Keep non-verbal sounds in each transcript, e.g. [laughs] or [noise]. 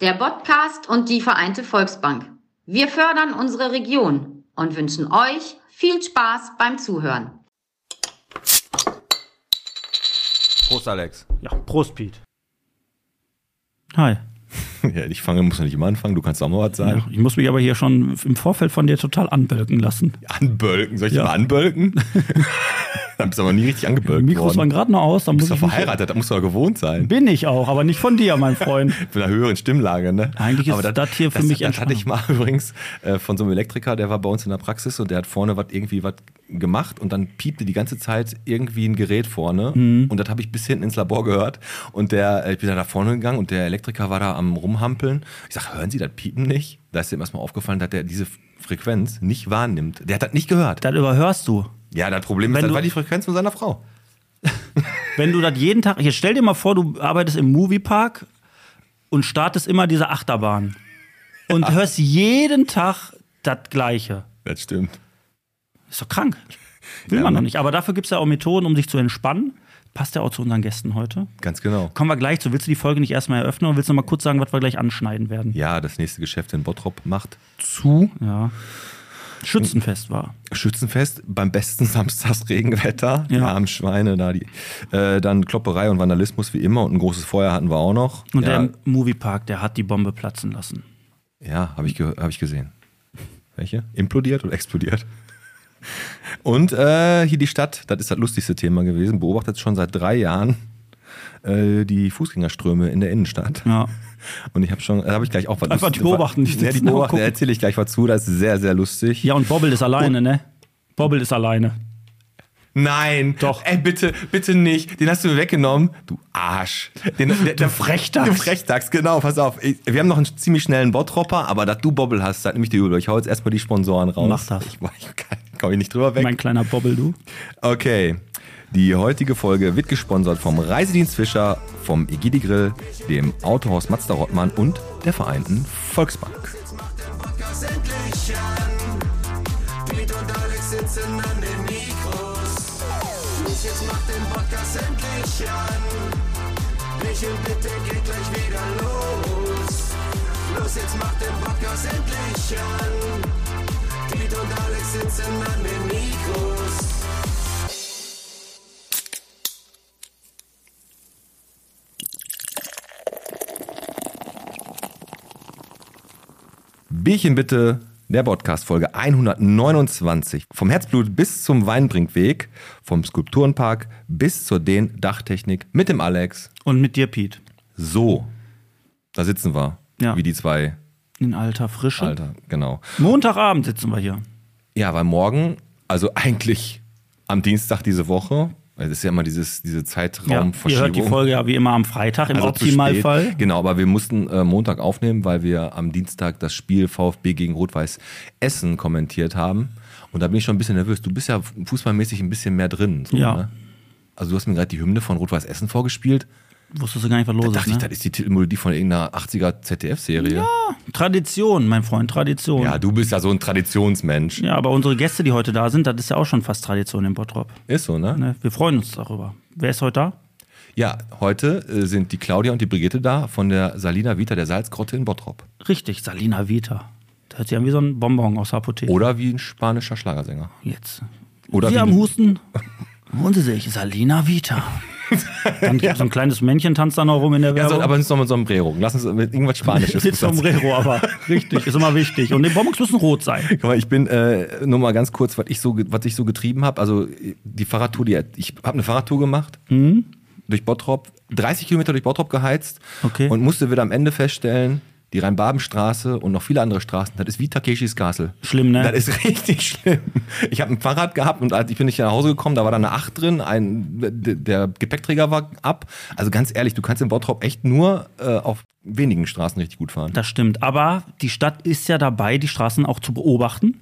der Podcast und die Vereinte Volksbank. Wir fördern unsere Region und wünschen euch viel Spaß beim Zuhören. Prost, Alex. Ja, Prost, Piet. Hi. Ja, ich fange, muss ja nicht immer anfangen, du kannst auch mal was sagen. Ja, ich muss mich aber hier schon im Vorfeld von dir total anbölken lassen. Anbölken, soll ich ja. mal anbölken? [laughs] dann bist du aber nie richtig angebölkt Mikros worden. waren gerade noch aus, dann du muss bist doch ich mich- verheiratet, da musst du doch gewohnt sein. Bin ich auch, aber nicht von dir, mein Freund. Von einer höheren Stimmlage, ne? Eigentlich ist das hier für das, mich Das hatte ich mal [laughs] übrigens äh, von so einem Elektriker, der war bei uns in der Praxis und der hat vorne was irgendwie was gemacht und dann piepte die ganze Zeit irgendwie ein Gerät vorne Mhm. und das habe ich bis hinten ins Labor gehört und der, äh, ich bin da nach vorne gegangen und der Elektriker war da am rumhampeln. Ich sage, hören Sie das Piepen nicht? Da ist ihm erstmal aufgefallen, dass der diese Frequenz nicht wahrnimmt. Der hat das nicht gehört. [laughs] Das überhörst du. Ja, das Problem ist, Wenn das du- war die Frequenz von seiner Frau. Wenn du das jeden Tag. Hier stell dir mal vor, du arbeitest im Moviepark und startest immer diese Achterbahn. Und hörst jeden Tag das Gleiche. Das stimmt. Ist doch krank. Will man doch nicht. Aber dafür gibt es ja auch Methoden, um sich zu entspannen. Passt ja auch zu unseren Gästen heute. Ganz genau. Kommen wir gleich zu. Willst du die Folge nicht erstmal eröffnen oder willst du noch mal kurz sagen, was wir gleich anschneiden werden? Ja, das nächste Geschäft in Bottrop macht zu. Ja. Schützenfest war. Schützenfest beim besten [laughs] Samstagsregenwetter. Ja. Ja. Die armen Schweine da. Die, äh, dann Klopperei und Vandalismus wie immer und ein großes Feuer hatten wir auch noch. Und ja, der Moviepark, der hat die Bombe platzen lassen. ja habe ich, ge hab ich gesehen. Welche? Implodiert oder explodiert? Und äh, hier die Stadt, das ist das lustigste Thema gewesen, beobachtet schon seit drei Jahren äh, die Fußgängerströme in der Innenstadt. Ja. Und ich habe schon, da habe ich gleich auch was Einfach die Lustiges- beobachten, die Ja, die sitzen da und beobachten, gucken. erzähle ich gleich was zu, das ist sehr, sehr lustig. Ja, und Bobbel ist alleine, ne? Bobbel ist alleine. Nein. Doch. Ey, bitte, bitte nicht. Den hast du mir weggenommen. Du Arsch. Den, der, der Frechdachs. Du Frechdachs, genau. Pass auf. Ich, wir haben noch einen ziemlich schnellen Bottropper, aber dass du Bobbel hast, das nehme ich dir übel. Ich hau jetzt erstmal die Sponsoren raus. Mach das. Ich, ich kann, komm ich nicht drüber weg. Mein kleiner Bobbel, du. Okay. Die heutige Folge wird gesponsert vom Reisedienst Fischer, vom Egidi Grill, dem Autohaus Mazda Rottmann und der Vereinten Volksbank. Bierchen bitte, der Podcast Folge 129. Vom Herzblut bis zum Weinbrinkweg, vom Skulpturenpark bis zur den Dachtechnik mit dem Alex. Und mit dir, Pete. So, da sitzen wir, Ja. wie die zwei In alter Frische. Alter, genau. Montagabend sitzen wir hier. Ja, weil morgen, also eigentlich am Dienstag diese Woche, weil das ist ja immer dieses, diese Ja, Zeitraumverschiebung. ihr hört die Folge ja wie immer am Freitag im Also zu Optimalfall. spät. Genau, aber wir mussten äh, Montag aufnehmen, weil wir am Dienstag das Spiel VfB gegen Rot-Weiß Essen kommentiert haben. Und da bin ich schon ein bisschen nervös. Du bist ja fußballmäßig ein bisschen mehr drin. So, Ja. Ne? Also du hast mir gerade die Hymne von Rot-Weiß Essen vorgespielt. Wusstest du gar nicht, was los Dachte ich, ist, das ne? ist die Titelmelodie von irgendeiner 80er ZDF-Serie. Ja. Tradition, mein Freund, Tradition. ja, du bist ja so ein Traditionsmensch. Ja, aber unsere Gäste, die heute da sind, das ist ja auch schon fast Tradition in Bottrop. Ist so, ne? Ne? Wir freuen uns darüber. Wer ist heute da? Ja, heute äh, sind die Claudia und die Brigitte da von der Salina Vita der Salzgrotte in Bottrop. Richtig, Salina Vita. Das hört sich an wie so ein Bonbon aus der Apotheke. Oder wie ein spanischer Schlagersänger. Jetzt. Oder wie- Sie am Husten. Holen Sie sich Salina Vita. [laughs] Dann gibt so ein kleines Männchen tanzt da noch rum in der Ja, Werbung. so, Also, aber nicht noch mit Sombrero. Lass uns mit [laughs] irgendwas Spanisches. Jetzt Sombrero, aber [laughs] richtig, ist immer wichtig. Und die Bonbons müssen rot sein. Guck mal, ich bin äh, nur mal ganz kurz, was ich so, ge- was ich so getrieben habe. Also die Fahrradtour, die ich habe eine Fahrradtour gemacht Mhm. durch Bottrop, 30 Kilometer durch Bottrop geheizt Okay. und musste wieder am Ende feststellen, die Rhein-Baben-Straße und noch viele andere Straßen, das ist wie Takeshis Castle. Schlimm, ne? Das ist [laughs] richtig schlimm. Ich habe ein Fahrrad gehabt und als ich bin nicht nach Hause gekommen, da war da eine 8 drin, ein, d- der Gepäckträger war ab. Also ganz ehrlich, du kannst in Bottrop echt nur äh, auf wenigen Straßen richtig gut fahren. Das stimmt. Aber die Stadt ist ja dabei, die Straßen auch zu beobachten.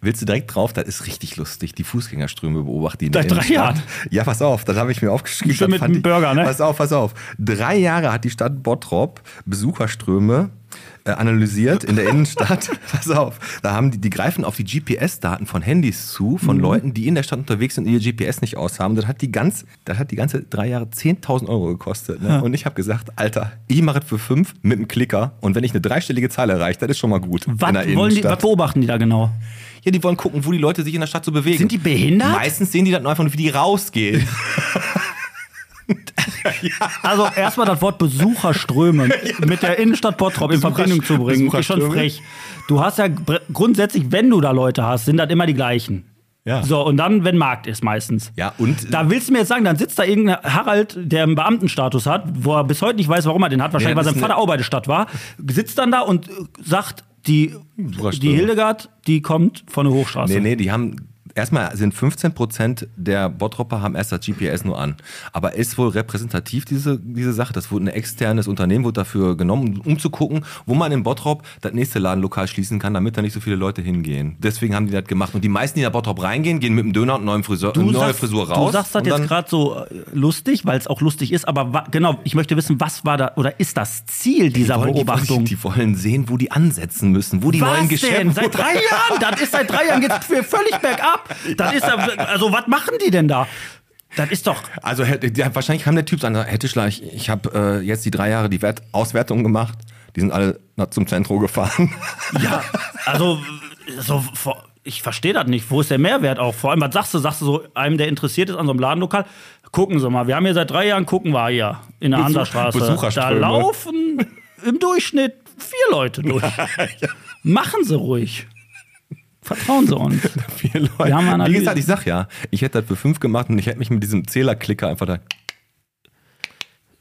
Willst du direkt drauf? Das ist richtig lustig. Die Fußgängerströme beobachten die. in Seit der drei Innenstadt. Jahren. Ja, pass auf, das habe ich mir aufgeschrieben. Bestimmt Das mit fand einem ich- Burger, ne? Pass auf, pass auf. Drei Jahre hat die Stadt Bottrop Besucherströme äh, analysiert in [laughs] der Innenstadt. Pass auf, da haben die, die greifen auf die GPS-Daten von Handys zu, Mhm. von Leuten, die in der Stadt unterwegs sind und ihr GPS nicht aus haben. Das hat die ganz, das hat die ganze drei Jahre 10.000 Euro gekostet. Ne? Und ich habe gesagt, Alter, ich mache das für fünf mit einem Klicker und wenn ich eine dreistellige Zahl erreiche, das ist schon mal gut. Was, in der wollen die, was Innenstadt. beobachten die da genau? Ja, die wollen gucken, wo die Leute sich in der Stadt so bewegen. Sind die behindert? Meistens sehen die dann nur einfach, nur, wie die rausgehen. [laughs] Also erstmal das Wort [laughs] Besucherströme mit der Innenstadt Bottrop in Besucher- Verbindung zu bringen, ist schon Besucherströme. frech. Du hast ja br- grundsätzlich, wenn du da Leute hast, sind das immer die gleichen. Ja. So, und dann, wenn Markt ist meistens. Ja, und- äh, Da willst du mir jetzt sagen, dann sitzt da irgendein Harald, der einen Beamtenstatus hat, wo er bis heute nicht weiß, warum er den hat, wahrscheinlich, Ja, weil das sein ist eine- Vater auch bei der Stadt war, sitzt dann da und äh, sagt, die, die Besucherströme. Hildegard, die kommt von der Hochstraße. Nee, nee, die haben. Erstmal sind 15% der Bottropper haben erst das GPS nur an. Aber ist wohl repräsentativ, diese, diese Sache. Das wurde ein externes Unternehmen wurde dafür genommen, um, um zu gucken, wo man in Bottrop das nächste Ladenlokal schließen kann, damit da nicht so viele Leute hingehen. Deswegen haben die das gemacht. Und die meisten, die nach Bottrop reingehen, gehen mit einem Döner und neuem Friseur, Du neue sagst- Frisur raus. Du sagst das und jetzt dann- gerade so äh, lustig, weil es auch lustig ist, aber wa- genau, ich möchte wissen, was war da oder ist das Ziel die dieser wollen, Beobachtung? Die, die wollen sehen, wo die ansetzen müssen, wo die neuen was Geschäfte. denn? Seit drei Jahren? Das ist seit drei Jahren geht's für völlig bergab. Das ist ja- also was machen die denn da? Das ist doch Also hätte- ja, wahrscheinlich kam der Typ an, Herr Tischler, ich, ich habe äh, jetzt die drei Jahre die Wert Auswertung gemacht. Die sind alle nach, zum [laughs] Zentro gefahren. ja, also so vor- ich verstehe das nicht. Wo ist der Mehrwert auch? Vor allem, was sagst du? Sagst du so einem, der interessiert ist an so einem Ladenlokal? Gucken Sie mal, wir haben hier seit drei Jahren, gucken wir hier in der Besuch- Hansastraße. Da Besucherströme. laufen im Durchschnitt vier Leute [laughs] durch. Machen Sie ruhig. Vertrauen Sie uns. Vier Leute. Wir haben Wie Analyse. gesagt, ich sag ja, ich hätte das für fünf gemacht und ich hätte mich mit diesem Zählerklicker einfach da.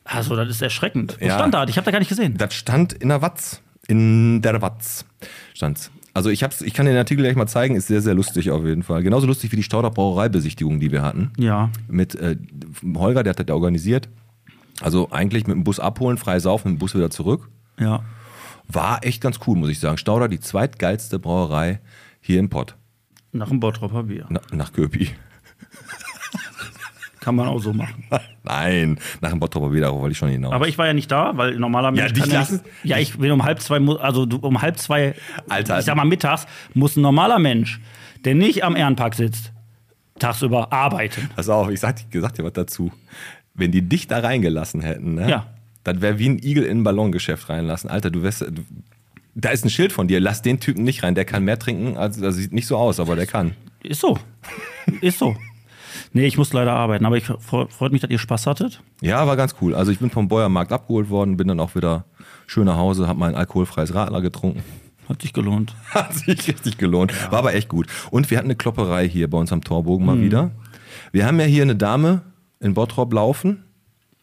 Also, das ist erschreckend. Wo Ja. stand da? Ich habe da gar nicht gesehen. Das stand in der Watz. In der Watz stand's. Also ich hab's, ich kann den Artikel gleich mal zeigen, ist sehr, sehr lustig auf jeden Fall. Genauso lustig wie die Stauder Brauereibesichtigung, die wir hatten. Ja. mit äh, Holger, der hat das ja organisiert. Also eigentlich mit dem Bus abholen, frei saufen, mit dem Bus wieder zurück. Ja. War echt ganz cool, muss ich sagen. Stauder, die zweitgeilste Brauerei hier im Pott, Nach dem Bottropper Bier. na, nach Köpi. Kann man auch so machen. [laughs] Nein, nach dem Bottroper Bier, darauf wollte ich schon hinaus. Aber ich war ja nicht da, weil normalerweise. Ja, dich lassen- Ja, ich bin um halb zwei, mu- also du- um halb zwei, Alter. ich sag mal mittags, muss ein normaler Mensch, der nicht am Ehrenpark sitzt, tagsüber arbeiten. Pass auf, ich sag, ich sag dir was dazu. Wenn die dich da reingelassen hätten, ne? Ja. dann wäre wie ein Igel in ein Ballongeschäft reinlassen. Alter, du wärst. Du, da ist ein Schild von dir, lass den Typen nicht rein. Der kann mehr trinken, also das sieht nicht so aus, aber der kann. Ist [laughs] so. Ist so. Nee, ich muss leider arbeiten, aber ich fre- freut mich, dass ihr Spaß hattet. Ja, war ganz cool. Also ich bin vom Bäuermarkt abgeholt worden, bin dann auch wieder schön nach Hause, habe mein alkoholfreies Radler getrunken. Hat sich gelohnt. [laughs] Hat sich richtig gelohnt. War aber echt gut. Und wir hatten eine Klopperei hier bei uns am Torbogen Mhm. mal wieder. Wir haben ja hier eine Dame in Bottrop laufen,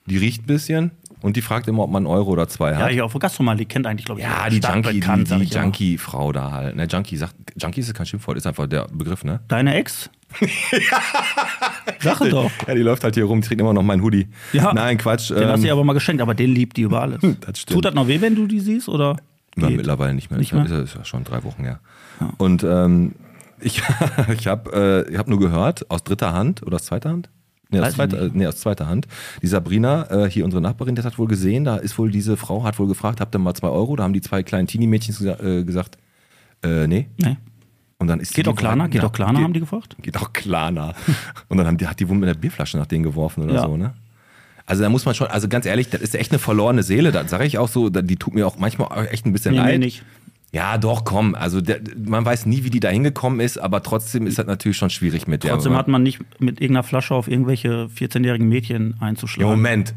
die riecht ein bisschen und die fragt immer, ob man einen Euro oder zwei Ja, hat. hier auf der Gastronomie, die kennt eigentlich, glaube ich, Ja, jeder. die Stark Junkie, bekannt, sag die, die ich immer. Junkie-Frau da halt. Ne, Junkie sagt, Junkie ist kein Schimpfwort, ist einfach der Begriff, ne? Deine [laughs] Ex? Sache doch. Ja, die läuft halt hier rum, trägt immer noch meinen Hoodie. Ja. Nein, Quatsch. Den hast du ähm, ihr aber mal geschenkt, aber den liebt die über alles. [laughs] Das stimmt. Tut das noch weh, wenn du die siehst? Oder? Na, Geht? mittlerweile nicht mehr. Nicht Ist ja- mehr? Ist, ja- ist ja schon drei Wochen, ja. Und ähm, ich, [laughs] ich habe äh, ich hab nur gehört, aus dritter Hand oder aus zweiter Hand? Nee, Weiß aus ich zweiter, äh, nee, aus zweiter Hand. Die Sabrina, äh, hier unsere Nachbarin, das hat wohl gesehen, da ist wohl diese Frau, hat wohl gefragt, habt ihr mal zwei Euro? Da haben die zwei kleinen Teenie-Mädchen gesa- äh, gesagt, äh, nee. Nee. Und dann ist Geht die auch Klarna? wohl- Geht Ja, auch Klarna, haben die gefragt? Geht auch Klarna. [laughs] Und dann haben die, hat die wohl mit einer Bierflasche nach denen geworfen oder Ja. so, ne? Also da muss man schon, also ganz ehrlich, das ist echt eine verlorene Seele. Da sage ich auch so, da- die tut mir auch manchmal auch echt ein bisschen Nee, nee, leid. nicht. Ja, doch, komm. Also der, man weiß nie, wie die da hingekommen ist, aber trotzdem ist das natürlich schon schwierig mit Trotzdem der. hat man nicht mit irgendeiner Flasche auf irgendwelche 14-jährigen Mädchen ja, einzuschlagen. Moment.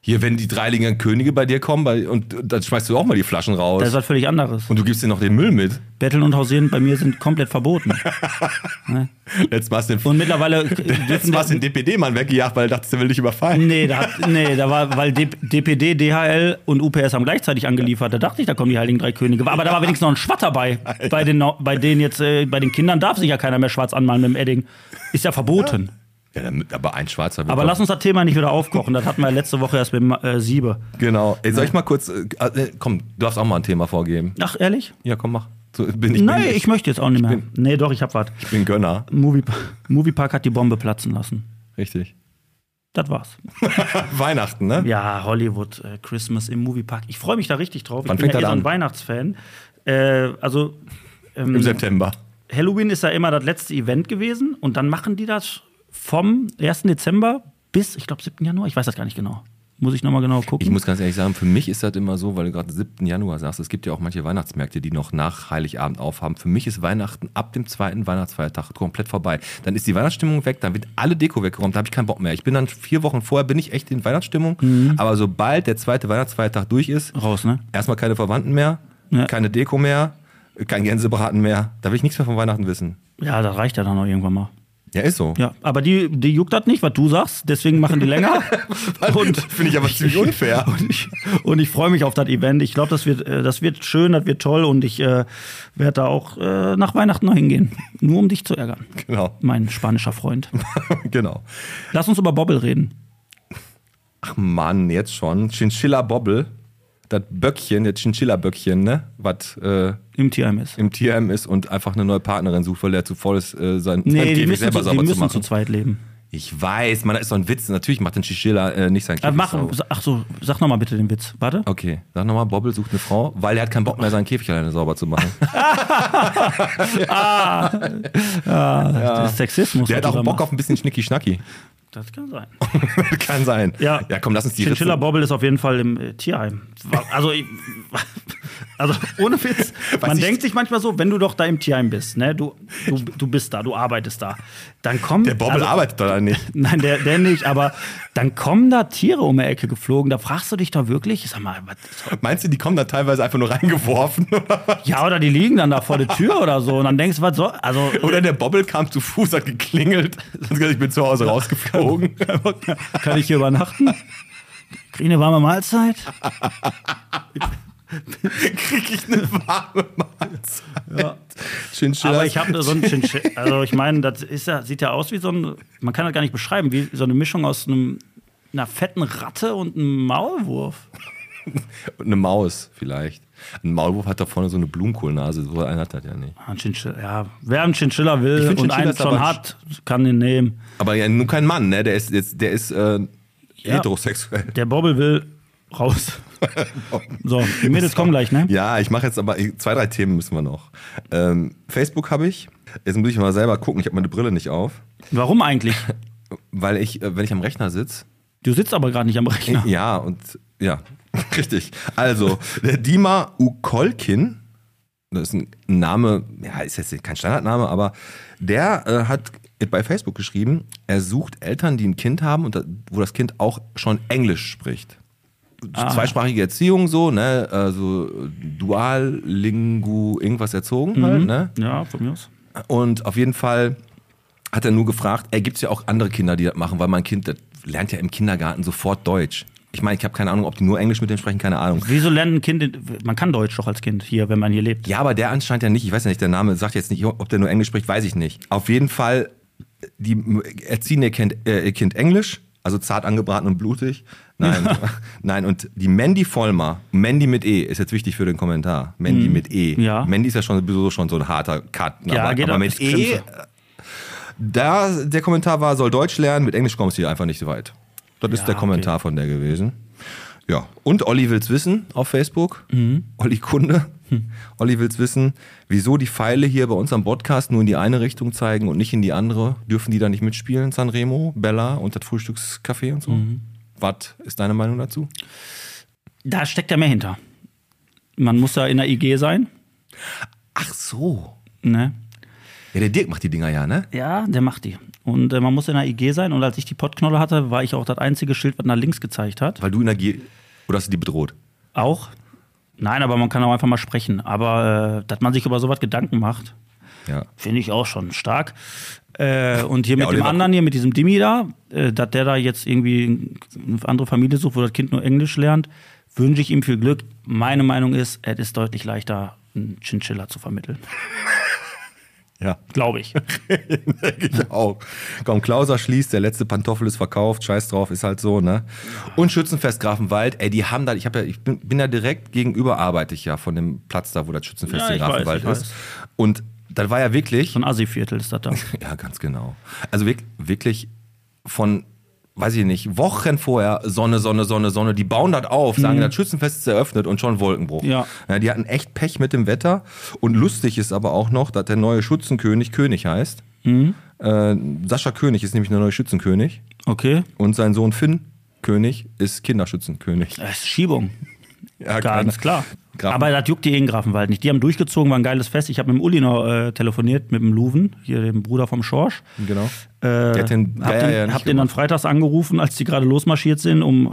Hier, wenn die dreiligen Könige bei dir kommen bei, und, und dann schmeißt du auch mal die Flaschen raus. Das ist was völlig anderes. und du gibst dir noch den Müll mit. Betteln und Hausieren bei mir sind komplett verboten. Letztes Mal hast du den, [laughs] Und mittlerweile letztes dürfen Mal hast du den DPD-Mann weggejagt, weil du dachtest, der will dich überfallen. Nee, da, hat- nee, da war, weil D DPD, DHL und UPS haben gleichzeitig angeliefert. Da dachte ich, da kommen die Heiligen Drei Könige. Aber da war wenigstens noch ein Schwatter bei. Bei den, bei den jetzt, äh, bei den Kindern darf sich ja keiner mehr schwarz anmalen mit dem Edding. Ist ja verboten. Ja, dann- aber ein Schwarzer wird Aber doch- lass uns das Thema nicht wieder aufkochen. Das hatten wir letzte Woche erst mit dem, äh, Siebe. Genau. Ey, soll ich mal kurz. Äh, äh, komm, du darfst auch mal ein Thema vorgeben. Ach, ehrlich? Ja, komm, mach. So, bin ich, Nein, bin, ich möchte jetzt auch nicht mehr. Nee, doch, ich hab was. ich bin Gönner. Movie, Moviepark hat die Bombe platzen lassen. Richtig. Das war's. [laughs] Weihnachten, ne? Ja, Hollywood, äh, Christmas im Moviepark. Ich freue mich da richtig drauf. Wann ich bin fängt ja eh das so ein an? Weihnachtsfan. Äh, also ähm, Im September. Halloween ist ja immer das letzte Event gewesen und dann machen die das vom 1. Dezember bis, ich glaube, 7. Januar. Ich weiß das gar nicht genau. Muss ich nochmal genau gucken. Ich muss ganz ehrlich sagen, für mich ist das immer so, weil du gerade 7. Januar sagst, es gibt ja auch manche Weihnachtsmärkte, die noch nach Heiligabend aufhaben. Für mich ist Weihnachten ab dem zweiten Weihnachtsfeiertag komplett vorbei. Dann ist die Weihnachtsstimmung weg, dann wird alle Deko weggeräumt, da habe ich keinen Bock mehr. Ich bin dann vier Wochen vorher, bin ich echt in Weihnachtsstimmung, Mhm. aber sobald der zweite Weihnachtsfeiertag durch ist, Raus, ne? erstmal keine Verwandten mehr, Ja. keine Deko mehr, kein Gänsebraten mehr. Da will ich nichts mehr von Weihnachten wissen. Ja, das reicht ja dann auch irgendwann mal. Ja, ist so. Ja, aber die, die juckt das nicht, was du sagst, deswegen machen die [laughs] länger. Und finde ich aber ziemlich unfair. [laughs] Und ich, und ich freue mich auf das Event. Ich glaube, das wird, äh, das wird schön, das wird toll und ich äh, werde da auch äh, nach Weihnachten noch hingehen. Nur um dich zu ärgern, Genau, [laughs] mein spanischer Freund. genau. Lass uns über Bobbel reden. Ach Mann, jetzt schon. Chinchilla Bobble. Das Böckchen, der Chinchilla-Böckchen, ne? Was äh, Im TMS. im TM ist und einfach eine neue Partnerin sucht, weil der zu voll ist, äh, sein sein Nee, die Käfig müssen, zu, selber die sauber zu müssen zu machen. zweit leben. ich weiß, man, das ist doch ein Witz. Natürlich macht ein Chinchilla äh, nicht sein Äh, Käfig mach, sauber. ach so, sag nochmal bitte den Witz. Warte. Okay, sag nochmal, Bobble sucht eine Frau, weil er hat keinen Bock mehr, seinen Käfig alleine sauber [laughs] zu machen. Das ist Sexismus. Der hat was du da auch Bock machst. auf ein bisschen Schnicki-Schnacki. [laughs] Das kann sein. Kann sein. Ja. ja, komm, lass uns die Chinchilla Ritze- Bobble ist auf jeden Fall im äh, Tierheim. Wa- Also, ich, [laughs] also ohne [laughs] Witz, man ich- denkt sich manchmal so, wenn du doch da im Tierheim bist, ne, du, du, du bist da, du arbeitest da, dann kommen Der Bobble also, arbeitet doch da nicht. Nein, der, der nicht, aber dann kommen da Tiere um die Ecke geflogen. Da fragst du dich doch wirklich, sag mal, was, Meinst du, die kommen da teilweise einfach nur reingeworfen? [laughs] ja, oder die liegen dann da vor der Tür oder so. Und dann denkst du, was soll. Also, Oder der Bobble kam zu Fuß, hat geklingelt. Ich bin zu [laughs] Hause rausgeflogen. Kann ich hier übernachten? Krieg eine warme Mahlzeit? kriege ich eine warme Mahlzeit. Ja. Chinchilla. Aber ich habe so ein Chinchilla. Also ich meine, das ist ja, sieht ja aus wie so ein, man kann das gar nicht beschreiben, wie so eine Mischung aus einem, einer fetten Ratte und einem Maulwurf. eine Maus vielleicht. Ein Maulwurf hat da vorne so eine Blumenkohlnase, so einen hat das ja nicht. Ah, Ein Chinchilla, ja. Wer einen Chinchilla will find und Chinchilla einen ist aber schon ein hat, kann den nehmen. Aber ja, nun kein Mann, ne? Der ist jetzt, der ist äh, heterosexuell. Der Bobbel will raus. So, [laughs] die Mädels kommen gleich, ne? Ja, ich mache jetzt aber ich- zwei, drei Themen müssen wir noch. Ähm, Facebook habe ich. Jetzt muss ich mal selber gucken, ich habe meine Brille nicht auf. Warum eigentlich? Weil ich, äh, wenn ich am Rechner sitze, Du sitzt aber gerade nicht am Rechner. Ja, und ja, [laughs] richtig. Also, der Dima Ukolkin, das ist ein Name, ja, ist jetzt kein Standardname, aber der äh, hat bei Facebook geschrieben, er sucht Eltern, die ein Kind haben und da, wo das Kind auch schon Englisch spricht. Zweisprachige Erziehung so, ne, also dual, lingu, irgendwas erzogen halt, ne? Ja, von mir aus. Und auf jeden Fall hat er nur gefragt, ey, gibt's ja auch andere Kinder, die das machen, weil mein Kind, das lernt ja im Kindergarten sofort Deutsch. Ich meine, ich habe keine Ahnung, ob die nur Englisch mit dem sprechen, keine Ahnung. Wieso lernt ein Kind, in- man kann Deutsch doch als Kind hier, wenn man hier lebt. Ja, aber der anscheinend ja nicht. Ich weiß ja nicht, der Name sagt jetzt nicht, ob der nur Englisch spricht, weiß ich nicht. Auf jeden Fall, die erziehen ihr Kind, äh, ihr kind Englisch, also zart angebraten und blutig. Nein, [laughs] nein, und die Mandy Vollmer, Mandy mit E, ist jetzt wichtig für den Kommentar. Mandy mit E. Mhm. Ja. Mandy ist ja schon sowieso schon so ein harter Cut. Ja, aber, geht aber ab, mit ist E, Schimpfe. äh, da, der Kommentar war, soll Deutsch lernen, mit Englisch kommst du hier einfach nicht so weit. Das ist Ja, der Kommentar von der gewesen. Ja, und Olli will's wissen auf Facebook. Olli Kunde. Olli will's wissen, wieso die Pfeile hier bei uns am Podcast nur in die eine Richtung zeigen und nicht in die andere. Dürfen die da nicht mitspielen, Sanremo, Bella und das Frühstückscafé und so? Was ist deine Meinung dazu? Da steckt ja mehr hinter. Man muss ja in der IG sein, Ach so. ne? Ja, der Dirk macht die Dinger ja, ne? Ja, der macht die. Und äh, man muss in der IG sein. Und als ich die Pottknolle hatte, war ich auch das einzige Schild, was nach links gezeigt hat. Weil du in der G. Oder hast du die bedroht? Auch. Nein, aber man kann auch einfach mal sprechen. Aber äh, dass man sich über sowas Gedanken macht, Ja. finde ich auch schon stark. Äh, und hier mit dem Oliver- anderen, hier mit diesem Dimi da, äh, dass der da jetzt irgendwie eine andere Familie sucht, wo das Kind nur Englisch lernt, wünsche ich ihm viel Glück. Meine Meinung ist, es ist deutlich leichter, einen Chinchilla zu vermitteln. Ja. Glaube ich. [laughs] Ich auch. Komm, Klauser schließt, der letzte Pantoffel ist verkauft, scheiß drauf, ist halt so, ne? Und Schützenfest Grafenwald, ey, die haben da, ich, hab ja, ich bin, bin ja direkt gegenüber, arbeite ich ja von dem Platz da, wo das Schützenfest Ja, in ich weiß, Grafenwald ich weiß. ist. Und das war ja wirklich, [laughs] So ein Assi-Viertel ist das da. ja, ganz genau. Also wirk- wirklich von weiß ich nicht, Wochen vorher Sonne, Sonne, Sonne, Sonne, die bauen das auf, sagen, das Schützenfest ist eröffnet und schon Wolkenbruch. Mhm. Ja. Die hatten echt Pech mit dem Wetter. Und lustig ist aber auch noch, dass der neue Schützenkönig König heißt. Mhm. Äh, Sascha König ist nämlich der neue Schützenkönig. Okay. Und sein Sohn Finn König ist Kinderschützenkönig. Das ist Schiebung. Ja, Ganz klar. Grafen- Aber das juckt die eh in Grafenwald nicht. Die haben durchgezogen, war ein geiles Fest. Ich habe mit dem Uli noch äh, telefoniert, mit dem Luven, hier dem Bruder vom Schorsch. Genau. Äh, Der hab hat den- den, ja, ja, ja, nicht hab den dann freitags angerufen, als die gerade losmarschiert sind, um ja,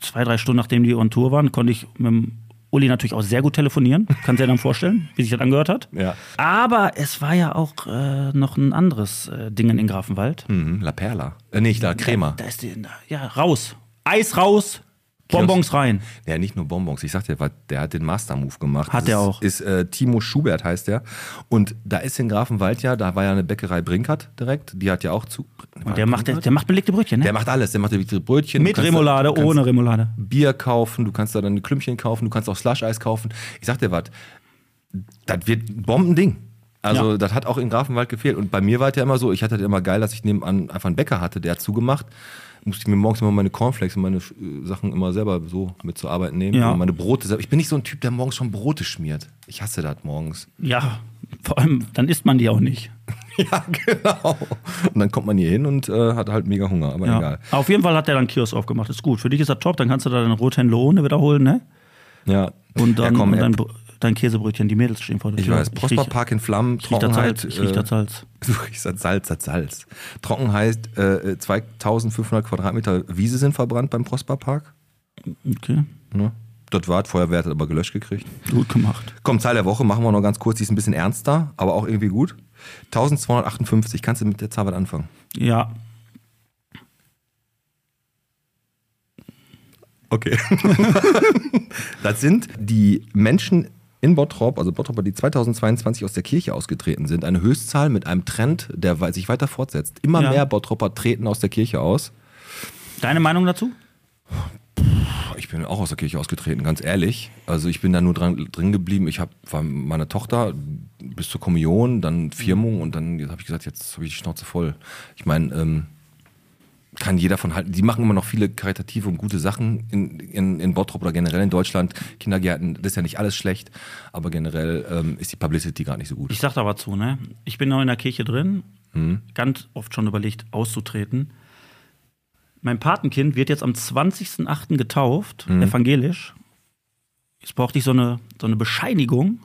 zwei, drei Stunden nachdem die on Tour waren, konnte ich mit dem Uli natürlich auch sehr gut telefonieren. Kannst dir dann vorstellen, wie sich das angehört hat. Ja. Aber es war ja auch äh, noch ein anderes äh, Ding in Grafenwald. Mhm, La Perla. Äh, nee, da Crema. Da ist die, ja, raus. Eis raus, Bonbons rein. Ja, nicht nur Bonbons. Ich sag dir, was, der hat den Master-Move gemacht. Hat das der auch. Ist äh, Timo Schubert heißt der. Und da ist in Grafenwald ja, da war ja eine Bäckerei Brinkert direkt. Die hat ja auch zu. Und der macht, der, der macht belegte Brötchen, ne? Der macht alles. Der macht die Brötchen. Mit Du kannst- Remoulade, du kannst ohne Remoulade. Bier kaufen, du kannst da dann Klümpchen kaufen, du kannst auch Slush-Eis kaufen. Ich sag dir was, das wird ein Bombending. Also Ja. das hat auch in Grafenwald gefehlt. Und bei mir war es ja immer so, ich hatte das immer geil, dass ich nebenan einfach einen Bäcker hatte, der hat zugemacht. Musste ich mir morgens immer meine Cornflakes und meine äh, Sachen immer selber so mit zur Arbeit nehmen. Ja. Und meine Brote. selber- Ich bin nicht so ein Typ, der morgens schon Brote schmiert. Ich hasse das [laughs] morgens. Ja, vor allem, dann isst man die auch nicht. Ja, genau. Und dann kommt man hier hin und äh, hat halt mega Hunger, aber Ja. egal. Auf jeden Fall hat der dann Kiosk aufgemacht. Ist gut. Für dich ist er top. Dann kannst du da deine Rothändler ohne wiederholen, ne? Ja. Und dann ja, komm, und dein, App. Br- dein Käsebrötchen. Die Mädels stehen vor der ich Tür. weiß, riech- Prosperpark in Flammen, ich riech das Salz. Trockenheit. Ich riech das äh, Salz. [laughs] Du riechst das Salz, das Salz. Trocken heißt, äh, 2500 Quadratmeter Wiese sind verbrannt beim Prosper Park. Okay, Ne? Dort war, Feuerwehr hat aber gelöscht gekriegt. gut gemacht. Komm, Zahl der Woche machen wir noch ganz kurz, die ist ein bisschen ernster, aber auch irgendwie gut. 1258, kannst du mit der Zahl was anfangen? Ja, Okay. [laughs] das sind die Menschen in Bottrop, also Bottroper, die 2022 aus der Kirche ausgetreten sind. Eine Höchstzahl mit einem Trend, der wei- sich weiter fortsetzt. Immer Ja. mehr Bottroper treten aus der Kirche aus. deine Meinung dazu? Ich bin auch aus der Kirche ausgetreten, ganz ehrlich. Also ich bin da nur dran, drin geblieben. Ich habe meine Tochter bis zur Kommunion, dann Firmung und dann habe ich gesagt, jetzt habe ich die Schnauze voll. Ich meine, ähm, kann jeder von halten. Die machen immer noch viele karitative und gute Sachen in, in, in Bottrop oder generell in Deutschland. Kindergärten, das ist ja nicht alles schlecht, aber generell ähm, ist die Publicity gar nicht so gut. Ich sag da was zu, ne? Ich bin noch in der Kirche drin. Ganz oft schon überlegt, auszutreten. Mein Patenkind wird jetzt am 20.08. getauft, evangelisch. Jetzt brauchte ich so eine, so eine Bescheinigung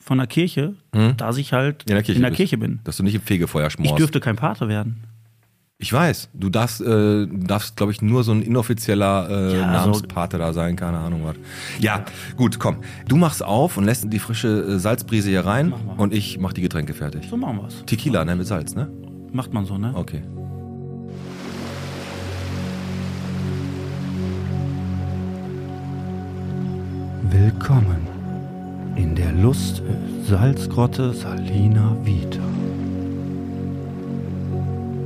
von der Kirche, da ich halt in der Kirche, bist. bin. Dass du nicht im Fegefeuer schmorst. Ich dürfte kein Pate werden. Ich weiß, du darfst, äh, darfst glaube ich, nur so ein inoffizieller äh, Ja, so- Namenspate da sein, keine Ahnung was. Ja, gut, komm. Du machst auf und lässt die frische äh, Salzbrise hier rein und ich mach die Getränke fertig. So machen wir's. Tequila, ne, mit Salz, ne? Macht man so, ne? Okay. Willkommen in der Lust Salzgrotte Salina Vita.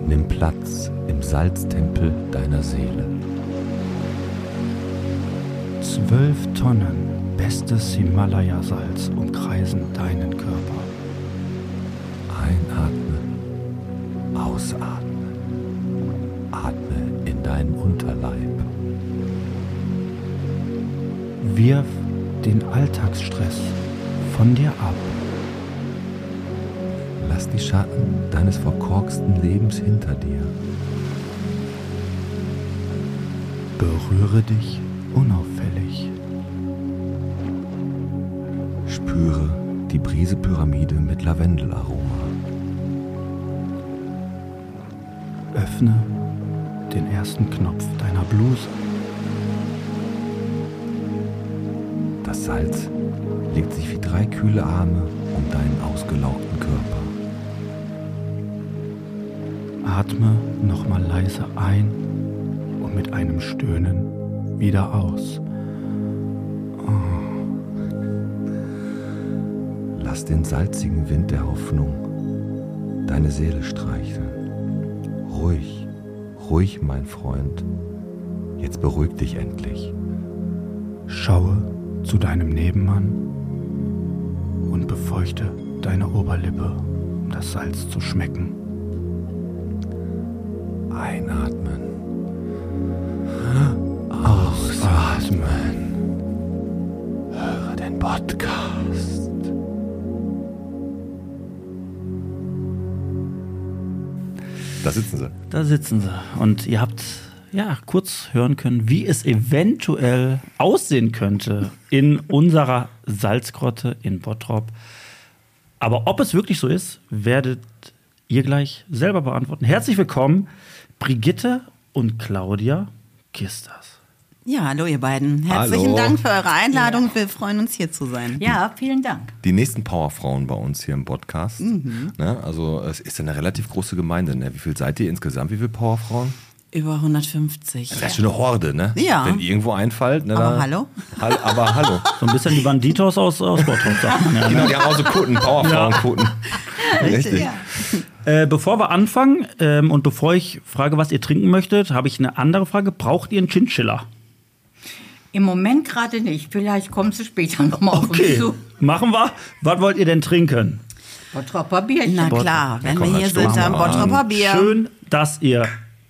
Nimm Platz im Salztempel deiner Seele. Zwölf Tonnen bestes Himalaya-Salz umkreisen deinen Körper. Einatmen, ausatmen. Atme in deinen Unterleib. Wirf den Alltagsstress von dir ab. Lass die Schatten deines verkorksten Lebens hinter dir. Berühre dich unauffällig. Spüre die Brise-Pyramide mit Lavendelaroma. Öffne den ersten Knopf deiner Bluse. Das Salz legt sich wie drei kühle Arme um deinen ausgelaugten Körper. Atme nochmal leise ein und mit einem Stöhnen wieder aus. Lass den salzigen Wind der Hoffnung deine Seele streicheln. Ruhig, ruhig, mein Freund. Jetzt beruhig dich endlich. Schaue zu deinem Nebenmann und befeuchte deine Oberlippe, um das Salz zu schmecken. Einatmen, Atmen. Höre den Podcast. Da sitzen sie. Da sitzen sie. Und ihr habt ja kurz hören können, wie es eventuell aussehen könnte in unserer Salzgrotte in Bottrop. Aber ob es wirklich so ist, werdet ihr gleich selber beantworten. Herzlich willkommen, Brigitte und Claudia Kistas. Ja, hallo ihr beiden. Herzlichen Hallo. Dank für eure Einladung. Wir freuen uns hier zu sein. Ja, vielen Dank. Die nächsten Powerfrauen bei uns hier im Podcast. Mhm. Ne? Also es ist eine relativ große Gemeinde. Ne? Wie viel seid ihr insgesamt? Wie viele Powerfrauen? Über 150. Das ist schon eine Horde, ne? Ja. Wenn irgendwo einfällt. Ne, Aber da- hallo? Hall, aber hallo. So ein bisschen die Banditos aus, aus Bottrop. sagt man ja, [laughs] ne? Genau, die haben auch so Kutten, Powerfrauen-Kutten. Richtig. Äh, bevor wir anfangen ähm, und bevor ich frage, was ihr trinken möchtet, habe ich eine andere Frage. Braucht ihr einen Chinchilla? Im Moment gerade nicht. Vielleicht kommst du später nochmal auf uns zu. Machen wir. Was wollt ihr denn trinken? Bottropper Bierchen. Na klar, wenn komm, wir dann hier stoßen sind, wir dann mal an. Bottroper Bier. Schön, dass ihr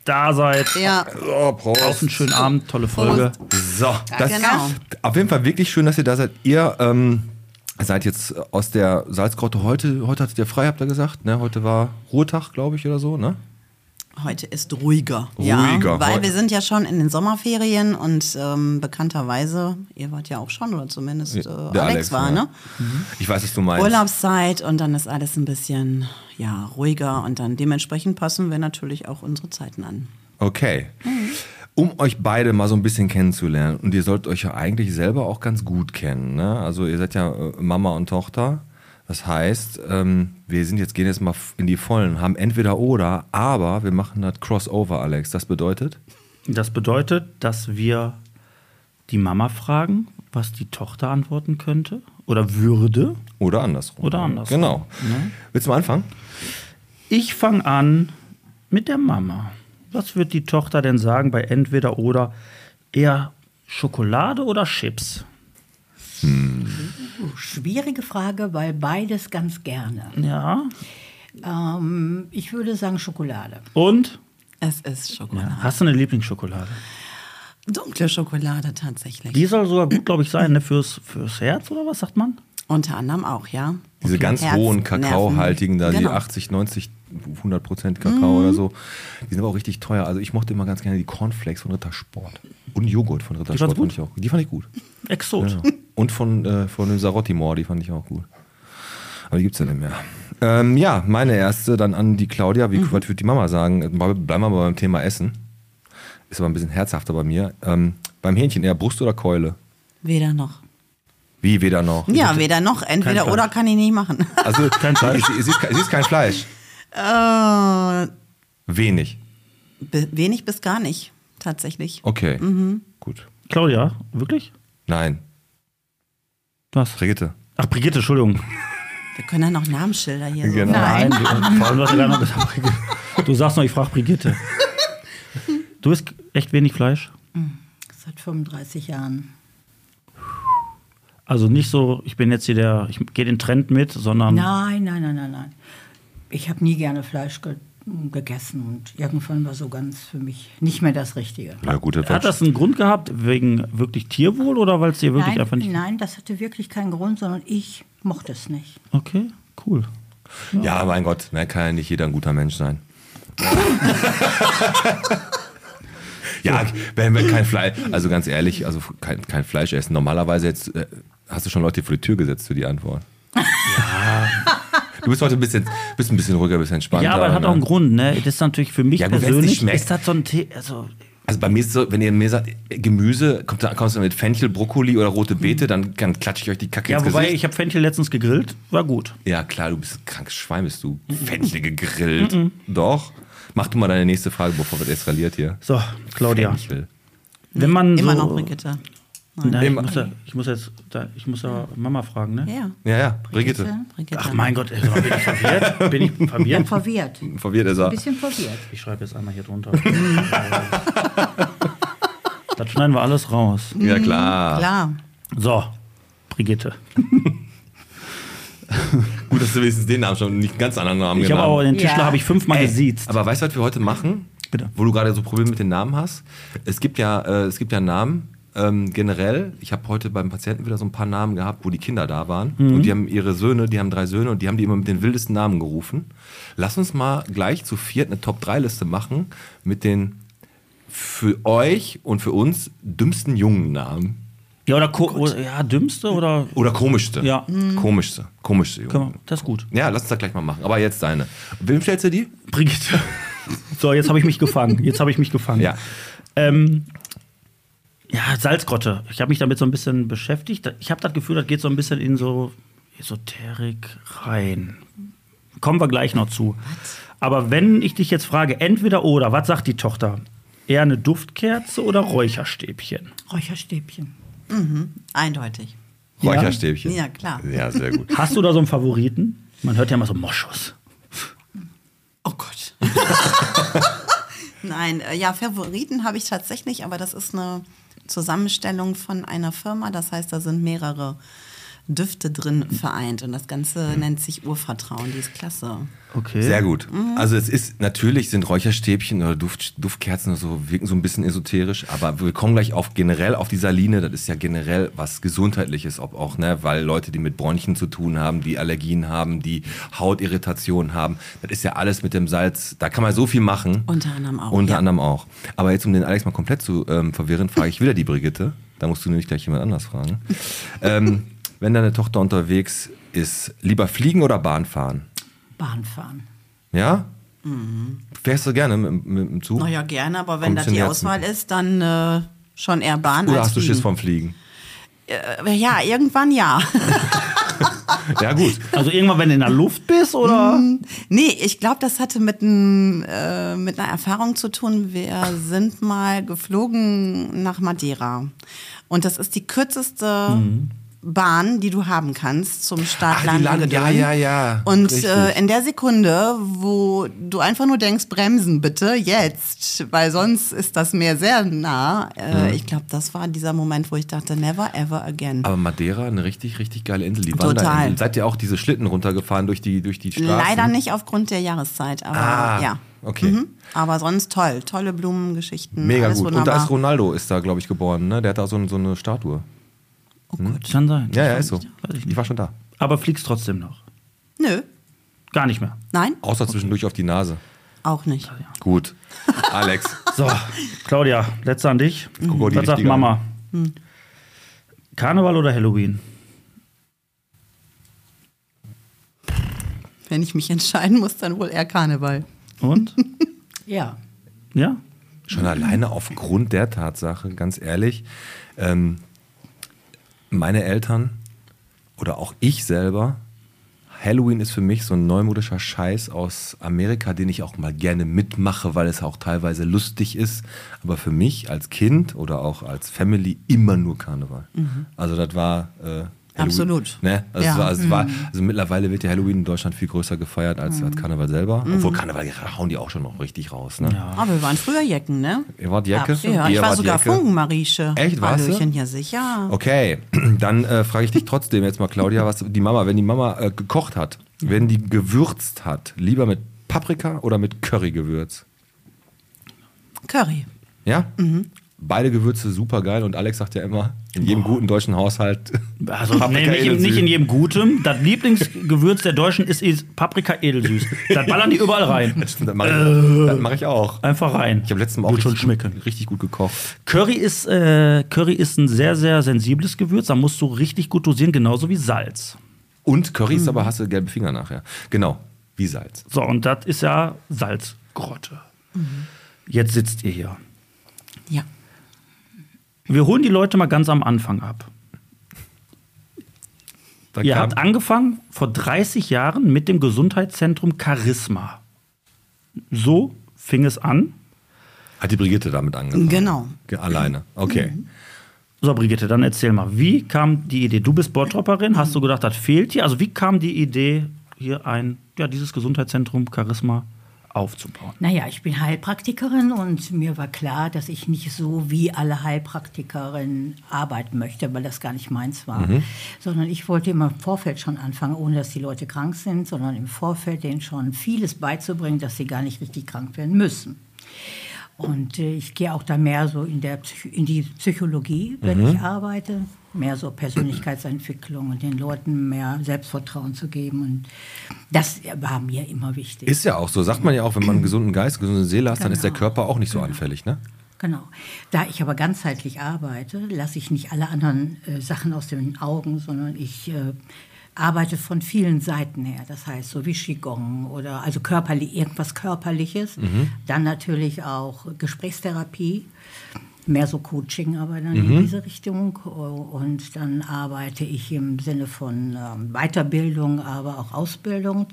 da seid. Ja, So, Prost. Auf einen schönen Abend, tolle Folge. So, das genau. ist auf jeden Fall wirklich schön, dass ihr da seid. Ihr ähm, seid jetzt aus der Salzgrotte heute, heute hattet ihr frei, habt ihr gesagt, ne? Heute war Ruhetag, glaube ich, oder so, ne? heute ist ruhiger. Ruhiger, Ja, weil heute. wir sind ja schon in den Sommerferien und ähm, bekannterweise, ihr wart ja auch schon, oder zumindest äh, Alex, war, ja. ne? Ich weiß, was du meinst. Urlaubszeit und dann ist alles ein bisschen ja, ruhiger und dann dementsprechend passen wir natürlich auch unsere Zeiten an. Okay. Um euch beide mal so ein bisschen kennenzulernen, und ihr sollt euch ja eigentlich selber auch ganz gut kennen, ne? Also ihr seid ja äh, Mama und Tochter. Das heißt, ähm, wir sind jetzt, gehen jetzt mal f- in die Vollen, haben entweder oder, aber wir machen das Crossover, Alex. Das bedeutet? Das bedeutet, dass wir die Mama fragen, was die Tochter antworten könnte oder würde. Oder andersrum. Oder andersrum. Ne? Genau. Willst du mal anfangen? Ich fange an mit der Mama. Was wird die Tochter denn sagen bei entweder oder eher Schokolade oder Chips? Schwierige Frage, weil beides ganz gerne. Ja. Ähm, ich würde sagen Schokolade. Und? Es ist Schokolade. Hast du eine Lieblingsschokolade? Dunkle Schokolade tatsächlich. Die soll sogar gut, glaube ich, sein, ne? Fürs, fürs Herz oder was sagt man? Unter anderem auch, ja. Diese ganz Herz, hohen Kakaohaltigen, da die Nerven. Genau. Mhm. 80, 90, 100 Prozent Kakao oder so. Die sind aber auch richtig teuer. Also ich mochte immer ganz gerne die Cornflakes von Rittersport. Und Joghurt von Rittersport gut? fand ich auch. Die fand ich gut. Exot. Ja. Und von, äh, von dem Sarotti Moor, die fand ich auch gut. Aber die gibt's ja nicht mehr. Ähm, ja, meine erste dann an die Claudia. Wie Mhm. was würde die Mama sagen? Äh, Bleiben wir mal beim Thema Essen. Ist aber ein bisschen herzhafter bei mir. Ähm, beim Hähnchen eher Brust oder Keule? Genau. Weder noch. Wie weder noch. Ja, weder noch. Entweder Fleisch. oder kann ich nicht machen. [laughs] Also, [laughs] Kein Fleisch. Sie, sie, ist, kein- sie ist kein Fleisch. äh, Wenig. be- wenig bis gar nicht, tatsächlich. Okay. Mhm. Gut. Claudia, wirklich? Nein. Was? Brigitte. Ach, Brigitte, Entschuldigung. Wir können ja noch Namensschilder hier Genau. so. Nein. du- Vor allem, du hast ja gerade noch gesagt, Brigitte. Du sagst noch, ich frage Brigitte. Du isst echt wenig Fleisch? Seit 35 Jahren. Also nicht so, ich bin jetzt hier der, ich gehe den Trend mit, sondern Nein, nein, nein, nein, nein. Ich habe nie gerne Fleisch ge gegessen und irgendwann war so ganz für mich nicht mehr das Richtige. Ja, gut, das hat das einen Grund gehabt, wegen wirklich Tierwohl oder weil es dir wirklich nein, einfach nicht. nein, das hatte wirklich keinen Grund, sondern ich mochte es nicht. Okay, cool. Ja, mein Gott. Ne, kann ja nicht jeder ein guter Mensch [laughs] sein. ja, wenn wir kein Fleisch, also ganz ehrlich, also kein, kein Fleisch essen. Normalerweise jetzt äh, hast du schon Leute vor die Tür gesetzt für die Antwort. Ja. Du bist heute ein bisschen, bist ein bisschen ruhiger, ein bisschen entspannter. Ja, aber das hat ne? auch einen Grund, ne? Das ist natürlich für mich Ja, gut, wenn's nicht persönlich. schmeckt. Ist das so ein Tee, also Also bei mir ist es so, wenn ihr mir sagt, Gemüse, kommt, da- kommst du mit Fenchel, Brokkoli oder rote Beete, dann, dann klatsche ich euch die Kacke Ja, ins wobei Gesicht. ich habe Fenchel letztens gegrillt, war gut. Ja, klar, du bist ein krankes Schwein, bist du. Fenchel gegrillt. Doch. Mach du mal deine nächste Frage, bevor wir eskaliert hier. So, Claudia, Fenchel. wenn man Immer so, noch Brigitte. Na, ich, Immer- muss ja, ich muss jetzt, da, ich muss ja Mama fragen, ne? Ja, Ja, ja, Brigitte. Brigitte. Ach mein Gott, ey, bin ich verwirrt? Bin ich verwirrt? Verwirrt. Ein Verwirrt ist er. bisschen verwirrt. Ich schreibe jetzt einmal hier drunter. [laughs] das schneiden wir alles raus. Ja, Ah. Hm, klar. Klar. So, Brigitte. Gut, dass du wenigstens den Namen schon nicht einen ganz anderen Namen Ich habe genannt auch den Ja. Tischler habe ich fünfmal gesiezt. Aber weißt du, was wir heute machen? Bitte. Wo du gerade so Probleme mit den Namen hast. Es gibt ja, äh, es gibt ja Namen, ähm, generell, ich habe heute beim Patienten wieder so ein paar Namen gehabt, wo die Kinder da waren. Mhm. Und die haben ihre Söhne, die haben drei Söhne und die haben die immer mit den wildesten Namen gerufen. Lass uns mal gleich zu viert eine Top-3-Liste machen mit den für euch und für uns dümmsten jungen Namen. Ja, oder, ko oder ja, dümmste oder. Oder komischste. Ja. Mhm. Komischste. Komischste jungen. Können wir- Das ist gut. Ja, lass uns das gleich mal machen. Aber jetzt deine. Wem stellst du die? Brigitte. So, jetzt habe ich mich gefangen. Jetzt habe ich mich gefangen. Ja. Ähm, ja, Salzgrotte. Ich habe mich damit so ein bisschen beschäftigt. Ich habe das Gefühl, das geht so ein bisschen in so Esoterik rein. Kommen wir gleich noch zu. Aber wenn ich dich jetzt frage, entweder oder, was sagt die Tochter? Eher eine Duftkerze oder Räucherstäbchen? Räucherstäbchen. Eindeutig. Ja. Räucherstäbchen. Ja, klar. Ja, sehr gut. Hast du da so einen Favoriten? Man hört ja immer so Moschus. Oh Gott. [laughs] Nein, äh, ja, Favoriten habe ich tatsächlich, aber das ist eine Zusammenstellung von einer Firma. Das heißt, da sind mehrere Düfte drin vereint. Und das Ganze nennt sich Urvertrauen. Die ist klasse. Hm? Okay. Sehr gut. Also es ist natürlich sind Räucherstäbchen oder Duft, Duftkerzen oder so wirken so ein bisschen esoterisch, aber wir kommen gleich auf generell auf die Saline. Das ist ja generell was gesundheitliches, ob auch ne, weil Leute, die mit Bronchien zu tun haben, die Allergien haben, die Hautirritationen haben, das ist ja alles mit dem Salz. Da kann man so viel machen. Unter anderem auch, Unter ja. anderem auch. Aber jetzt um den Alex mal komplett zu ähm, verwirren, frage ich wieder die Brigitte. Da musst du nämlich gleich jemand anders [laughs] fragen. ähm, wenn deine Tochter unterwegs ist, lieber fliegen oder Bahn fahren? Bahn fahren. Ja? Mhm. Fährst du gerne mit, mit dem Zug? Naja, Oh gerne, aber wenn Kommt das zum die Herzen. Auswahl ist, dann äh, schon eher Bahn Oder als hast du Schiss Fliegen. vom [laughs] Fliegen? Äh, Ja, irgendwann ja. Ja, gut. Also irgendwann, wenn du in der Luft bist oder? Mm. Hm. Nee, ich glaube, das hatte mit, n, äh, mit einer Erfahrung zu tun. Wir sind mal geflogen nach Madeira. Und das ist die kürzeste Bahn, die du haben kannst zum Start Mhm. Ah, die Land- Land- Gedön. ja, ja, ja. Und Richtig. äh, in der Sekunde, wo du einfach nur denkst, bremsen bitte, jetzt, weil sonst ist das Meer sehr nah. Äh, Ich glaube, das war dieser Moment, wo ich dachte, never ever again. Aber Madeira, eine richtig, richtig geile Insel. Die Total. Wanderinsel. Seid ihr auch diese Schlitten runtergefahren durch die, durch die Straßen? Leider nicht aufgrund der Jahreszeit, aber Ah, ja. Mhm. okay. Aber sonst toll. Tolle Blumengeschichten. Mega alles gut. Und da Wunderbar. ist Ronaldo, ist da, glaube ich, geboren. Ne? Der hat da so, ein- so eine Statue. oh Gott. Kann sein. Ja, ja, ist so. Weiß ich Ich war schon da. Aber fliegst trotzdem noch. Nö. Gar nicht mehr. Nein, Außer zwischendurch auf die Nase. auch nicht. [laughs] Gut. Alex. So, Claudia, letzte an dich. Guck mal, die Was sagt richtige Mama? Hm. Karneval oder Halloween? Wenn ich mich [laughs] entscheiden muss, dann wohl eher Karneval. [laughs] Und? Ja. ja? Schon alleine aufgrund der Tatsache, ganz ehrlich, ähm, meine Eltern oder auch ich selber, Halloween ist für mich so ein neumodischer Scheiß aus Amerika, den ich auch mal gerne mitmache, weil es auch teilweise lustig ist. Aber für mich als Kind oder auch als Family immer nur Karneval. Also das war. Äh, Halloween. Mhm. Absolut. Ne? Also, Ja. es Mhm. war, also, es war, also mittlerweile wird ja Halloween in Deutschland viel größer gefeiert als, als Karneval selber. Mhm. Obwohl Karneval ja, hauen die auch schon noch richtig raus. Ne? Aber Ah, wir waren früher Jecken, ne? Ihr wart Jacke? Absolut. Ja, Ihr ich war wart sogar Jacke? Funkenmarische. Echt, warst du? Hallöchen, ja sicher. Okay, [clears throat] dann äh, frage ich dich trotzdem jetzt mal, Claudia, was die Mama, wenn die Mama äh, gekocht hat, wenn die gewürzt hat, lieber mit Paprika oder mit Currygewürz? Curry. Ja? Mhm. Beide Gewürze super geil und Alex sagt ja immer, in jedem guten deutschen Haushalt. [laughs] Also nee, nicht, in- edelsüß. nicht in jedem Gutem. Das Lieblingsgewürz der Deutschen ist, ist Paprika edelsüß. Das ballern die überall rein. Das mache ich, das mach ich auch. Einfach rein. Ich habe letztens auch Äh. Wird schon richtig, gut- schmecken. richtig gut gekocht. Curry ist, äh, Curry ist ein sehr, sehr sensibles Gewürz. Da musst du richtig gut dosieren, genauso wie Salz. Und Curry Mhm. ist aber, hast du gelbe Finger nachher. Genau, wie Salz. So, und das ist ja Salzgrotte. Mhm. Jetzt sitzt ihr hier. Ja. Wir holen die Leute mal ganz am Anfang ab. Da Ihr kam- habt angefangen vor 30 Jahren mit dem Gesundheitszentrum Charisma. So fing es an. hat die Brigitte damit angefangen? Genau. Mhm. Ge- Alleine, okay. So, Brigitte, dann erzähl mal, wie kam die Idee? Du bist Bottropperin, hast du gedacht, das fehlt hier? Also, wie kam die Idee, hier ein, ja, dieses Gesundheitszentrum Charisma aufzubauen? Naja, ich bin Heilpraktikerin und mir war klar, dass ich nicht so wie alle Heilpraktikerinnen arbeiten möchte, weil das gar nicht meins war. Sondern ich wollte immer im Vorfeld schon anfangen, ohne dass die Leute krank sind, sondern im Vorfeld denen schon vieles beizubringen, dass sie gar nicht richtig krank werden müssen. Und äh, ich gehe auch da mehr so in, der, Psych- in die Psychologie, wenn ich arbeite. Mehr so Persönlichkeitsentwicklung und den Leuten mehr Selbstvertrauen zu geben. Und das war mir immer wichtig. Ist ja auch so, sagt man ja auch, wenn man einen gesunden Geist, eine gesunde Seele hat, dann ist der Genau. Körper auch nicht so anfällig, ne? Genau. Da ich aber ganzheitlich arbeite, lasse ich nicht alle anderen äh, Sachen aus den Augen, sondern ich äh, arbeite von vielen Seiten her. Das heißt, so wie Qigong oder also körperlich, irgendwas Körperliches. Mhm. Dann natürlich auch Gesprächstherapie, mehr so Coaching, aber dann Mhm. in diese Richtung. Und dann arbeite ich im Sinne von ähm, Weiterbildung, aber auch Ausbildung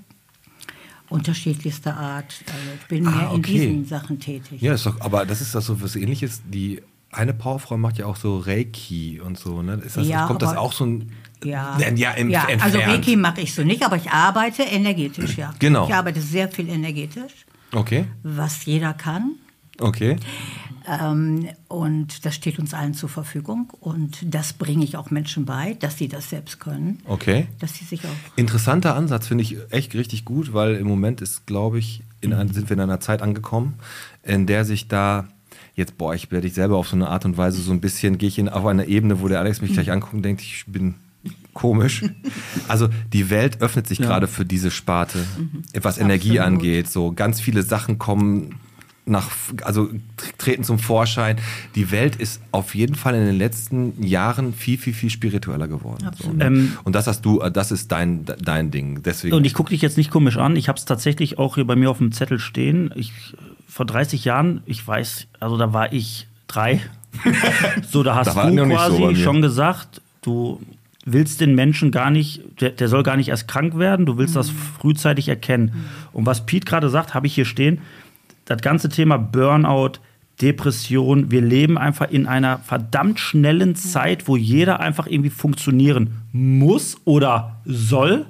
unterschiedlichster Art. Also ich bin Ah, mehr in okay. diesen Sachen tätig. Ja, ist doch, aber das ist das so was ähnliches. Die eine Powerfrau macht ja auch so Reiki und so, ne? Ist das, Ja, kommt das aber- auch so ein. Ja, ja, im, ja entfernt. also Reiki mache ich so nicht, aber ich arbeite energetisch, ja. Genau. Ich arbeite sehr viel energetisch, Okay, was jeder kann. okay. Ähm, und das steht uns allen zur Verfügung. Und das bringe ich auch Menschen bei, dass sie das selbst können. Okay. Dass sie sich auch. Interessanter Ansatz finde ich echt richtig gut, weil im Moment ist, glaube ich, in ein, sind wir in einer Zeit angekommen, in der sich da jetzt, boah, ich werde ich selber auf so eine Art und Weise so ein bisschen, gehe ich in, auf eine Ebene, wo der Alex mich gleich anguckt und denkt, ich bin [laughs] komisch. Also die Welt öffnet sich gerade für diese Sparte, was Energie angeht. So ganz viele Sachen kommen nach, also tr- treten zum Vorschein. Die Welt ist auf jeden Fall in den letzten Jahren viel, viel, viel spiritueller geworden. So, ne? und das hast du, äh, das ist dein, de- dein Ding. Deswegen. Ähm, Und ich gucke dich jetzt nicht komisch an. Ich habe es tatsächlich auch hier bei mir auf dem Zettel stehen. Ich, äh, vor 30 Jahren, ich weiß, also da war ich drei. so, da hast Da war du noch nicht so quasi bei mir. schon gesagt, du willst den Menschen gar nicht, der, der soll gar nicht erst krank werden, du willst das frühzeitig erkennen. Und was Pete gerade sagt, habe ich hier stehen, das ganze Thema Burnout, Depression, wir leben einfach in einer verdammt schnellen Zeit, wo jeder einfach irgendwie funktionieren muss oder soll.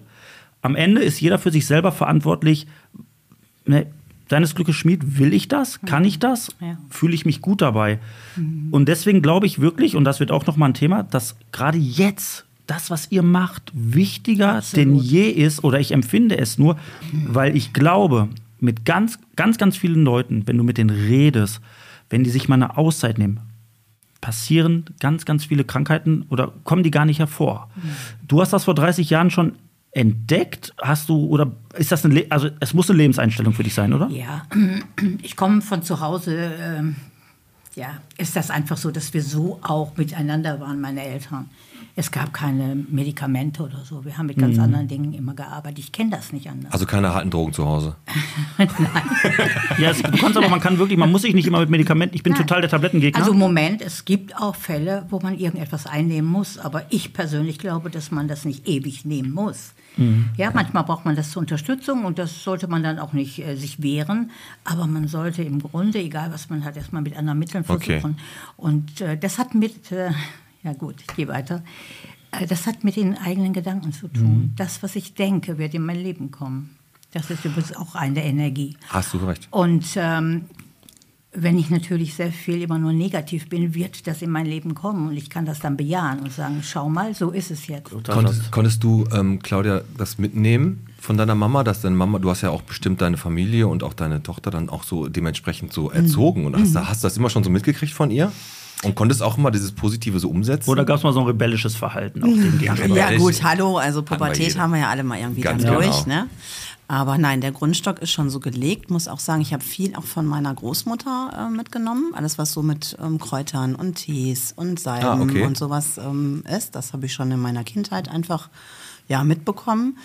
Am Ende ist jeder für sich selber verantwortlich, ne, deines Glückes Schmied, will ich das? Kann ich das? Ja. Fühle ich mich gut dabei? Und deswegen glaube ich wirklich, und das wird auch nochmal ein Thema, dass gerade jetzt das, was ihr macht, wichtiger denn je ist, oder ich empfinde es nur, weil ich glaube, mit ganz, ganz, ganz vielen Leuten, wenn du mit denen redest, wenn die sich mal eine Auszeit nehmen, passieren ganz, ganz viele Krankheiten oder kommen die gar nicht hervor. Du hast das vor 30 Jahren schon entdeckt, hast du, oder ist das eine, Le also es muss eine Lebenseinstellung für dich sein, oder? Ja, [clears throat] ich komme von zu Hause. Ähm, ja, ist das einfach so, dass wir so auch miteinander waren, meine Eltern. Es gab keine Medikamente oder so. Wir haben mit Mhm. ganz anderen Dingen immer gearbeitet. Ich kenne das nicht anders. [laughs] also keine harten Drogen zu Hause. Ja, es, du kannst aber, man kann wirklich, man muss sich nicht immer mit Medikamenten, ich bin total der Tablettengegner. Also Moment, es gibt auch Fälle, wo man irgendetwas einnehmen muss, aber ich persönlich glaube, dass man das nicht ewig nehmen muss. Ja, manchmal braucht man das zur Unterstützung und das sollte man dann auch nicht äh, sich wehren, aber man sollte im Grunde, egal was man hat, erstmal mit anderen Mitteln Okay. versuchen. Und äh, das hat mit, äh, ja gut, ich gehe weiter, äh, das hat mit den eigenen Gedanken zu tun. Das, was ich denke, wird in mein Leben kommen. Das ist übrigens auch eine Energie. Hast du recht. Und ähm, wenn ich natürlich sehr viel immer nur negativ bin, wird das in mein Leben kommen und ich kann das dann bejahen und sagen, schau mal, so ist es jetzt. Konntest, konntest du, ähm, Claudia, das mitnehmen von deiner Mama, dass deine Mama, du hast ja auch bestimmt deine Familie und auch deine Tochter dann auch so dementsprechend so erzogen und hast, hast das immer schon so mitgekriegt von ihr? Und konntest auch immer dieses Positive so umsetzen? Oder gab es mal so ein rebellisches Verhalten auf dem [laughs] gegenüber? Ja, Ehrlich? gut, hallo, also wir Pubertät jeder. haben wir ja alle mal irgendwie Ganz dann durch, genau. ne? Aber nein, der Grundstock ist schon so gelegt. Muss auch sagen, ich habe viel auch von meiner Großmutter äh, mitgenommen. Alles, was so mit ähm, Kräutern und Tees und Salben Ah, okay. und sowas ähm, ist, das habe ich schon in meiner Kindheit einfach ja, mitbekommen.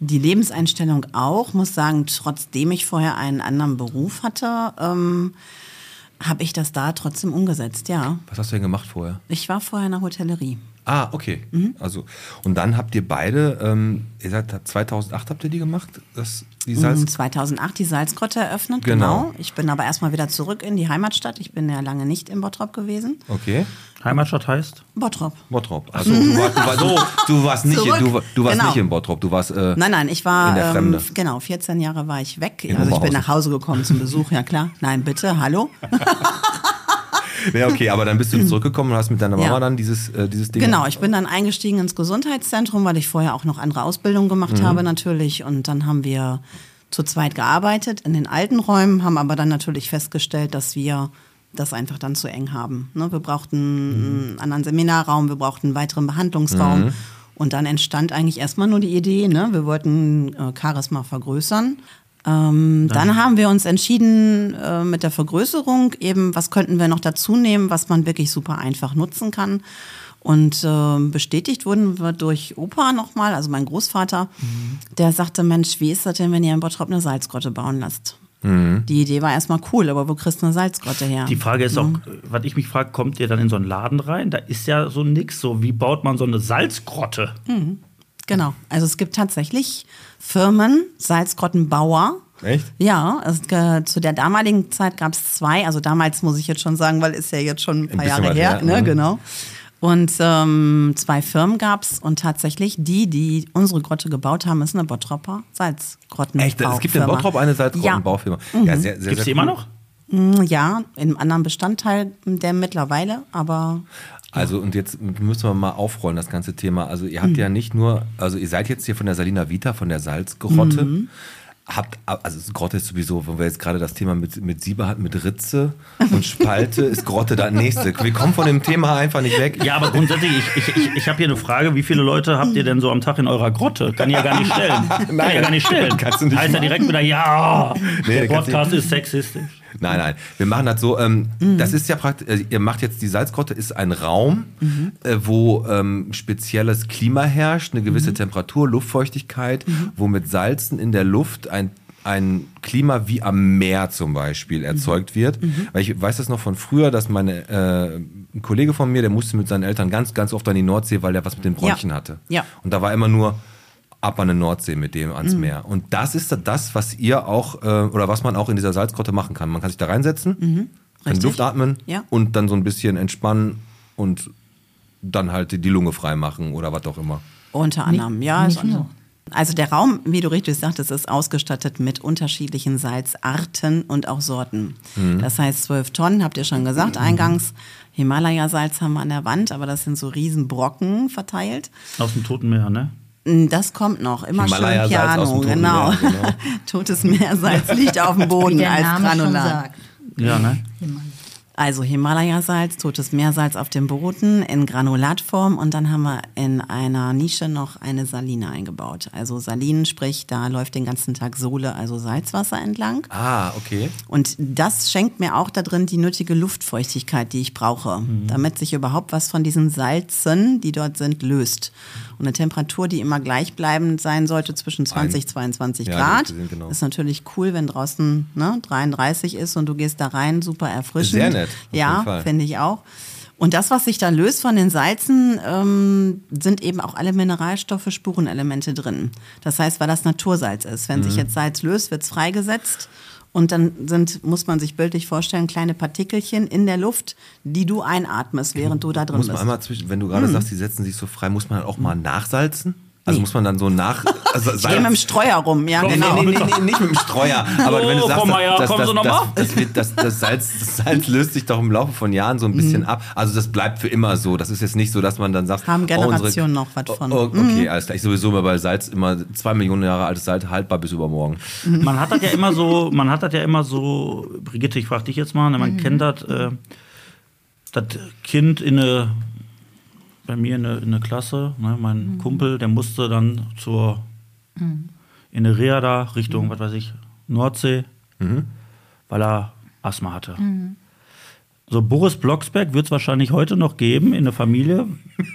Die Lebenseinstellung auch, muss sagen, trotzdem ich vorher einen anderen Beruf hatte, ähm, habe ich das da trotzdem umgesetzt, ja. Was hast du denn gemacht vorher? Ich war vorher in der Hotellerie. Ah, okay. Mhm. Also, und dann habt ihr beide, ähm, ihr seid 2008 habt ihr die gemacht, das, die Salz. Mm, 2008 die Salzgrotte eröffnet, Also- Genau. genau. Ich bin aber erstmal wieder zurück in die Heimatstadt. Ich bin ja lange nicht in Bottrop gewesen. Okay. Heimatstadt heißt? Bottrop. Bottrop. Also, du, warst, [laughs] du, warst, du, du warst nicht, Zurück. du, war- du warst Genau. nicht in Bottrop, du warst äh, Nein, nein, ich war in der Fremde. Ähm, genau 14 Jahre war ich weg. In also ich bin Oberhausen. nach Hause gekommen zum Besuch, ja klar. Nein, bitte, hallo. ja, okay, aber dann bist du zurückgekommen und hast mit deiner Mama Mhm. Ja. dann dieses, äh, dieses Ding. Genau, ich bin dann eingestiegen ins Gesundheitszentrum, weil ich vorher auch noch andere Ausbildungen gemacht habe natürlich. Und dann haben wir zu zweit gearbeitet in den alten Räumen, haben aber dann natürlich festgestellt, dass wir das einfach dann zu eng haben. Ne? Wir brauchten einen anderen Seminarraum, wir brauchten einen weiteren Behandlungsraum. Und dann entstand eigentlich erstmal nur die Idee, ne? wir wollten äh, Charisma vergrößern. Ähm, dann haben wir uns entschieden äh, mit der Vergrößerung eben, was könnten wir noch dazu nehmen, was man wirklich super einfach nutzen kann. Und ähm, bestätigt wurden wir durch Opa nochmal, also mein Großvater, der sagte, Mensch, wie ist das denn, wenn ihr in Bottrop eine Salzgrotte bauen lasst? Die Idee war erstmal cool, aber wo kriegst du eine Salzgrotte her? Die Frage ist auch, was ich mich frage, kommt ihr dann in so einen Laden rein? Da ist ja so nix. So, wie baut man so eine Salzgrotte? Hm. Genau. Also es gibt tatsächlich Firmen, Salzgrottenbauer. Echt? Ja, es, äh, zu der damaligen Zeit gab es zwei. Also damals muss ich jetzt schon sagen, weil ist ja jetzt schon ein paar bisschen Jahre was her. her, ne? ne? Genau. Und ähm, zwei Firmen gab es und tatsächlich die, die unsere Grotte gebaut haben, ist eine Bottropper Salzgrottenbaufirma. Echt? Es gibt in Bottrop eine Salzgrottenbaufirma. Mhm. Ja, sehr, sehr, Gibt es die sehr immer noch? cool. Ja. mm, ja, in einem anderen Bestandteil der mittlerweile, aber Also und jetzt müssen wir mal aufrollen, das ganze Thema. Also ihr habt ja nicht nur, also ihr seid jetzt hier von der Salina Vita, von der Salzgrotte. Habt, also Grotte ist sowieso, wenn wir jetzt gerade das Thema mit, mit Sieber hatten, mit Ritze und Spalte, ist Grotte das nächste. Wir kommen von dem Thema einfach nicht weg. Ja, aber grundsätzlich, ich, ich, ich, ich habe hier eine Frage, wie viele Leute habt ihr denn so am Tag in eurer Grotte? Kann ich ja gar nicht [laughs] stellen. Kann ich ja gar nicht stellen. Kannst du nicht heißt ja direkt wieder, ja, der da kannst du- Podcast ist sexistisch. Nein, nein. Wir machen das so. Ähm, Das ist ja praktisch, also ihr macht jetzt die Salzgrotte, ist ein Raum, äh, wo ähm, spezielles Klima herrscht, eine gewisse Temperatur, Luftfeuchtigkeit, wo mit Salzen in der Luft ein ein Klima wie am Meer zum Beispiel erzeugt wird. Weil ich weiß das noch von früher, dass meine, äh, ein Kollege von mir, der musste mit seinen Eltern ganz, ganz oft an die Nordsee, weil der was mit den Bronchien Ja. hatte. Ja. Mhm. Und da war immer nur ab an den Nordsee mit dem ans Meer. Und das ist das, was ihr auch äh, oder was man auch in dieser Salzgrotte machen kann. Man kann sich da reinsetzen, kann Mhm. Richtig. Luft atmen Ja. und dann so ein bisschen entspannen und dann halt die- die Lunge freimachen oder was auch immer. Unter anderem, ja. nicht ist unter- nur. Also der Raum, wie du richtig sagtest, ist ausgestattet mit unterschiedlichen Salzarten und auch Sorten. Mhm. Das heißt, 12 Tonnen, habt ihr schon gesagt, eingangs. Himalaya-Salz haben wir an der Wand, aber das sind so Riesenbrocken verteilt. Hm, Aus dem Toten Meer, ne? Das kommt noch, immer schön Himalaya-Salz aus Piano, dem Toten genau. Meer, genau. [laughs] Totes Meersalz liegt auf dem Boden Wie der als Name schon Granulat. sagt. Ja, ne? Also Himalaya-Salz, totes Meersalz auf dem Boden in Granulatform und dann haben wir in einer Nische noch eine Saline eingebaut. Also Salinen, sprich, da läuft den ganzen Tag Sohle, also Salzwasser entlang. Ah, okay. Und das schenkt mir auch da drin die nötige Luftfeuchtigkeit, die ich brauche, Mhm. damit sich überhaupt was von diesen Salzen, die dort sind, löst. Und eine Temperatur, die immer gleichbleibend sein sollte, zwischen 20 Ein- 22 Ja, Grad, gesehen, genau. ist natürlich cool, wenn draußen ne, 33 ist und du gehst da rein, super erfrischend. Sehr nett, auf jeden Ja, Fall. finde ich auch. Und das, was sich da löst von den Salzen, ähm, sind eben auch alle Mineralstoffe, Spurenelemente drin. Das heißt, weil das Natursalz ist. Wenn Mhm. sich jetzt Salz löst, wird es freigesetzt. Und dann sind, muss man sich bildlich vorstellen, kleine Partikelchen in der Luft, die du einatmest, während du da drin Muss man bist. einmal zwischen, wenn du gerade sagst, die setzen sich so frei, muss man halt auch mal nachsalzen? Also Mhm. Nee. muss man dann so [laughs] nach. Also Ich gehe mit dem Streuer rum, ja, Nee, genau. nee, nee, nee, nicht mit dem Streuer. Aber Oh, wenn du sagst, Frau Meier, das, kommen das, Sie das, noch mal? das, wird- das, das, Salz, das Salz löst sich doch im Laufe von Jahren so ein bisschen ab. Also das bleibt für immer so. Das ist jetzt nicht so, dass man dann sagt, Mhm. Haben Generationen oh, noch unsere, was von. Mhm. Oh, okay, alles klar. Ich sowieso immer bei Salz immer zwei Millionen Jahre altes Salz haltbar bis übermorgen. Mhm. Man hat das ja immer so, man hat das ja immer so, Brigitte, ich frage dich jetzt mal, ne, man kennt das, äh, das Kind in eine, bei mir in eine, in eine Klasse, ne, mein Kumpel, der musste dann zur, in eine Reha da, Richtung, was weiß ich, Nordsee, weil er Asthma hatte. So Boris Blocksberg wird es wahrscheinlich heute noch geben in der Familie,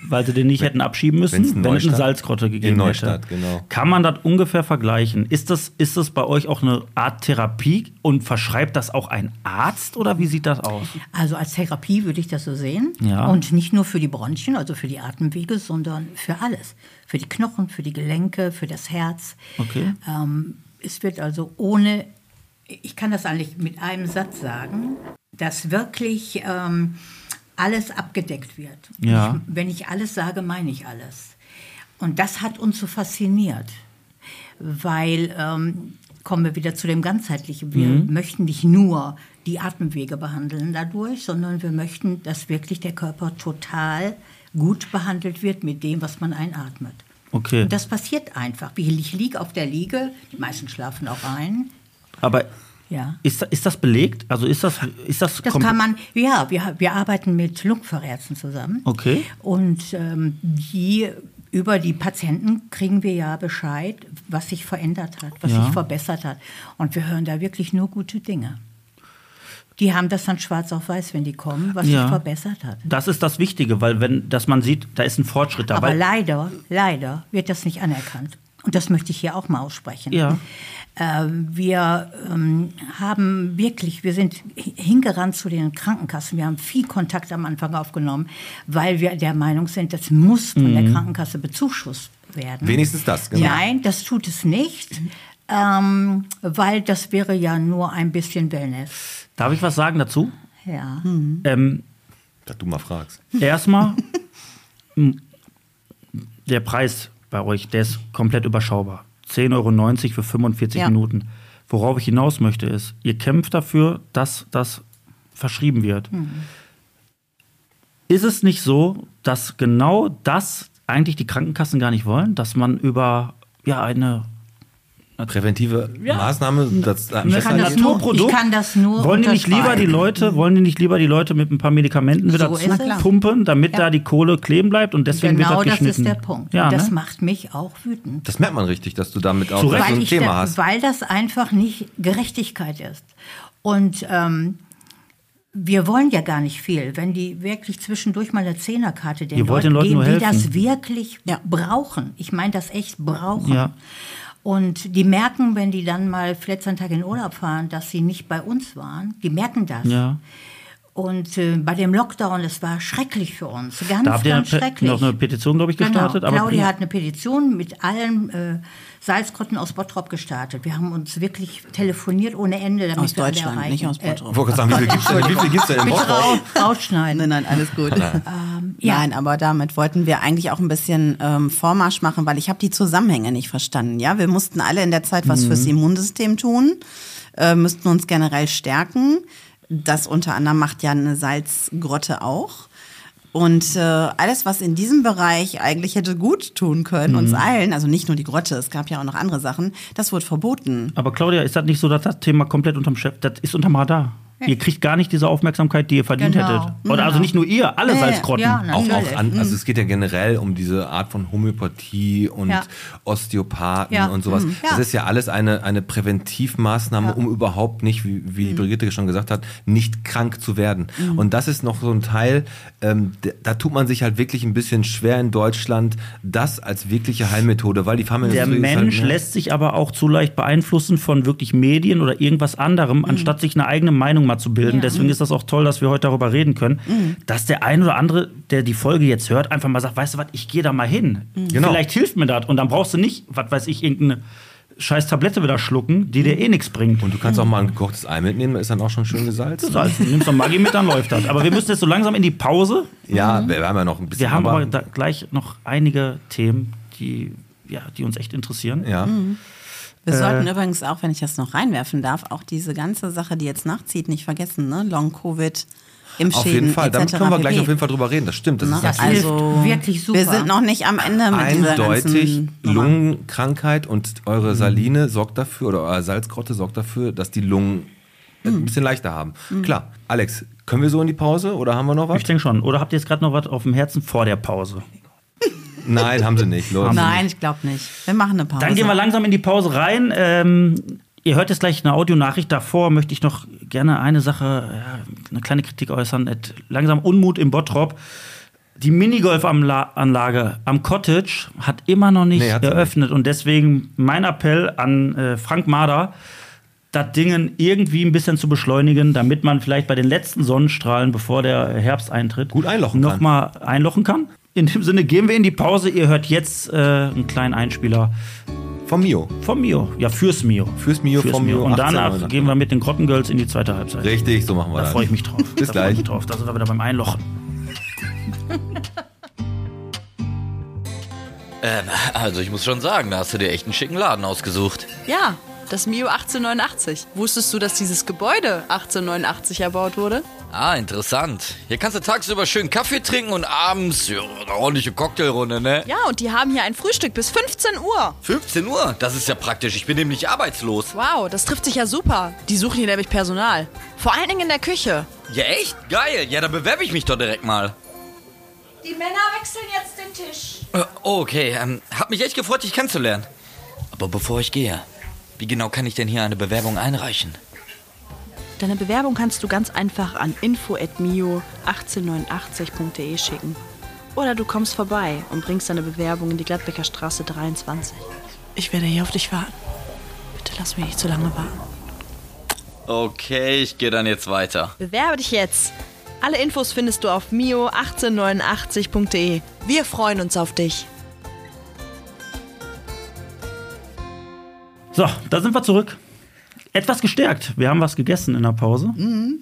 weil sie den nicht hätten abschieben wenn's müssen, in wenn es eine Neustadt- Salzgrotte gegeben in Neustadt, hätte. genau. Kann man das ungefähr vergleichen? Ist das, ist das bei euch auch eine Art Therapie und verschreibt das auch ein Arzt oder wie sieht das aus? Also als Therapie würde ich das so sehen. Ja. Und nicht nur für die Bronchien, also für die Atemwege, sondern für alles. Für die Knochen, für die Gelenke, für das Herz. Okay. Ähm, es wird also ohne, ich kann das eigentlich mit einem Satz sagen, dass wirklich ähm, alles abgedeckt wird. Ja. Ich, wenn ich alles sage, meine ich alles. Und das hat uns so fasziniert, weil, ähm, kommen wir wieder zu dem Ganzheitlichen, wir Mhm. möchten nicht nur die Atemwege behandeln dadurch, sondern wir möchten, dass wirklich der Körper total gut behandelt wird mit dem, was man einatmet. Okay. Und das passiert einfach. Ich liege auf der Liege, die meisten schlafen auch ein. Aber Ja. ist, ist das belegt? Also ist das. Ist das, Das kom- kann man, ja, wir, wir arbeiten mit Lungenverärzten zusammen. Okay. Und ähm, die, über die Patienten kriegen wir ja Bescheid, was sich verändert hat, was Ja. sich verbessert hat. Und wir hören da wirklich nur gute Dinge. Die haben das dann schwarz auf weiß, wenn die kommen, was Ja. sich verbessert hat. Das ist das Wichtige, weil wenn, dass man sieht, da ist ein Fortschritt Aber dabei. leider, leider wird das nicht anerkannt. Und das möchte ich hier auch mal aussprechen. Ja. Äh, wir ähm, haben wirklich, wir sind hi- hingerannt zu den Krankenkassen. Wir haben viel Kontakt am Anfang aufgenommen, weil wir der Meinung sind, das muss von Mhm. der Krankenkasse bezuschusst werden. Wenigstens das, genau. Nein, das tut es nicht, ähm, weil das wäre ja nur ein bisschen Wellness. Darf ich was sagen dazu? Ja. Ähm, Dass du mal fragst. Erstmal, m, der Preis bei euch, der ist komplett überschaubar. 10,90 Euro für 45 Ja. Minuten. Worauf ich hinaus möchte, ist, ihr kämpft dafür, dass das verschrieben wird. Ist es nicht so, dass genau das eigentlich die Krankenkassen gar nicht wollen, dass man über ja, eine Präventive Maßnahme, das, ich kann das das nur- ich kann das nur wollen die nicht lieber die unterschreiben. Leute, wollen die nicht lieber die Leute mit ein paar Medikamenten wieder So ist es. pumpen, damit Ja. da die Kohle kleben bleibt und deswegen Genau wird das das geschnitten. ist der Punkt. Ja, Und das ne? macht mich auch wütend. das merkt man richtig, dass du damit auch Zu so Recht. ein ich da- Thema hast. weil das einfach nicht Gerechtigkeit ist. Und ähm, wir wollen ja gar nicht viel, wenn die wirklich zwischendurch mal eine Zehnerkarte den Ihr wollt den Leuten Leuten geben, nur die helfen. das wirklich Ja. brauchen. Ich meine das echt brauchen. Ja. Und die merken, wenn die dann mal Fletzerntag in Urlaub fahren, dass sie nicht bei uns waren. Die merken das. Ja. Und äh, bei dem Lockdown, das war schrecklich für uns. Ganz, Da habt ihr eine ganz Pe- schrecklich. noch eine Petition, glaube ich, gestartet. Genau. Claudia prima. hat eine Petition mit allen äh, Salzgrotten aus Bottrop gestartet. Wir haben uns wirklich telefoniert ohne Ende. Damit Aus wir alle Deutschland, erreichen. nicht aus Äh, Bottrop. Ich wollte gerade sagen, wie viel gibt's denn, wie viel gibt's denn im bitte [laughs] Bottrop? raus, rausschneiden. Nein, nein, alles gut. [laughs] Ähm, ja. Nein, aber damit wollten wir eigentlich auch ein bisschen ähm, Vormarsch machen, weil ich habe die Zusammenhänge nicht verstanden. Ja, wir mussten alle in der Zeit was fürs Immunsystem tun, äh, müssten uns generell stärken. Das unter anderem macht ja eine Salzgrotte auch. Und äh, alles, was in diesem Bereich eigentlich hätte gut tun können, uns allen, also nicht nur die Grotte, es gab ja auch noch andere Sachen, das wurde verboten. Aber Claudia, ist das nicht so, dass das Thema komplett unterm Chef, das ist unterm Radar? Ihr kriegt gar nicht diese Aufmerksamkeit, die ihr verdient Genau. hättet. Oder also nicht nur ihr, alle Ja, ja. Salzgrotten. Ja, nein. Auch, auch Natürlich. Hm. an, also es geht ja generell um diese Art von Homöopathie und Ja. Osteopathen Ja. und sowas. Mhm. Ja. Das ist ja alles eine, eine Präventivmaßnahme, um überhaupt nicht, wie, wie Hm. die Brigitte schon gesagt hat, nicht krank zu werden. Und das ist noch so ein Teil, ähm, d- da tut man sich halt wirklich ein bisschen schwer in Deutschland, das als wirkliche Heilmethode, weil die Der Pharmaindustrie ist Mensch halt, lässt sich aber auch zu leicht beeinflussen von wirklich Medien oder irgendwas Mhm. anderem, anstatt sich eine eigene Meinung mal zu bilden. Deswegen ist das auch toll, dass wir heute darüber reden können, Mhm. dass der ein oder andere, der die Folge jetzt hört, einfach mal sagt, weißt du was, ich gehe da mal hin. Genau. Vielleicht hilft mir das. Und dann brauchst du nicht, was weiß ich, irgendeine scheiß Tablette wieder schlucken, die dir Mhm. eh nichts bringt. Und du kannst auch Hm. mal ein gekochtes Ei mitnehmen, ist dann auch schon schön gesalzen. Salz. Nimmst du Maggi mit, dann läuft das. Aber wir müssen jetzt so langsam in die Pause. Mhm. Ja, wir wir haben ja noch ein bisschen. Wir haben aber da gleich noch einige Themen, die, ja, die uns echt interessieren. ja. Wir Äh. sollten übrigens auch, wenn ich das noch reinwerfen darf, auch diese ganze Sache, die jetzt nachzieht, nicht vergessen, ne? Long-Covid, Impfschäden Auf jeden Fall, damit etc. können wir gleich pp. auf jeden Fall drüber reden. Das stimmt. Das Ne? ist natürlich hilft wirklich super. Wir sind noch nicht am Ende mit dieser eindeutig ganzen Nummer. Mhm. Lungenkrankheit und eure Saline sorgt dafür oder eure Salzgrotte sorgt dafür, dass die Lungen Mhm. ein bisschen leichter haben. Klar, Alex, können wir so in die Pause oder haben wir noch was? Ich denke schon. Oder habt ihr jetzt gerade noch was auf dem Herzen vor der Pause? Nein, haben sie nicht. Los. Nein, ich glaube nicht. Wir machen eine Genau, Pause. Dann gehen also wir langsam in die Pause rein. Ähm, ihr hört jetzt gleich eine Audionachricht. Davor möchte ich noch gerne eine Sache, ja, eine kleine Kritik äußern. Et langsam Unmut im Bottrop. Die Minigolfanlage am Cottage hat immer noch nicht Nee, hat sie eröffnet. Und deswegen mein Appell an äh, Frank Mader, das Dingen irgendwie ein bisschen zu beschleunigen, damit man vielleicht bei den letzten Sonnenstrahlen, bevor der Herbst eintritt, Gut einlochen noch kann. mal einlochen kann. In dem Sinne gehen wir in die Pause. Ihr hört jetzt äh, einen kleinen Einspieler Vom Mio. vom Mio. Ja, fürs Mio. Fürs Mio, vom Mio, Und 18 danach Uhr. gehen wir mit den Grottengirls in die zweite Halbzeit. Richtig, so machen wir Da das. freue ich mich drauf. Bis da Freue gleich. ich mich drauf. Da sind wir wieder beim Einlochen. Also ich muss schon sagen, da hast du dir echt einen schicken Laden ausgesucht. Ja, das Mio 1889. Wusstest du, dass dieses Gebäude 1889 erbaut wurde? Ah, interessant. Hier kannst du tagsüber schön Kaffee trinken und abends ja, eine ordentliche Cocktailrunde, ne? Ja, und die haben hier ein Frühstück bis 15 Uhr. 15 Uhr, das ist ja praktisch. Ich bin nämlich arbeitslos. Wow, das trifft sich ja super. Die suchen hier nämlich Personal. Vor allen Dingen in der Küche. Ja, echt? Geil. Ja, dann bewerbe ich mich doch direkt mal. Die Männer wechseln jetzt den Tisch. Äh, Okay, ähm, hab mich echt gefreut, dich kennenzulernen. Aber bevor ich gehe, wie genau kann ich denn hier eine Bewerbung einreichen? Deine Bewerbung kannst du ganz einfach an info@mio1889.de schicken. Oder du kommst vorbei und bringst deine Bewerbung in die Gladbecker Straße 23. Ich werde hier auf dich warten. Bitte lass mich nicht zu lange warten. Okay, ich gehe dann jetzt weiter. Bewerbe dich jetzt. Alle Infos findest du auf mio1889.de. Wir freuen uns auf dich. So, da sind wir zurück. Etwas gestärkt. Wir haben was gegessen in der Pause.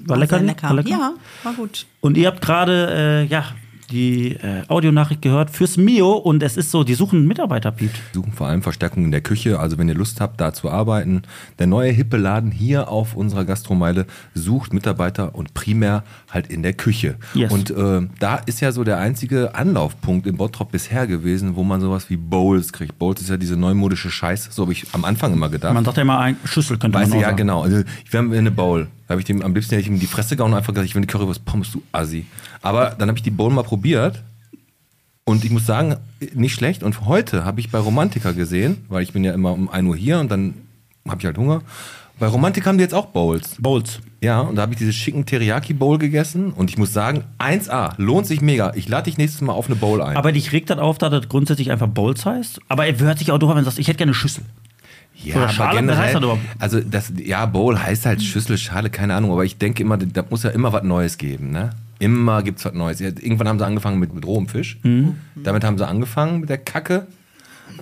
war, lecker, Mhm. Sehr War lecker. lecker. Ja, war gut. Und ihr habt gerade äh, ja, die äh, Audionachricht gehört fürs Mio und es ist so, die suchen einen Mitarbeiter, Piet. suchen vor allem Verstärkung in der Küche. Also wenn ihr Lust habt, da zu arbeiten. Der neue hippe Laden hier auf unserer Gastromeile sucht Mitarbeiter und primär halt in der Küche. Yes. Und äh, da ist ja so der einzige Anlaufpunkt in Bottrop bisher gewesen, wo man sowas wie Bowls kriegt. Bowls ist ja diese neumodische Scheiße, so habe ich am Anfang immer gedacht. Man sagt ja immer, ein Schüssel könnte Weißt du, man auch ja, sagen. genau. Also, ich wäre eine Bowl. Da habe ich dem am liebsten hätte ich ihm in die Fresse gehauen und einfach gesagt, ich will eine Currywurst, Pommes, du Assi. Aber dann habe ich die Bowl mal probiert und ich muss sagen, nicht schlecht. Und heute habe ich bei Romantiker gesehen, weil ich bin ja immer um 1 Uhr hier und dann habe ich halt Hunger. Bei Romantiker haben die jetzt auch Bowls. Bowls. Ja, und da habe ich diese schicken Teriyaki Bowl gegessen und ich muss sagen, 1A, lohnt sich mega. Ich lade dich nächstes Mal auf eine Bowl ein. Aber dich regt das auf, dass das grundsätzlich einfach Bowls heißt. Aber er hört sich auch doof an, wenn du sagst, ich hätte gerne eine Schüssel. Ja, Oder Schale? Was heißt das überhaupt? also das, ja, Bowl heißt halt Schüssel, Schale, keine Ahnung, aber ich denke immer, da muss ja immer was Neues geben, ne? Immer gibt's was Neues. Ja, Irgendwann haben sie angefangen mit, mit rohem Fisch. Mhm. Damit haben sie angefangen mit der Kacke.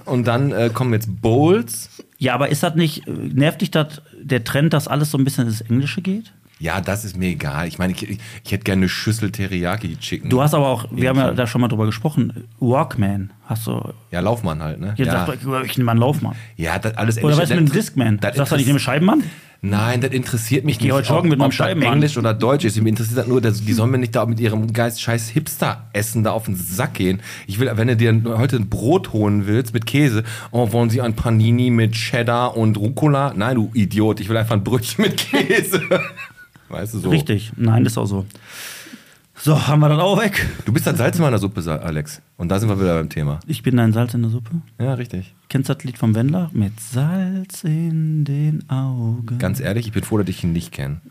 Und dann äh, kommen jetzt Bowls. Ja, aber ist das nicht, äh, nervt dich das, der Trend, dass alles so ein bisschen ins Englische geht? Ja, das ist mir egal. Ich meine, ich, ich, ich hätte gerne eine Schüssel Teriyaki Chicken. Du hast aber auch, wir haben ja da schon mal drüber gesprochen, Walkman hast du. ja, Laufmann halt, ne? Jetzt ja, sagst du, ich nehme einen Laufmann. ja, das alles Oder Englische, was mit einem das- Discman? das Sagst du, ich interess- nehme Scheibenmann? Nein, das interessiert mich nicht. gehe heute joggen mit meinem ob das Scheibenmann. Englisch oder Deutsch ist. Mir interessiert das nur, dass die sollen mir nicht da mit ihrem Geist scheiß Hipster-Essen da auf den Sack gehen. Ich will, wenn du dir heute ein Brot holen willst mit Käse, oh, wollen sie ein Panini mit Cheddar und Rucola? Nein, du Idiot, ich will einfach ein Brötchen mit Käse. [laughs] Weißt du so? Richtig. Nein, ist auch so. So, haben wir das auch weg. Du bist das Salz in meiner Suppe, Sa- Alex. Und da sind wir wieder beim Thema. Ich bin dein Salz in der Suppe. Ja, richtig. Kennst du das Lied vom Wendler? Mit Salz in den Augen. Ganz ehrlich, ich bin froh, dass ich ihn nicht kenne.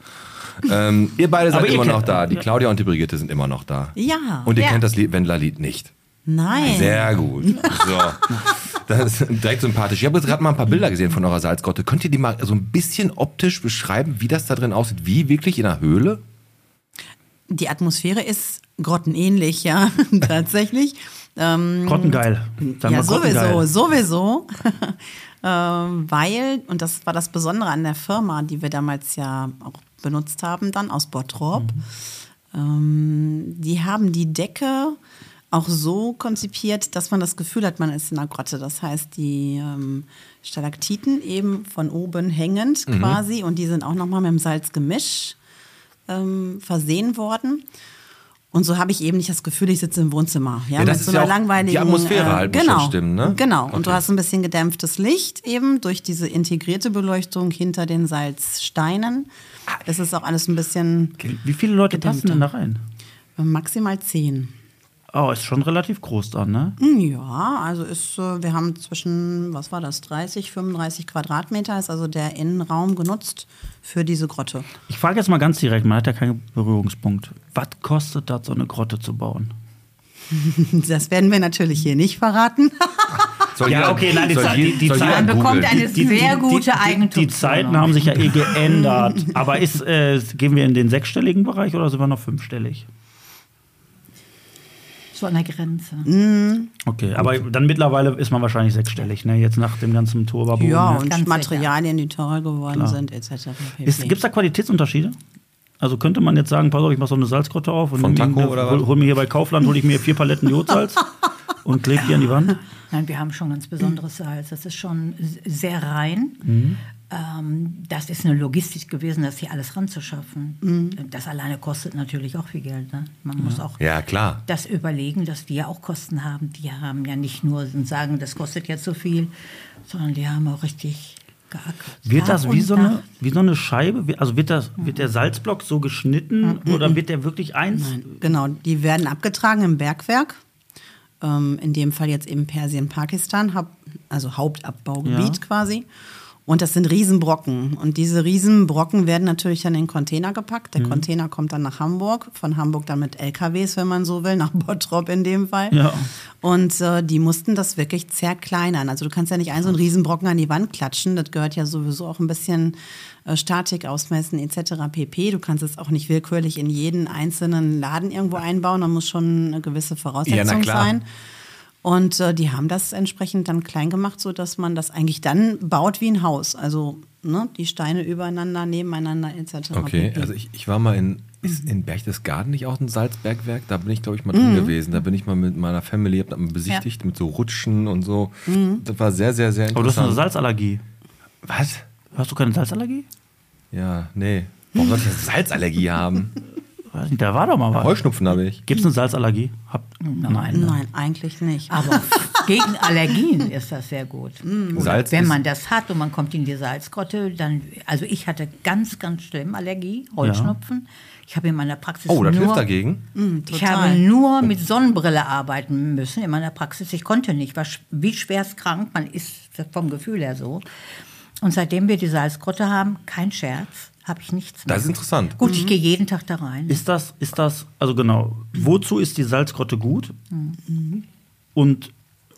ähm, ihr beide seid Aber ihr immer noch kennt- da. Die Claudia und die Brigitte sind immer noch da. Ja. Und ihr Ja. kennt das Lied- Wendler-Lied nicht. Nein. Sehr gut. So. Das ist direkt sympathisch. Ich habe jetzt gerade mal ein paar Bilder gesehen von eurer Salzgrotte. Könnt ihr die mal so ein bisschen optisch beschreiben, wie das da drin aussieht? Wie wirklich in einer Höhle? Die Atmosphäre ist grottenähnlich, ja, [laughs] tatsächlich. Ähm, Mhm. Grottengeil. Sag ja, mal sowieso, Grottengeil. sowieso. [laughs] ähm, weil, und das war das Besondere an der Firma, die wir damals ja auch benutzt haben, dann aus Bottrop, ähm, die haben die Decke auch so konzipiert, dass man das Gefühl hat, man ist in einer Grotte. Das heißt, die ähm, Stalaktiten eben von oben hängend quasi und die sind auch nochmal mit dem Salzgemisch ähm, versehen worden. Und so habe ich eben nicht das Gefühl, ich sitze im Wohnzimmer. Ja, Ja, das mit ist so ja einer auch- langweiligen. die Atmosphäre halt muss schon genau, stimmen, ne? Genau. Okay. Und du hast ein bisschen gedämpftes Licht eben durch diese integrierte Beleuchtung hinter den Salzsteinen. Das ist auch alles ein bisschen äh, Wie viele Leute passen denn da rein? maximal zehn. Oh, ist schon relativ groß dann, ne? Hm, Ja, also ist, äh, wir haben zwischen, was war das, 30, 35 Quadratmeter ist also der Innenraum genutzt für diese Grotte. [laughs] Ich frage jetzt mal ganz direkt, man hat ja keinen Berührungspunkt. Was kostet das, so eine Grotte zu bauen? Das werden wir natürlich hier nicht verraten. Soll Ja, jeder- okay, nein, die soll Zahl- je- die- die soll Zahl- jeder Man googeln. bekommt eine sehr die, gute die Eigentumswohnung. Zeiten haben sich ja eh [laughs] geändert. Aber ist, äh, gehen wir in den sechsstelligen Bereich oder sind wir noch fünfstellig? So an der Grenze. Mhm. Okay, aber dann mittlerweile ist man wahrscheinlich sechsstellig, ne? Jetzt nach dem ganzen ne? Turbo. Ja, Ganz und sicher. Materialien, die teurer geworden sind, etc. pp. Gibt es da Qualitätsunterschiede? Also könnte man jetzt sagen, pass auf, ich mache so eine Salzgrotte auf und Von nehm Taco irgendeine- oder was? hol, hol mir hier bei Kaufland, hole ich mir vier Paletten [laughs] Jodsalz und klebe die an die Wand. Mhm. Nein, wir haben schon ganz besonderes Salz. Das ist schon s- sehr rein. Ähm, das ist eine Logistik gewesen, das hier alles ranzuschaffen. Mhm. Das alleine kostet natürlich auch viel Geld. Ne? Man muss auch Ja, klar. das überlegen, dass die ja auch Kosten haben. Die haben ja nicht nur und sagen, das kostet jetzt so viel, sondern die haben auch richtig geackert. Wird das Tag wie und so, eine, Nacht. wie so eine Scheibe? Wie- Also wird, das, wird der Salzblock so geschnitten oder wird der wirklich eins? Nein, genau. Die werden abgetragen im Bergwerk. Ähm, in dem Fall jetzt eben Persien, Pakistan, hab, also Hauptabbaugebiet Ja. quasi. Und das sind Riesenbrocken. Und diese Riesenbrocken werden natürlich dann in den Container gepackt. Der Mhm. Container kommt dann nach Hamburg, von Hamburg dann mit LKWs, wenn man so will, nach [laughs] Bottrop in dem Fall. Ja. Und äh, die mussten das wirklich zerkleinern. Also du kannst ja nicht einen so einen Riesenbrocken an die Wand klatschen. Das gehört ja sowieso auch ein bisschen äh, Statik ausmessen etc. pp. Du kannst es auch nicht willkürlich in jeden einzelnen Laden irgendwo einbauen. Da muss schon eine gewisse Ja, na Voraussetzung klar. sein. Und äh, die haben das entsprechend dann klein gemacht, sodass man das eigentlich dann baut wie ein Haus. Also ne, die Steine übereinander, nebeneinander etc. Okay, pp. also ich, ich war mal in, Mhm. ist in Berchtesgaden nicht auch ein Salzbergwerk? Da bin ich, glaube ich, mal drin gewesen. Da bin ich mal mit meiner Family, hab das mal besichtigt mit so Rutschen und so. Mhm. Das war sehr, sehr, sehr Aber du hast eine interessant. Salzallergie. Was? Hast du keine Salzallergie? Ja, nee. Warum sollte ich eine [laughs] Salzallergie haben? Weiß nicht, da war doch mal was. Heuschnupfen habe ich. Gibt es eine Salzallergie? Habt- Nein. ne? Nein, eigentlich [laughs] nicht. [laughs] Aber gegen Allergien ist das sehr gut. Salz Wenn ist- man das hat und man kommt in die Salzgrotte, dann, also ich hatte ganz, ganz schlimm Allergie, Heuschnupfen. Ich habe in meiner Praxis Oh, das nur, hilft dagegen. ich habe nur mit Sonnenbrille arbeiten müssen in meiner Praxis. Ich konnte nicht, war sch- wie schwerst krank, man ist vom Gefühl her so. Und seitdem wir die Salzgrotte haben, kein Scherz, habe ich nichts mehr. Das ist interessant. Gut, ich gehe jeden Tag da rein. Ist das, ist das, also genau, wozu ist die Salzgrotte gut? Und,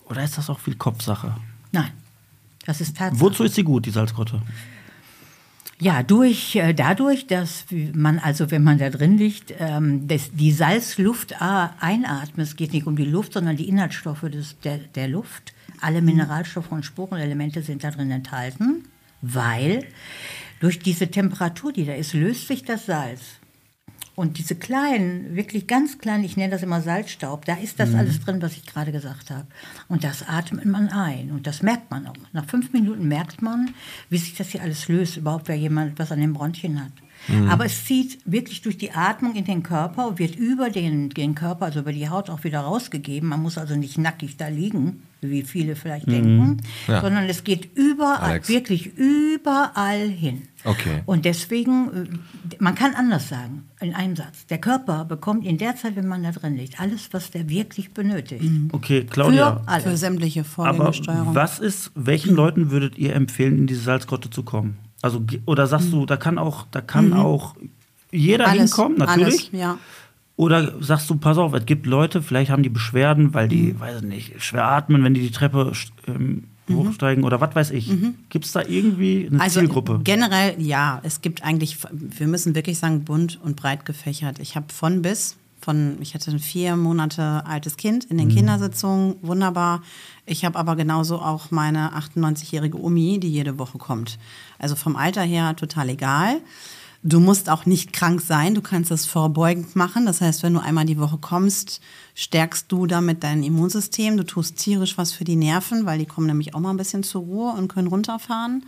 oder ist das auch viel Kopfsache? Nein, das ist tatsächlich. Wozu ist sie gut, die Salzgrotte? Ja, durch, äh, dadurch, dass man also, wenn man da drin liegt, ähm, das, die Salzluft a- einatmet, es geht nicht um die Luft, sondern die Inhaltsstoffe des, der, der Luft. Alle Mineralstoffe und Spurenelemente sind da drin enthalten, weil durch diese Temperatur, die da ist, löst sich das Salz. Und diese kleinen, wirklich ganz kleinen, ich nenne das immer Salzstaub, da ist Mhm. das alles drin, was ich gerade gesagt habe. Und das atmet man ein und das merkt man auch. Nach fünf Minuten merkt man, wie sich das hier alles löst, überhaupt wer jemand was an den Bronchien hat. Mhm. Aber es zieht wirklich durch die Atmung in den Körper und wird über den, den Körper, also über die Haut auch wieder rausgegeben. Man muss also nicht nackig da liegen, wie viele vielleicht denken, Mhm. Ja. sondern es geht überall, Alex. wirklich überall hin. Okay. Und deswegen, äh, man kann anders sagen, in einem Satz, der Körper bekommt in der Zeit, wenn man da drin liegt, alles, was der wirklich benötigt. Mhm. Okay, Für Claudia. Für alles. sämtliche Aber Vorgängersteuerung. was ist, welchen Leuten würdet ihr empfehlen, in diese Salzgrotte zu kommen? Also, ge- oder sagst du, da kann auch, da kann auch jeder hinkommen, natürlich. Mhm. Alles, ja. Oder sagst du, pass auf, es gibt Leute, vielleicht haben die Beschwerden, weil die, Mhm. weiß ich nicht, schwer atmen, wenn die die Treppe st- ähm, hochsteigen oder was weiß ich. Gibt es da irgendwie eine Mhm. Also Zielgruppe? generell, ja, es gibt eigentlich, wir müssen wirklich sagen, bunt und breit gefächert. Ich habe von bis, von, ich hatte ein vier Monate altes Kind in Mhm. den Kindersitzungen, wunderbar. Ich habe aber genauso auch meine 98-jährige Omi, die jede Woche kommt. Also vom Alter her total egal. Du musst auch nicht krank sein, du kannst das vorbeugend machen. Das heißt, wenn du einmal die Woche kommst, stärkst du damit dein Immunsystem. Du tust tierisch was für die Nerven, weil die kommen nämlich auch mal ein bisschen zur Ruhe und können runterfahren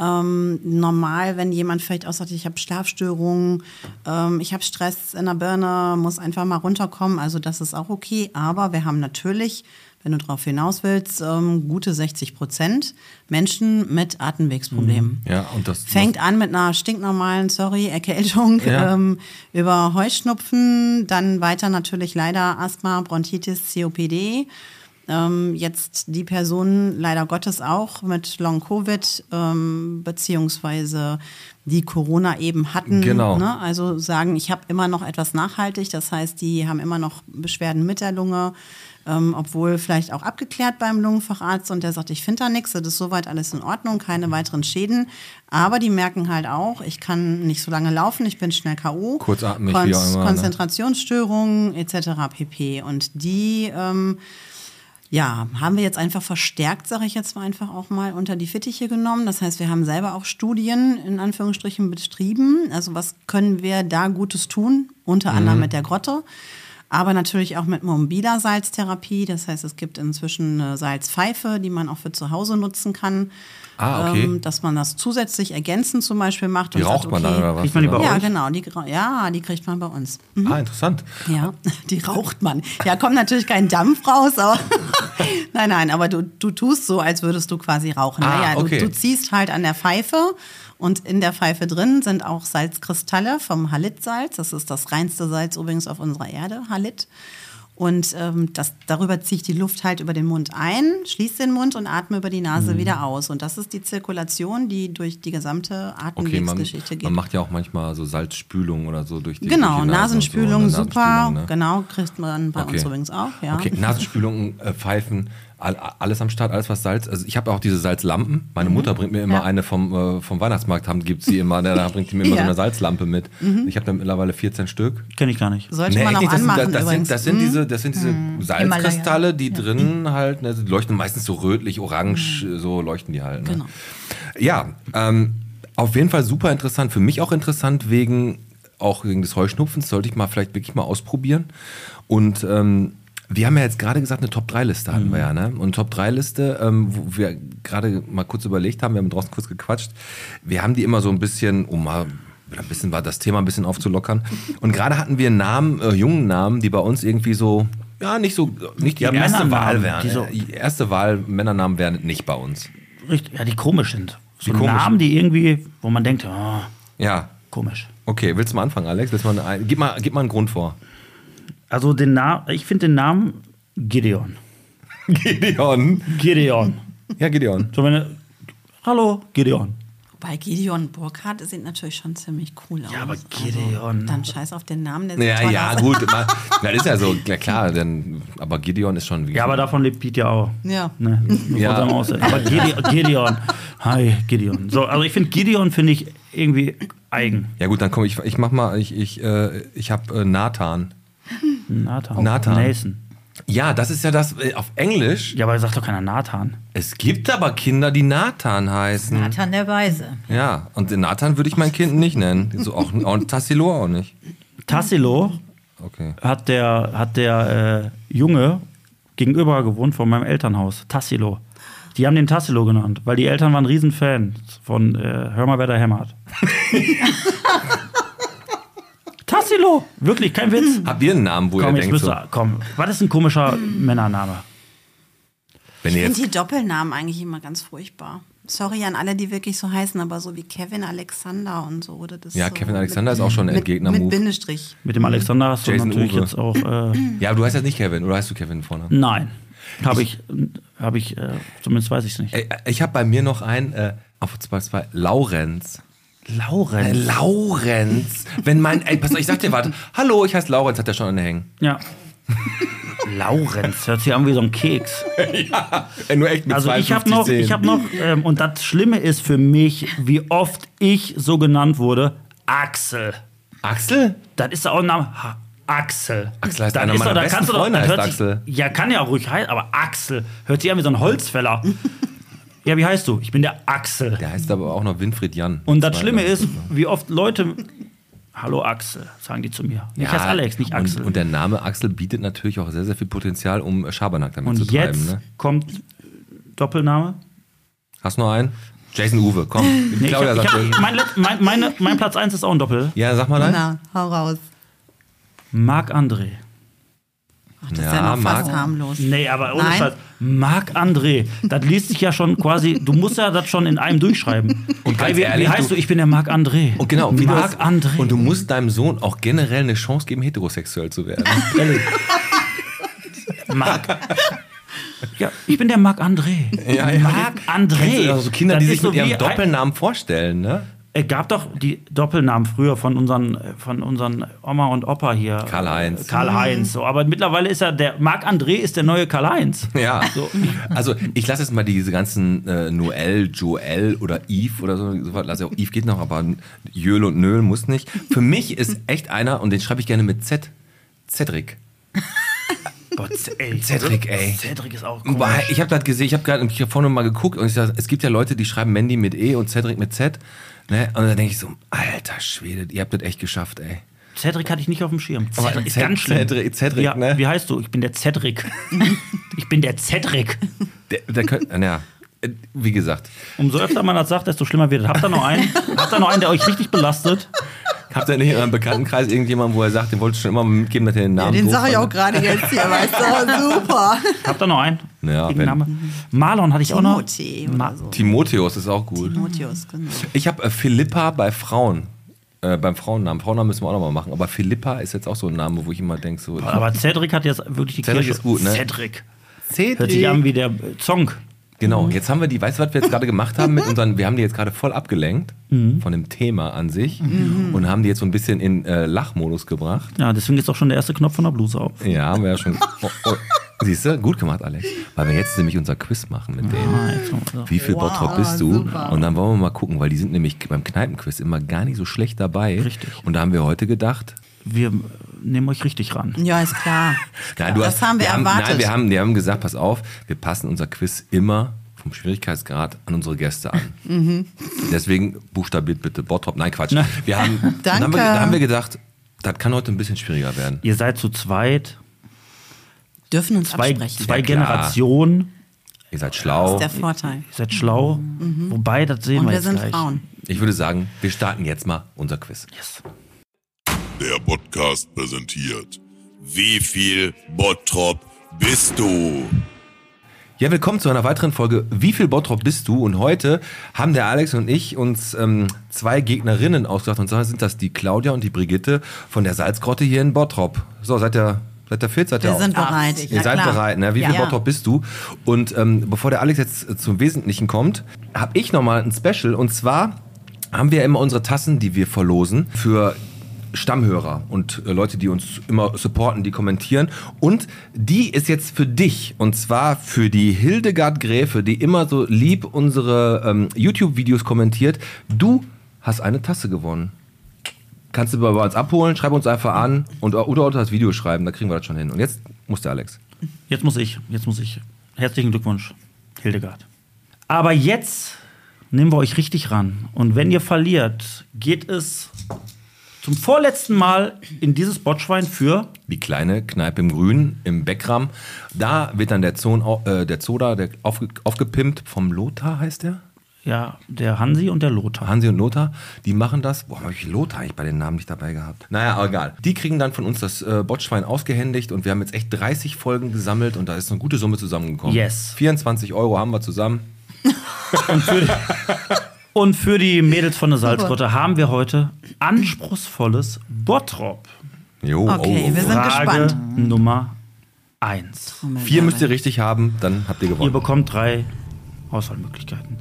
Ähm, normal, wenn jemand vielleicht auch sagt, ich habe Schlafstörungen, ähm, ich habe Stress in der Birne, muss einfach mal runterkommen. Also das ist auch okay. Aber wir haben natürlich, wenn du darauf hinaus willst, ähm, gute 60 Prozent Menschen mit Atemwegsproblemen. Ja, und das Fängt an mit einer stinknormalen, sorry, Erkältung Ja. ähm, über Heuschnupfen, dann weiter natürlich leider Asthma, Bronchitis, COPD. Ähm, jetzt die Personen leider Gottes auch mit Long-Covid, ähm, beziehungsweise die Corona eben hatten. Genau. Ne? Also sagen, ich habe immer noch etwas nachhaltig, das heißt, die haben immer noch Beschwerden mit der Lunge, ähm, obwohl vielleicht auch abgeklärt beim Lungenfacharzt und der sagt, ich finde da nichts, das ist soweit alles in Ordnung, keine weiteren Schäden. Aber die merken halt auch, ich kann nicht so lange laufen, ich bin schnell K.O. Kurzatmig, Konz wie auch immer, ne? Konzentrationsstörungen etc. pp. Und die ähm, ja, haben wir jetzt einfach verstärkt, sage ich jetzt mal einfach auch mal unter die Fittiche genommen. Das heißt, wir haben selber auch Studien in Mhm. Anführungsstrichen betrieben. Also was können wir da Gutes tun? Unter anderem mit der Grotte. aber natürlich auch mit mobiler Salztherapie. Das heißt, es gibt inzwischen eine Salzpfeife, die man auch für zu Hause nutzen kann. ähm, Ah, okay. dass man das zusätzlich ergänzend zum Beispiel macht. Die raucht man dann oder was? Kriegt man die bei Ja, euch? genau. Die, gra- ja, die kriegt man bei uns. Ah, interessant. Ja, die raucht man. Ja, kommt natürlich kein Dampf raus, [laughs] aber nein, nein, aber du, du tust so, als würdest du quasi rauchen. Ah, naja, okay. du, du ziehst halt an der Pfeife und in der Pfeife drin sind auch Salzkristalle vom Halitsalz. Das ist das reinste Salz übrigens auf unserer Erde, Halit. Und ähm, das, darüber ziehe ich die Luft halt über den Mund ein, schließe den Mund und atme über die Mhm. Nase wieder aus. Und das ist die Zirkulation, die durch die gesamte Okay, man, Atemwegsgeschichte geht. man macht ja auch manchmal so Salzspülung oder so durch die durch Genau, die Nase und so, ne? Nasenspülung, super. Nasenspülung, ne? Genau, kriegt man bei uns übrigens auch, ja. Okay, Nasenspülung, äh, Pfeifen, all, alles am Start, alles was Salz. Also ich habe auch diese Salzlampen. Meine Mhm. Mutter bringt mir immer eine vom, äh, vom Weihnachtsmarkt, haben, gibt sie immer, ne, da bringt sie mir immer so [laughs] Ja. Mhm. eine Salzlampe mit. Ich habe da mittlerweile 14 Stück. Kenne ich gar nicht. Sollte man echt auch nicht, das sind- das, anmachen das, übrigens. Mhm. sind, das sind diese, das sind diese Salzkristalle, die drin halt, ne, die leuchten meistens so rötlich, orange, so leuchten die halt. Ne? Mhm. Genau. Ja, ähm, auf jeden Fall super interessant. Für mich auch interessant wegen auch wegen des Heuschnupfens sollte ich mal vielleicht wirklich mal ausprobieren. Und ähm, wir haben ja jetzt gerade gesagt, eine Top-3-Liste hatten wir Mhm. ja, ne? Und Top-3-Liste, ähm, wo wir gerade mal kurz überlegt haben, wir haben draußen kurz gequatscht. Wir haben die immer so ein bisschen, um mal ein bisschen war das Thema ein bisschen aufzulockern. Und gerade hatten wir Namen, äh, jungen Namen, die bei uns irgendwie so, ja, nicht so, nicht die, erste Männernamen, Wahl wären. Äh, die so- die erste Wahl, Männernamen wären nicht bei uns. Richtig, ja, die komisch sind. So Die komisch Namen, die irgendwie, wo man denkt, oh, Ja, komisch. Okay, willst du mal anfangen, Alex? Willst du mal ein, gib, mal, gib mal einen Grund vor. [laughs] Also den Namen, ich finde den Namen Gideon. Gideon. Gideon. Ja, Gideon. So meine, Hallo, Gideon. Bei Gideon Burkhardt sieht natürlich schon ziemlich cool aus. Ja, aber Gideon. Also, dann scheiß auf den Namen, der sieht Ja, toll ja, aus. gut. Man, das ist ja so, na klar, denn, aber Gideon ist schon. Ja, aber davon lebt Piet ja auch. Ja. Ne? Bevor Ja. es am Aus- Aber Gideon, Gideon. Hi, Gideon. So, also ich finde Gideon finde ich irgendwie eigen. Ja, gut, dann komm, ich, ich mach mal, ich, ich, äh, ich hab äh, Nathan. Nathan. Nathan. Nathan. Ja, das ist ja das äh, auf Englisch. Ja, aber sagt doch keiner Nathan. Es gibt aber Kinder, die Nathan heißen. Nathan der Weise. Ja, und den Nathan würde ich mein Kind nicht nennen. So auch, und Tassilo auch nicht. Tassilo Okay. hat der, hat der äh, Junge gegenüber gewohnt von meinem Elternhaus. Tassilo. Die haben den Tassilo genannt, weil die Eltern waren Riesenfans von äh, Hör mal, wer da hämmert. Tassilo! Wirklich, kein Witz. Habt ihr einen Namen, wo Komm, ihr jetzt denkt, müsst so, ihr, komm, was ist ein komischer Männername? wenn ihr Ich jetzt finde die Doppelnamen eigentlich immer ganz furchtbar. Sorry an alle, die wirklich so heißen, aber so wie Kevin Alexander und so. Oder das Ja, so Kevin Alexander ist auch schon ein mit, Endgegner-Move. Mit Bindestrich. Mit dem Alexander hast du Jason natürlich Uwe. jetzt auch. Äh, Ja, aber du heißt jetzt nicht Kevin, oder heißt du Kevin vorne? nein. Habe ich, habe ich, äh, zumindest weiß ich es nicht. Ey, Ich habe bei mir noch einen, äh, auf 2-2, Laurenz. Äh, Lauren. Laurenz. Wenn mein, ey, pass auf, ich sag dir, warte. Hallo, ich heiße Laurenz, hat der schon [laughs] anhängen. Ja. Laurenz, hört sich an wie so ein Keks. Ey, Äh, nur echt mit Also ich habe 52 noch, ich Zähnen. habe noch, ähm, und das Schlimme ist für mich, wie oft ich so genannt wurde, Axel. Axel? Das ist doch auch ein Name. Ha, Axel. Axel heißt Das einer ist meiner doch- da besten kannst du doch- Freunde das heißt hört Axel. Sich, ja, kann ja auch ruhig heißen, aber Axel hört sich an wie so ein [laughs] Holzfäller. ja, wie heißt du? Ich bin der Axel. Der heißt aber auch noch Winfried Jan. Und das Zweiter. Schlimme ist, wie oft Leute. Hallo Axel, sagen die zu mir. Ich heiße Alex, nicht Axel. Und, und der Name Axel bietet natürlich auch sehr, sehr viel Potenzial, um Schabernack damit Und zu treiben. jetzt Ne? kommt Doppelname. Hast du noch einen? Jason Uwe, [laughs] komm. Nee, ich Claudia hab, ich sagt hab, Jason. mein, Let- mein, meine, mein Platz 1 ist auch ein Doppel. Ja, sag mal deinen. Na, hau raus. Marc-André. Ach, das ist Ja, ja noch fast Marc. harmlos. Nee, aber ohne Nein. Scheiß. Marc-André. Das liest sich ja schon quasi, du musst ja das schon in einem durchschreiben. Und ganz Hi, wie, ehrlich, wie heißt du- du? Ich bin der Marc-André. Und genau, wie du hast- Marc-André. Und du musst deinem Sohn auch generell eine Chance geben, heterosexuell [laughs] zu werden. Ehrlich. [laughs] Marc. Ja, ich bin der Marc-André. Ja, ja. Marc-André. Also so Kinder, Das die ist sich so mit ihrem wie- Doppelnamen vorstellen, ne? Es gab doch die Doppelnamen früher von unseren, äh, von unseren Oma und Opa hier. Karl-Heinz. Äh, Karl-Heinz. So. Aber mittlerweile ist er der, Marc-André ist der neue Karl-Heinz. Ja. Also ich lasse jetzt mal diese ganzen äh, Noel, Joel oder Yves oder so. so was lasse ich auch. Yves geht noch, aber Jöl und Nöl muss nicht. Für mich ist echt einer, und den schreibe ich gerne mit Z, Cedric. Boah, Z- ey. Cedric, ey. Cedric ist auch Wobei, komisch. Ich habe gerade gesehen, ich habe gerade hier vorne mal geguckt und ich sag, es gibt ja Leute, die schreiben Mandy mit E und Cedric mit Z. Ne? Und dann denke ich so, alter Schwede, ihr habt das echt geschafft, ey. Cedric hatte ich nicht auf dem Schirm. Aber Cedric ist Ced- ganz schlimm. Cedric- Cedric, ja, ne? Wie heißt du? Ich bin der Cedric. ich bin der Cedric. Der, der könnte, ja, Äh, wie gesagt, Umso öfter man das sagt, desto schlimmer wird es. Habt ihr noch einen? Habt ihr noch einen, der euch richtig belastet? habt ihr nicht in eurem Bekanntenkreis irgendjemanden, wo er sagt, den wollte ich schon immer mitgeben, dass er den Namen Den doof sage ich auch fandet? gerade jetzt hier, weißt [laughs] du? Super. Habt ihr noch einen? Ja, Irgendein wenn- Name? Marlon hatte ich auch noch. Timothy oder Ma- Timotheus ist auch gut. Motius, genau. Ich habe äh, Philippa bei Frauen. Äh, beim Frauennamen. Frauennamen müssen wir auch nochmal machen. Aber Philippa ist jetzt auch so ein Name, wo ich immer denke, so. Aber Cedric hat jetzt wirklich die Cedric Kirsche. ist gut, ne? Cedric. Hört sich an wie der äh, Zonk. Genau, jetzt haben wir die, weißt du, was wir jetzt gerade gemacht haben mit unseren, wir haben die jetzt gerade voll abgelenkt Mhm. von dem Thema an sich Mhm. und haben die jetzt so ein bisschen in äh, Lachmodus gebracht. Ja, deswegen ist auch schon der erste Knopf von der Bluse auf. Ja, haben wir ja schon. Oh, oh. Siehst du, gut gemacht, Alex. Weil wir jetzt nämlich unser Quiz machen mit denen. Ah, jetzt haben wir- Wie viel Bottrop bist du? Und dann wollen wir mal gucken, weil die sind nämlich beim Kneipenquiz immer gar nicht so schlecht dabei. Richtig. Und da haben wir heute gedacht, Wir äh, nehmen euch richtig ran. Ja, ist klar. Nein, du Das haben wir haben, erwartet. Nein, wir haben, wir haben gesagt, pass auf, wir passen unser Quiz immer vom Schwierigkeitsgrad an unsere Gäste an. Mhm. Deswegen buchstabiert bitte Bottrop. Nein, Quatsch. Wir [laughs] haben, und Dann haben, wir, Danke. dann haben wir gedacht, das kann heute ein bisschen schwieriger werden. Ihr seid zu zweit, Dürfen uns zwei, absprechen. zwei Ja, klar. Generationen, Ihr seid Das schlau. ist der Vorteil. ihr seid schlau. Wobei, das sehen Mhm. Und wir wir jetzt sind gleich. Frauen. Ich würde sagen, wir starten jetzt mal unser Quiz. Der Podcast präsentiert. Wie viel Bottrop bist du? Ja, willkommen zu einer weiteren Folge Wie viel Bottrop bist du? Und heute haben der Alex und ich uns ähm, zwei Gegnerinnen ausgedacht. Und zwar sind das die Claudia und die Brigitte von der Salzgrotte hier in Bottrop. So, seid ihr, seid ihr fit? Seid ihr Wir auch- sind bereit. Ihr Na seid klar. bereit, ne? Wie Ja. viel Bottrop bist du? Und ähm, bevor der Alex jetzt äh, zum Wesentlichen kommt, habe ich nochmal ein Special. Und zwar haben wir immer unsere Tassen, die wir verlosen für Stammhörer und äh, Leute, die uns immer supporten, die kommentieren. Und die ist jetzt für dich. Und zwar für die Hildegard Gräfe, die immer so lieb unsere ähm, YouTube-Videos kommentiert. Du hast eine Tasse gewonnen. Kannst du bei uns abholen, schreib uns einfach an und, äh, oder unter das Video schreiben, da kriegen wir das schon hin. Und jetzt muss der Alex. Jetzt muss ich, jetzt muss ich. Herzlichen Glückwunsch, Hildegard. Aber jetzt nehmen wir euch richtig ran. Und wenn ihr verliert, geht es zum vorletzten Mal in dieses Botschwein für die kleine Kneipe im Grün, im Beckram. Da wird dann der, Zon, au- äh, der Zoda der aufge, aufgepimpt vom Lothar, heißt der? ja, der Hansi und der Lothar. Hansi und Lothar, die machen das. Boah, habe ich Lothar eigentlich bei den Namen nicht dabei gehabt? Naja, aber egal. Die kriegen dann von uns das äh, Botschwein ausgehändigt und wir haben jetzt echt 30 Folgen gesammelt und da ist eine gute Summe zusammengekommen. Yes. 24 Euro haben wir zusammen. Und für die Mädels von der Salzgrotte haben wir heute anspruchsvolles Bottrop. Jo, oh, Okay, wir sind Frage gespannt. Nummer 1. Vier müsst ihr richtig haben, dann habt ihr Ihr gewonnen. bekommt drei Auswahlmöglichkeiten.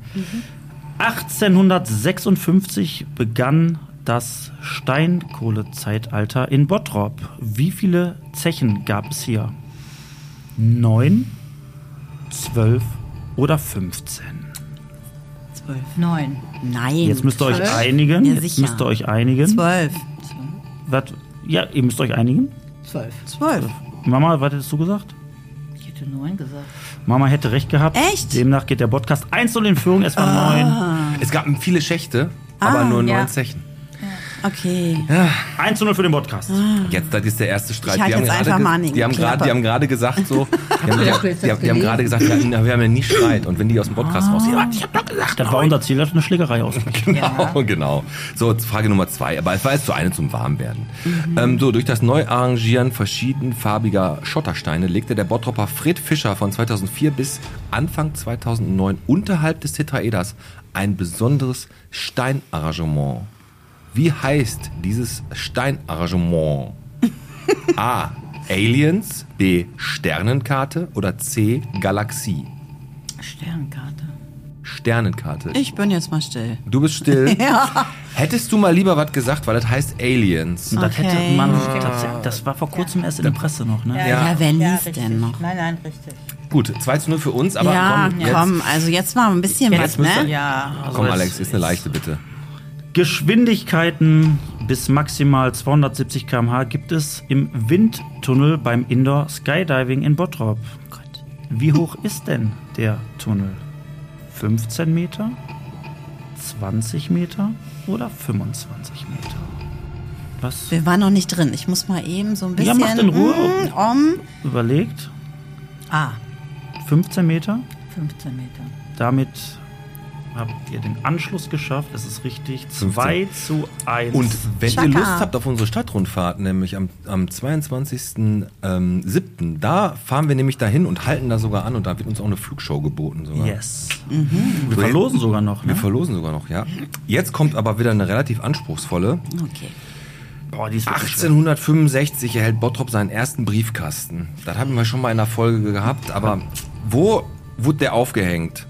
1856 begann das Steinkohlezeitalter in Bottrop. Wie viele Zechen gab es hier? Neun, zwölf oder 15? Neun. Nein. Jetzt müsst ihr euch zwölf? einigen. Ja, Jetzt sicher. müsst ihr euch einigen. Zwölf. Was? Ja, ihr müsst euch einigen. Zwölf. Zwölf. Mama, was hättest du gesagt? Ich hätte neun gesagt. Mama hätte recht gehabt. Echt? Ah. Demnach geht der Podcast 1 in Führung. Es war neun. Es gab viele Schächte, aber nur neun ja. Zechen. Okay. 1 zu 0 für den Podcast. Jetzt, das ist der erste Streit. Ich halte Die haben jetzt gerade einfach ge- mal an den die haben gerade, Klappe. die haben gerade gesagt so, die haben, die, haben- die, haben- die haben gerade gesagt, ja, na, wir haben ja nie Streit. Und wenn die aus dem Podcast rausgehen, "Ah, ich hab doch gesagt, Das war unser Ziel, dass eine Schlägerei [laughs] ausbricht. [laughs] genau, genau. So, jetzt Frage Nummer zwei. Aber es war jetzt so eine zum Warmwerden. Ähm, so, durch das Neuarrangieren verschiedenfarbiger Schottersteine legte der Bottropper Fred Fischer von 2004 bis Anfang 2009 unterhalb des Tetraeders ein besonderes Steinarrangement. Wie heißt dieses Steinarrangement? A. Aliens, B. Sternenkarte oder C. Galaxie? Sternkarte. Sternenkarte. Ich bin jetzt mal still. Du bist [laughs] still. Hättest du mal lieber was gesagt, weil das heißt Aliens. Das Okay. hätte man, das, das war vor kurzem erst in der Presse noch, ne? Ja, wer liest richtig. denn noch? Nein, nein, richtig. Gut, 2 zu 0 für uns, aber ja, komm, komm, jetzt, also jetzt mal ein bisschen was, müsst ihr- ne? Ja. komm jetzt- Alex, ist eine leichte bitte. Geschwindigkeiten bis maximal 270 km/h gibt es im Windtunnel beim Indoor Skydiving in Bottrop. Wie hoch ist denn der Tunnel? 15 Meter, 20 Meter oder 25 Meter? Was? Wir waren noch nicht drin. Ich muss mal eben so ein Ja, bisschen. macht in Ruhe. mm, um. Überlegt. Ah, 15 Meter. 15 Meter. Damit habt ihr den Anschluss geschafft. Es ist richtig. 2 zu 1. Und wenn Chaka. ihr Lust habt auf unsere Stadtrundfahrt, nämlich am, am 22.07., ähm, siebten, da fahren wir nämlich dahin und halten da sogar an und da wird uns auch eine Flugshow geboten sogar. Yes. Mhm. Wir verlosen sogar noch. Wir Ne? verlosen sogar noch, ja. Jetzt kommt aber wieder eine relativ anspruchsvolle. Okay. Boah, die ist wirklich schwer. 1865 erhält Bottrop seinen ersten Briefkasten. Das hatten wir schon mal in einer Folge gehabt, aber wo wurde der aufgehängt?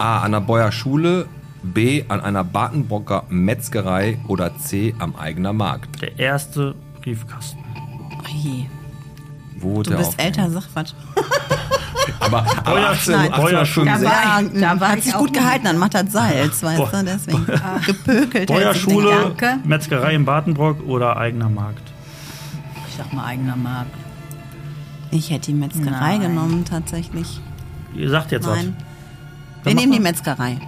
A. An der Beuer Schule, B. An einer Batenbocker Metzgerei oder C. Am eigener Markt. Der erste Briefkasten. Ui, Wo wurde du der bist aufgehängt? älter, sag was. Aber, aber 18, Nein. Beuer Schule. 1865. Ja, da war mm, hat ich sich auch gut nicht. gehalten, dann macht das Salz, weißt du, deswegen [laughs] gepökelt. hält sich den Bäuerschule, Gang. Danke. Metzgerei in Badenbrock oder eigener Markt. Ich sag mal eigener Markt. Ich hätte die Metzgerei Nein. genommen, tatsächlich. Ihr sagt jetzt Nein. was. Wir Dann nehmen die macht mal. Metzgerei.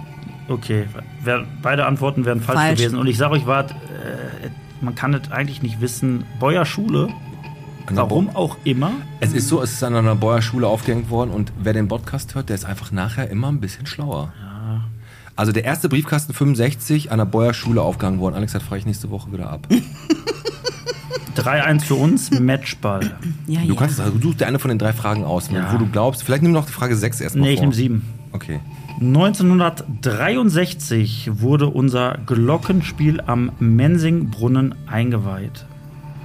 Okay, wer, beide Antworten wären falsch, Falsch. gewesen. Und ich sage euch, wart, äh, man kann es eigentlich nicht wissen. Beuer Schule, An der warum Bo- auch immer. Es ist so, es ist an einer Beuer Schule aufgehängt worden und wer den Podcast hört, der ist einfach nachher immer ein bisschen schlauer. Also der erste Briefkasten 65 an der Beuer Schule aufgehangen worden. Alex, das frage ich nächste Woche wieder ab. 3-1 für [laughs] uns, Matchball. Ja, Du ja. kannst also such dir eine von den drei Fragen aus, Ah, Ja. wo du glaubst. Vielleicht nimm noch die Frage 6 erstmal. nee, ich vor. nehme 7. Okay. 1963 wurde unser Glockenspiel am Mensingbrunnen eingeweiht.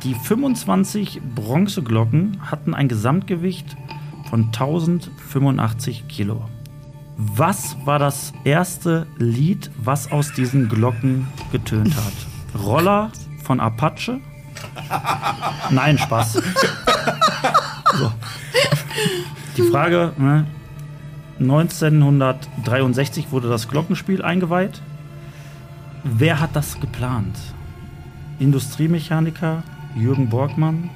Die 25 Bronzeglocken hatten ein Gesamtgewicht von 1085 Kilo. Was war das erste Lied, was aus diesen Glocken getönt hat? Roller von Apache? Nein, Spaß. So. Die Frage, ne, 1963 wurde das Glockenspiel eingeweiht. Wer hat das geplant? Industriemechaniker Jürgen Borgmann,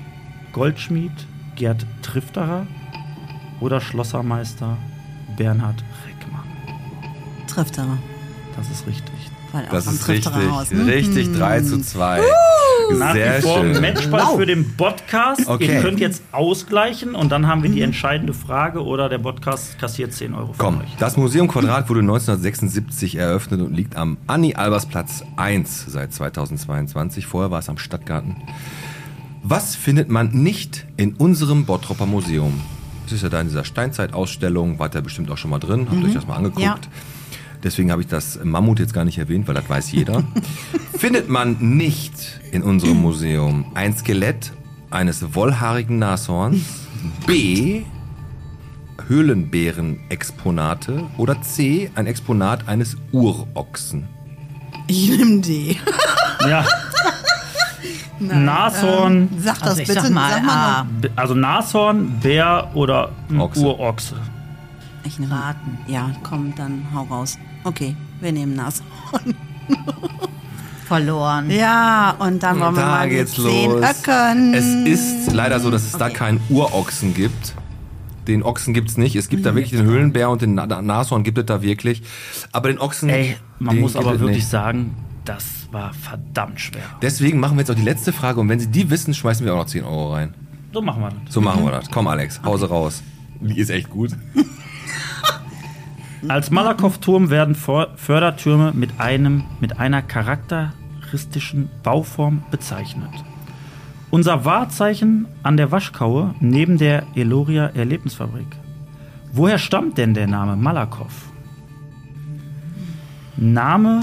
Goldschmied Gerd Trifterer oder Schlossermeister Bernhard Reckmann? Trifft aber. Das ist richtig. Weil auch Das am ist richtig. Trifterer Haus, ne? Richtig 3 zu 2. Mhm. Nach Sehr wie vor schön. Matchball Wow. für den Podcast. Ihr Okay. könnt jetzt ausgleichen und dann haben wir die entscheidende Frage oder der Podcast kassiert 10 Euro von Komm, euch. das Museum Quadrat wurde 1976 eröffnet und liegt am Anni-Albers-Platz 1 seit 2022. Vorher war es am Stadtgarten. Was findet man nicht in unserem Bottropper Museum? Das ist ja da in dieser Steinzeitausstellung, wart ihr bestimmt auch schon mal drin, habt euch das mal angeguckt. Ja. Deswegen habe ich das Mammut jetzt gar nicht erwähnt, weil das weiß jeder. findet man nicht in unserem Museum ein Skelett eines wollhaarigen Nashorns, B, Höhlenbären-Exponate oder C, ein Exponat eines Urochsen? Ich nehme die. Ja. Nashorn. [laughs] Sag das Also ich bitte. sag mal, noch. ah, B- Also Nashorn, Bär oder ein Ochse. Urochse. Ich nehme Raten. Ja, komm, dann hau raus. Okay, wir nehmen [laughs] Nass. ah, verloren. Ja, und dann wollen wir mal die zehn Öcken. Es ist leider so, dass es da keinen Urochsen gibt. Den Ochsen gibt's nicht. Es Mhm. gibt da wirklich den Höhlenbär und den Na- Na- Nashorn gibt es da wirklich. Aber den Ochsen. Ey, man den muss gibt aber es wirklich nicht. sagen, das war verdammt schwer. Deswegen machen wir jetzt auch die letzte Frage und wenn Sie die wissen, schmeißen wir auch noch 10 Euro rein. So machen wir das. So machen wir das. Komm, Alex, Hause raus. Die ist echt gut. Als Malakow-Turm werden Vor- Fördertürme mit, einem, mit einer charakteristischen Bauform bezeichnet. Unser Wahrzeichen an der Waschkaue neben der Eloria Erlebnisfabrik. Woher stammt denn der Name Malakow? Name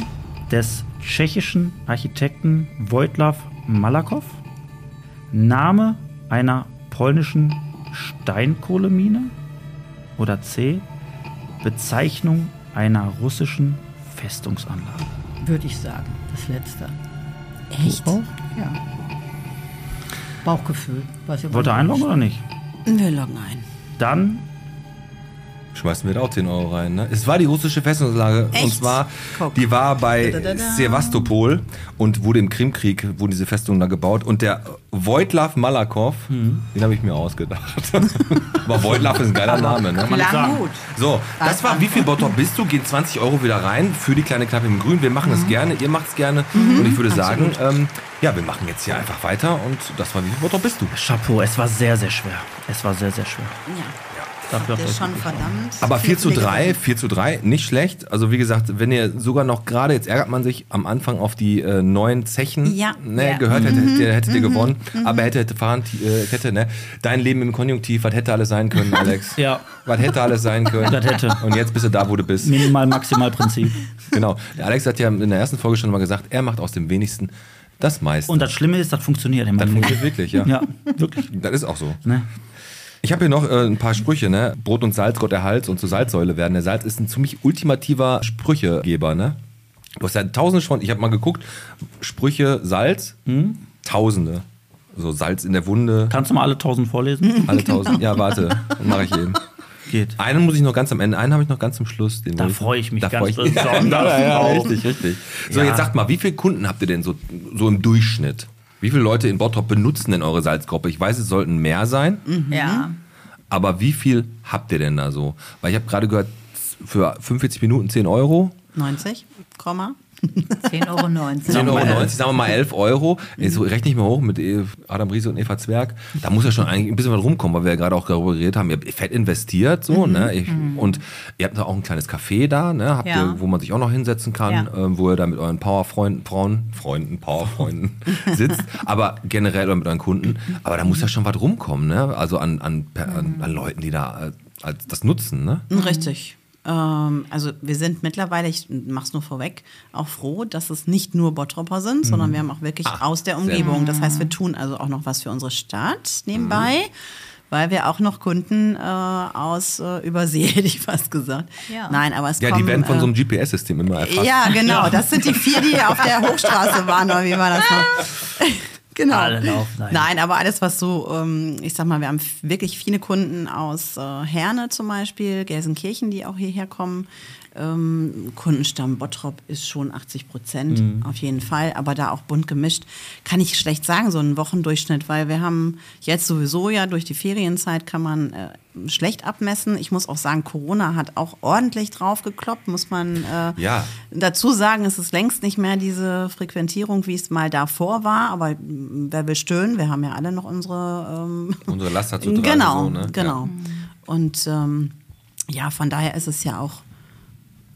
des tschechischen Architekten Wojtlaw Malakow? Name einer polnischen Steinkohlemine? Oder C. Bezeichnung einer russischen Festungsanlage. Würde ich sagen, das letzte. Echt? Ja. Bauchgefühl. Was ihr Wollt ihr einloggen oder nicht? Wir loggen ein. Dann schmeißen wir da auch 10 Euro rein. Ne? Es war die russische Fesselungslage. Und zwar, die war bei Da, da, da, da. Sevastopol und wurde im Krimkrieg, wurden diese Festungen da gebaut. Und der Wojtlaw Malakow, Mhm. den habe ich mir ausgedacht. [laughs] Aber Wojtlaw ist ein geiler Name. Ne? Kann man nicht Klang sagen. gut. So, das war, wie viel Bottrop bist du? Gehen 20 Euro wieder rein für die kleine Klappe im Grün. Wir machen Mhm. es gerne, ihr macht es gerne. Und ich würde sagen, ähm, ja, wir machen jetzt hier einfach weiter. Und das war, wie viel Bottrop bist du? Chapeau, es war sehr, sehr schwer. Es war sehr, sehr schwer. Dafür Der habt ihr ist euch schon wirklich- verdammt. Aber 4 zu viele 3, Gewinne. 4 zu 3, nicht schlecht. Also wie gesagt, wenn ihr sogar noch gerade, jetzt ärgert man sich am Anfang auf die äh, neuen Zechen Ja. ne, Ja. gehört, hätte, Mhm, hättet ihr- hättet ihr mhm, gewonnen. mhm. Aber hätte, hätte fahren, die, äh, hätte, ne? Dein Leben im Konjunktiv, was hätte alles sein können, [laughs] Alex? Ja. Was hätte alles sein können? Das hätte. Und jetzt bist du da, wo du bist. Minimal-Maximal-Prinzip. Genau. Der Alex hat ja in der ersten Folge schon mal gesagt, er macht aus dem wenigsten das meiste. Und das Schlimme ist, das funktioniert immer. das funktioniert wirklich, ja. Ja, wirklich. Das ist auch so. Ne? Ich habe hier noch äh, ein paar Sprüche, ne? Brot und Salz, Gott der Hals und zur Salzsäule werden. Der Salz ist ein ziemlich ultimativer Sprüchegeber, ne? Du hast ja tausende schon, ich habe mal geguckt, Sprüche, Salz, tausende. So Salz in der Wunde, Kannst du mal alle 1000 Mhm. vorlesen? alle tausend. Ja, warte, mache ich eben. Geht. Einen muss ich noch ganz am Ende, einen habe ich noch ganz zum Schluss. Den Da wollte- freue ich mich da ganz freu ich, ja, besonders [laughs] ja, ja, drauf. Richtig, richtig. So, Ja. jetzt sagt mal, wie viele Kunden habt ihr denn so, so im Durchschnitt? Wie viele Leute in Bottrop benutzen denn eure Salzgruppe? Ich weiß, es sollten mehr sein. Mhm. Ja. Aber wie viel habt ihr denn da so? Weil ich habe gerade gehört, für 45 Minuten 10 Euro, 90, Komma. [laughs] 10,90 10,90 Euro. Euro, sagen wir mal 11 Euro. Ich so, rechne ich mal hoch mit Ev- Adam Riese und Eva Zwerg. Da muss ja schon eigentlich ein bisschen was rumkommen, weil wir ja gerade auch darüber geredet haben. Ihr habt fett investiert, so, ne? Ich, Und ihr habt da auch ein kleines Café da, ne? Habt Ja. ihr, wo man sich auch noch hinsetzen kann, Ja. ähm, wo ihr da mit euren Powerfreunden, Frauen, Freunden, Powerfreunden sitzt. Aber generell oder mit euren Kunden. Aber da muss ja schon was rumkommen, ne? Also an, an, per- an, an Leuten, die da äh, das nutzen, ne? Mhm. Richtig. Ähm, also wir sind mittlerweile, ich mach's nur vorweg, auch froh, dass es nicht nur Bottropper Mhm. sind, sondern wir haben auch wirklich aus der Umgebung. Das heißt, wir tun also auch noch was für unsere Stadt nebenbei. Mhm. Weil wir auch noch Kunden äh, aus äh, Übersee, [laughs] hätte ich fast gesagt. Ja. Nein, aber es Ja, kommen, die werden von so äh, einem GPS-System immer erfasst. Ja, genau. Das sind die vier, die auf der Hochstraße waren, oder wie war das [laughs] noch? [laughs] genau. Alle laufen ein. Nein, aber alles, was so, ähm, ich sag mal, wir haben f- wirklich viele Kunden aus äh, Herne zum Beispiel, Gelsenkirchen, die auch hierher kommen. Ähm, Kundenstamm Bottrop ist schon 80 Prozent, Mhm. auf jeden Fall, aber da auch bunt gemischt. Kann ich schlecht sagen, so einen Wochendurchschnitt, weil wir haben jetzt sowieso ja durch die Ferienzeit kann man äh, schlecht abmessen. Ich muss auch sagen, Corona hat auch ordentlich draufgekloppt, muss man äh, Ja. Dazu sagen, es ist längst nicht mehr diese Frequentierung, wie es mal davor war, aber mh, wer will stöhnen? Wir haben ja alle noch unsere. Ähm, [laughs] Unsere Laster zu tragen, Genau, so, ne? genau. Ja. Und ähm, ja, von daher ist es ja auch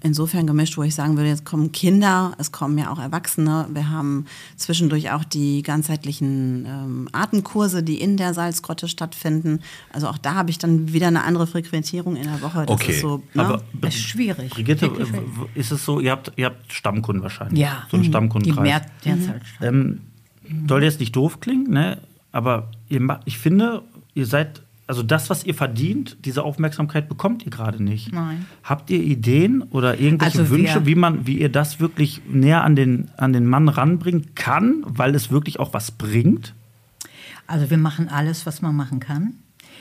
insofern gemischt, wo ich sagen würde, jetzt kommen Kinder, es kommen ja auch Erwachsene. Wir haben zwischendurch auch die ganzheitlichen ähm, Atemkurse, die in der Salzgrotte stattfinden. Also auch da habe ich dann wieder eine andere Frequentierung in der Woche. Das Okay. ist so, ne? Aber Das ist schwierig. Brigitte, Wirklich w- schwierig. w- ist es so, ihr habt, ihr habt Stammkunden wahrscheinlich. Ja. So einen Mhm. Stammkundenkreis. Die Mehr- Mhm. Mehrzahl. Ähm, soll jetzt nicht doof klingen, ne? aber ihr ma- ich finde, ihr seid, also das, was ihr verdient, diese Aufmerksamkeit bekommt ihr gerade nicht. Nein. Habt ihr Ideen oder irgendwelche Also wir- Wünsche, wie man, wie ihr das wirklich näher an den, an den Mann ranbringen kann, weil es wirklich auch was bringt? Also wir machen alles, was man machen kann.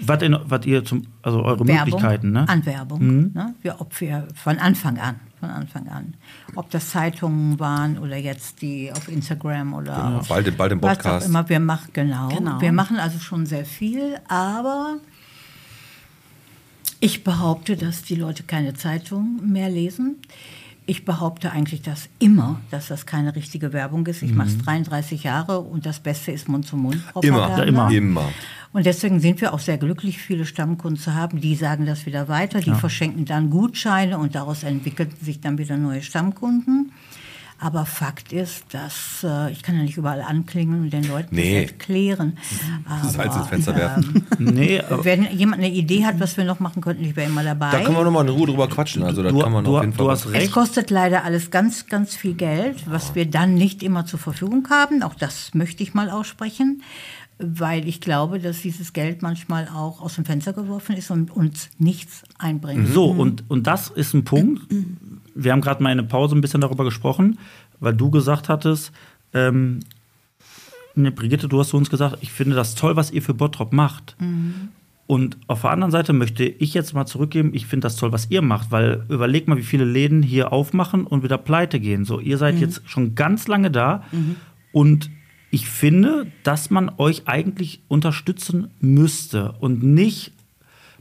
Was, in, was ihr zum, also eure Möglichkeiten, ne? An Werbung. Mhm. Ne? Wir, ob wir von Anfang an, von Anfang an. Ob das Zeitungen waren oder jetzt die auf Instagram oder Genau. auf, Bald- bald im Was Podcast. auch immer wir machen, genau. Genau. Wir machen also schon sehr viel, aber ich behaupte, dass die Leute keine Zeitung mehr lesen. Ich behaupte eigentlich das immer, dass das keine richtige Werbung ist. Mhm. Ich mache es 33 Jahre und das Beste ist Immer, Mund-zu-Mund-Propaganda. immer, genau. immer. Und deswegen sind wir auch sehr glücklich, viele Stammkunden zu haben. Die sagen das wieder weiter, die Ja. verschenken dann Gutscheine und daraus entwickeln sich dann wieder neue Stammkunden. Aber Fakt ist, dass äh, ich kann ja nicht überall anklingeln und den Leuten Nee. halt das erklären. Aber, Salz ins Fenster werfen. ähm, [laughs] Nee, äh, aber wenn jemand eine Idee hat, was wir noch machen könnten, ich wäre immer dabei. Mhm. Da können wir nochmal in Ruhe drüber quatschen. Also, da Du- kann man du- auf jeden du Fall. hast was- recht. Es kostet leider alles ganz, ganz viel Geld, was wir dann nicht immer zur Verfügung haben. Auch das möchte ich mal aussprechen, weil ich glaube, dass dieses Geld manchmal auch aus dem Fenster geworfen ist und uns nichts einbringt. So, und, und das ist ein Punkt. Wir haben gerade mal in der Pause ein bisschen darüber gesprochen, weil du gesagt hattest, ähm, ne, Brigitte, du hast zu uns gesagt, ich finde das toll, was ihr für Bottrop macht. Und auf der anderen Seite möchte ich jetzt mal zurückgeben, ich finde das toll, was ihr macht, weil überlegt mal, wie viele Läden hier aufmachen und wieder pleite gehen. So, ihr seid Mhm. jetzt schon ganz lange da Mhm. und ich finde, dass man euch eigentlich unterstützen müsste und nicht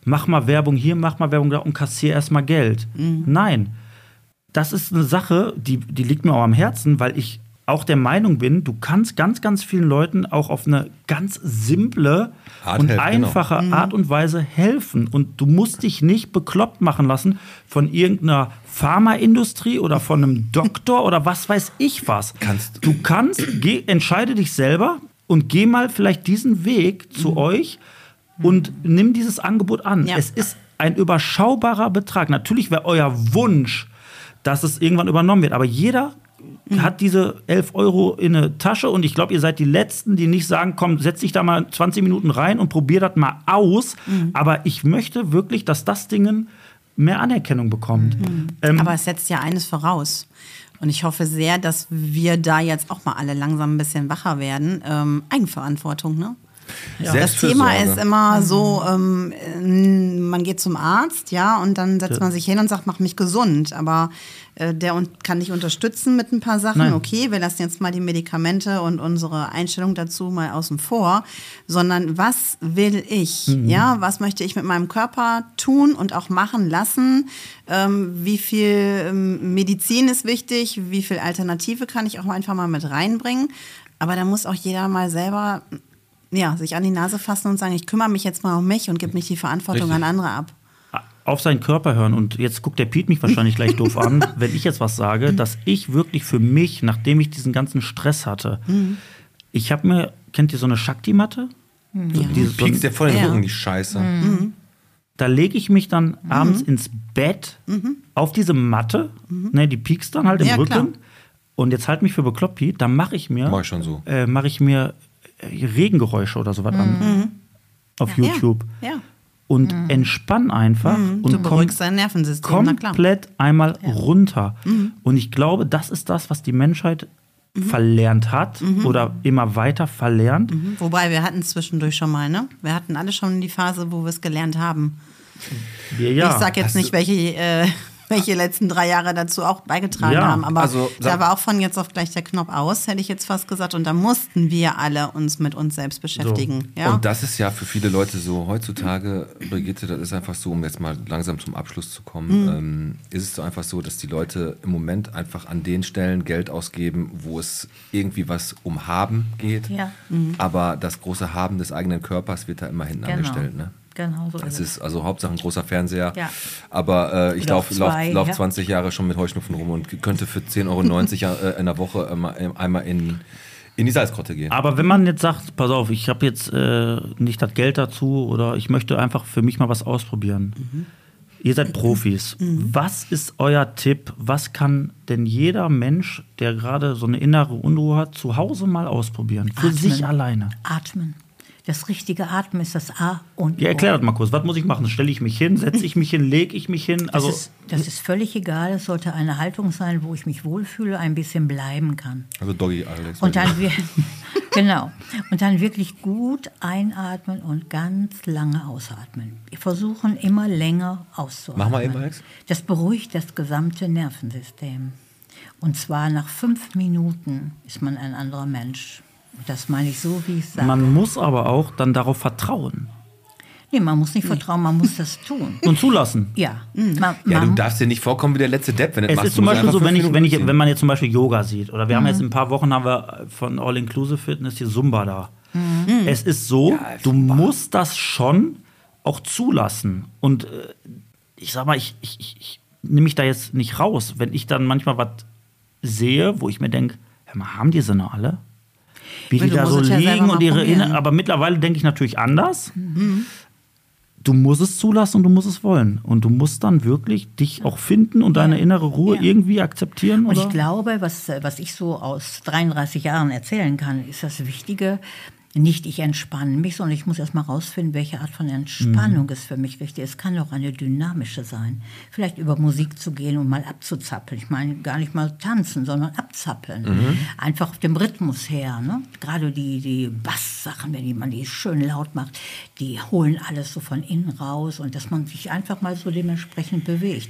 mach mal Werbung hier, mach mal Werbung da und kassier erstmal Geld. Mhm. Nein. Das ist eine Sache, die, die liegt mir auch am Herzen, weil ich auch der Meinung bin, du kannst ganz, ganz vielen Leuten auch auf eine ganz simple Art und helfen, genau. einfache Mhm. Art und Weise helfen. Und du musst dich nicht bekloppt machen lassen von irgendeiner Pharmaindustrie oder von einem Doktor oder was weiß ich was. Kannst. Du kannst, geh, entscheide dich selber und geh mal vielleicht diesen Weg zu euch und nimm dieses Angebot an. Es ist ein überschaubarer Betrag. Natürlich wäre euer Wunsch, dass es irgendwann übernommen wird, aber jeder hat diese 11 Euro in eine Tasche und ich glaube, ihr seid die Letzten, die nicht sagen, komm, setz dich da mal 20 Minuten rein und probier das mal aus. Aber ich möchte wirklich, dass das Ding mehr Anerkennung bekommt. Ähm, Aber es setzt ja eines voraus. Und ich hoffe sehr, dass wir da jetzt auch mal alle langsam ein bisschen wacher werden. Ähm, Eigenverantwortung, ne? Ja. Das Thema ist immer so, ähm, äh, man geht zum Arzt, ja, und dann Ja. setzt man sich hin und sagt, mach mich gesund. Aber äh, der un- kann dich unterstützen mit ein paar Sachen. Nein. Okay, wir lassen jetzt mal die Medikamente und unsere Einstellung dazu mal außen vor. Sondern was will ich? Mhm. Ja, was möchte ich mit meinem Körper tun und auch machen lassen? Ähm, wie viel ähm, Medizin ist wichtig? Wie viel Alternative kann ich auch mal einfach mal mit reinbringen? Aber da muss auch jeder mal selber ja, sich an die Nase fassen und sagen, ich kümmere mich jetzt mal um mich und gebe nicht die Verantwortung Richtig. an andere ab. auf seinen Körper hören. Und jetzt guckt der Piet mich wahrscheinlich gleich doof [laughs] an, wenn ich jetzt was sage, dass ich wirklich für mich, nachdem ich diesen ganzen Stress hatte, Mhm. ich habe mir, kennt ihr so eine Shakti-Matte? Mhm. So Ja. diese- Du piekst dir voll in den Ja. Rücken, die Scheiße. Mhm. Da lege ich mich dann Mhm. abends ins Bett auf diese Matte, Mhm. ne, die piekst dann halt im Ja, Rücken. klar. Und jetzt halt mich für bekloppt, Piet, dann mache ich mir. Mach ich schon so. Äh, mache ich mir äh, Regengeräusche oder sowas an. Auf YouTube. Mhm. Ja. Und entspann einfach Mhm. und Du komm beruhigst dein Nervensystem, na klar. komplett einmal runter. Mhm. Und ich glaube, das ist das, was die Menschheit verlernt hat Mhm. oder immer weiter verlernt. Mhm. Wobei, wir hatten es zwischendurch schon mal, ne? Wir hatten alle schon die Phase, wo wir es gelernt haben. Wir, ja. Ich sag jetzt nicht, welche, äh, [laughs] welche letzten drei Jahre dazu auch beigetragen Ja, haben, aber also, da sag- war auch von jetzt auf gleich der Knopf aus, hätte ich jetzt fast gesagt. Und da mussten wir alle uns mit uns selbst beschäftigen. Ja? Und das ist ja für viele Leute so. Heutzutage, Brigitte, das ist einfach so, um jetzt mal langsam zum Abschluss zu kommen, Mhm. ähm, ist es so einfach so, dass die Leute im Moment einfach an den Stellen Geld ausgeben, wo es irgendwie was um Haben geht. Ja. Mhm. Aber das große Haben des eigenen Körpers wird da immer hinten Genau. angestellt. Ne? Genau, so ist Das es. ist also Hauptsache ein großer Fernseher. Ja. Aber äh, ich Oder laufe lauf, zwei, lauf ja. 20 Jahre schon mit Heuschnupfen rum und könnte für 10,90 Euro äh, in der Woche einmal, einmal in, in die Salzgrotte gehen. Aber wenn man jetzt sagt, pass auf, ich habe jetzt äh, nicht das Geld dazu oder ich möchte einfach für mich mal was ausprobieren. Mhm. Ihr seid Profis. Was ist euer Tipp? Was kann denn jeder Mensch, der gerade so eine innere Unruhe hat, zu Hause mal ausprobieren? Für Atmen. sich alleine. Atmen. Das richtige Atmen ist das A und O. Ja, erklär das mal kurz. Was muss ich machen? Stelle ich mich hin? Setze ich mich hin? Lege ich mich hin? Das, Also, ist, das ist völlig egal. Es sollte eine Haltung sein, wo ich mich wohlfühle, ein bisschen bleiben kann. Also Doggy Alex. Und dann, wir, [laughs] genau. und dann wirklich gut einatmen und ganz lange ausatmen. Wir versuchen immer länger auszuatmen. Mach mal eben, Alex. Das beruhigt das gesamte Nervensystem. Und zwar nach fünf Minuten ist man ein anderer Mensch. Und das meine ich so, wie ich sage. man muss aber auch dann darauf vertrauen nee, man muss nicht vertrauen, man muss das tun. und zulassen. Ja, man, Ja, du man, darfst dir nicht vorkommen wie der letzte Depp, wenn du das Es machst. ist zum Du musst Beispiel einfach so, wenn, fünf ich, wenn, ich, Minuten wenn man jetzt zum Beispiel Yoga sieht, oder wir haben Mhm. jetzt in ein paar Wochen haben wir von All Inclusive Fitness die Zumba da. Mhm. Es ist so, du musst das schon auch zulassen. Und äh, ich sag mal, ich, ich, ich, ich nehme mich da jetzt nicht raus, wenn ich dann manchmal was sehe, wo ich mir denke, haben die sie noch alle? Wie Weil die du da so musst es ja selber liegen mal und ihre probieren. Inner Aber mittlerweile denke ich natürlich anders. Du musst es zulassen und du musst es wollen. Und du musst dann wirklich dich auch finden und deine innere Ruhe irgendwie akzeptieren. Und oder? ich glaube, was, äh, was ich so aus 33 Jahren erzählen kann, ist das Wichtige, nicht ich entspanne mich, sondern ich muss erstmal rausfinden, welche Art von Entspannung ist für mich richtig. Es kann auch eine dynamische sein. Vielleicht über Musik zu gehen und mal abzuzappeln. Ich meine gar nicht mal tanzen, sondern abzappeln. Mhm. Einfach auf dem Rhythmus her. Ne? Gerade die, die Basssachen, wenn die, man die schön laut macht, die holen alles so von innen raus und dass man sich einfach mal so dementsprechend bewegt.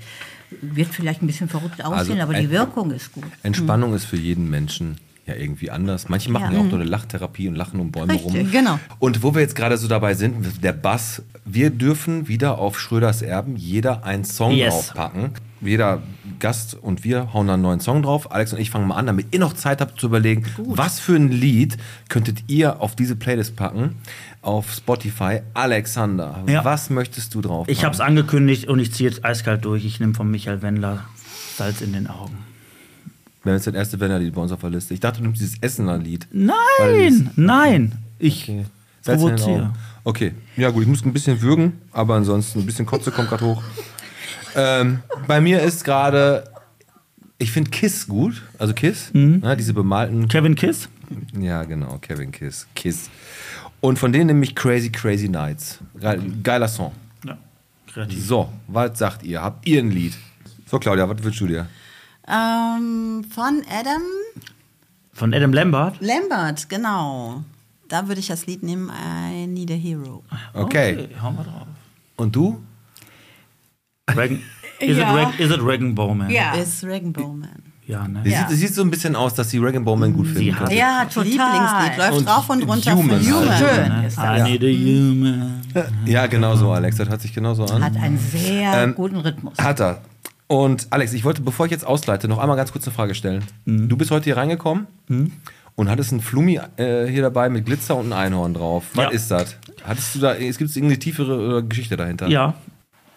Wird vielleicht ein bisschen verrückt aussehen, aber die Also ein- Wirkung ist gut. Entspannung ist für jeden Menschen ja irgendwie anders. Manche machen ja, Mhm. Ja. auch nur eine Lachtherapie und lachen um Bäume Richtig, rum. genau. Und wo wir jetzt gerade so dabei sind, der Bass. Wir dürfen wieder auf Schröders Erben jeder einen Song Yes. draufpacken. Jeder Gast und wir hauen dann einen neuen Song drauf. Alex und ich fangen mal an, damit ihr noch Zeit habt zu überlegen, was für ein Lied könntet ihr auf diese Playlist packen auf Spotify. Alexander, Ja. was möchtest du drauf? Ich habe es angekündigt und ich ziehe jetzt eiskalt durch. Ich nehme von Michael Wendler Salz in den Augen. Wenn jetzt das erste Werner-Lied bei uns auf der Liste. Ich dachte, du nimmst dieses Essener-Lied. Nein, nein. Ich Salz in den provoziere. Augen. Okay, ja gut, ich muss ein bisschen würgen, aber ansonsten ein bisschen Kotze kommt gerade hoch. Ähm, bei mir ist gerade, ich finde Kiss gut, also Kiss, ne, diese bemalten. Kevin Kiss? Ja, genau, Kevin Kiss, Kiss. Und von denen nehme ich Crazy Crazy Nights. Geil- Geiler Song. Ja, kreativ. So, was sagt ihr? Habt ihr ein Lied? So, Claudia, was wünschst du dir? Ähm, von Adam Von Adam Lambert? Lambert, genau. Da würde ich das Lied nehmen, I Need a Hero. Okay. hauen wir drauf. Und du? Reagan, is, Ja. it Reg, is it Reagan Bowman? Ist Rainbow Man. Ja, ne? Sie Sieht, sieht so ein bisschen aus, dass sie Reagan Bowman gut finden könnte. Ja, total. Lieblingslied läuft rauf und runter Human. also, ne? für Human. Schön ist das. Ja. I need a human. Ja, genau so, Alex. Das hört sich genauso an. Hat einen sehr Ähm, guten Rhythmus. Hat er. Und Alex, ich wollte, bevor ich jetzt ausleite, noch einmal ganz kurz eine Frage stellen. Du bist heute hier reingekommen und hattest einen Flummi äh, hier dabei mit Glitzer und ein Einhorn drauf. Was Ja. ist das? Hattest du da, es gibt irgendeine tiefere äh, Geschichte dahinter? Ja,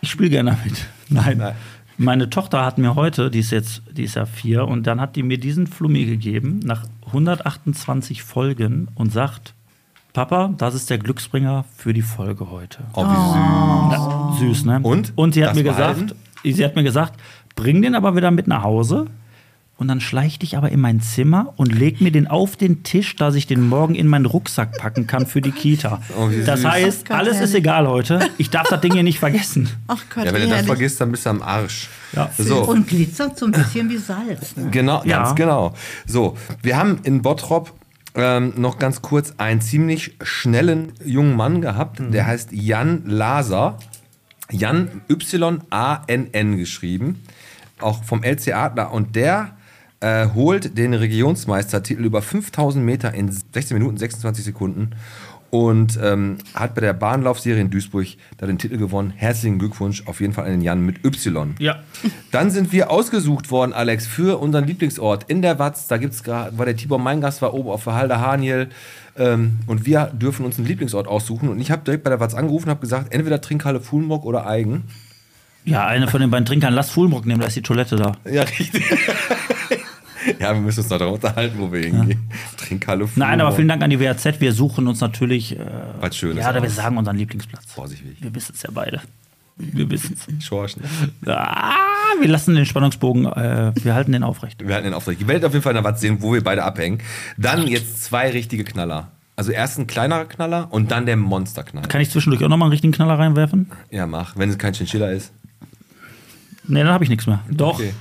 ich spiele gerne damit. [laughs] Nein. Meine Tochter hat mir heute, die ist jetzt, die ist ja vier, und dann hat die mir diesen Flummi gegeben nach 128 Folgen und sagt, Papa, das ist der Glücksbringer für die Folge heute. Oh, wie süß. Na, süß, ne? Und? Und sie hat Das mir behalten? gesagt, sie hat mir gesagt, bring den aber wieder mit nach Hause. Und dann schleich dich aber in mein Zimmer und leg mir den auf den Tisch, dass ich den morgen in meinen Rucksack packen kann für die Kita. Oh, wie das süß. heißt, alles ist egal heute. Ich darf das Ding hier nicht vergessen. Ach Gott, Ja, wenn wie du das herrlich. vergisst, dann bist du am Arsch. So. Und glitzert so ein bisschen wie Salz. Ne? Genau, Ja. ganz genau. So, wir haben in Bottrop ähm, noch ganz kurz einen ziemlich schnellen jungen Mann gehabt, der heißt Jan Laser. Jan Y-A-N-N geschrieben, auch vom LC Adler. Und der äh, holt den Regionsmeistertitel über 5000 Meter in 16 Minuten 26 Sekunden und ähm, hat bei der Bahnlaufserie in Duisburg da den Titel gewonnen. Herzlichen Glückwunsch auf jeden Fall an den Jan mit Y. Ja. Dann sind wir ausgesucht worden, Alex, für unseren Lieblingsort in der Watz. Da gibt's gerade, war der Tibor Meingast, war oben auf der Halde Haniel. Ähm, und wir dürfen uns einen Lieblingsort aussuchen. Und ich habe direkt bei der Watz angerufen und habe gesagt, entweder Trinkhalle Fulmrock oder Eigen. Ja, eine von den beiden Trinkern. Lass Fulmrock nehmen, da ist die Toilette da. Ja, richtig. [laughs] ja, wir müssen uns noch darüber unterhalten, wo wir hingehen. Trinkhalle Fulmrock. Nein, aber vielen Dank an die WAZ. Wir suchen uns natürlich. Äh, Was Schönes. ja, oder wir aus. sagen unseren Lieblingsplatz. Vorsichtig. Wir wissen es ja beide. Wir wissen es. Schorschen. Ah, wir lassen den Spannungsbogen, äh, wir halten den aufrecht. Wir hatten den Auftrag. Ihr werdet auf jeden Fall in der Watz sehen, wo wir beide abhängen. Dann jetzt zwei richtige Knaller. Also erst ein kleinerer Knaller und dann der Monsterknaller. Kann ich zwischendurch auch nochmal einen richtigen Knaller reinwerfen? Ja, mach. Wenn es kein Chinchilla ist. Nee, dann habe ich nichts mehr. Doch. Okay.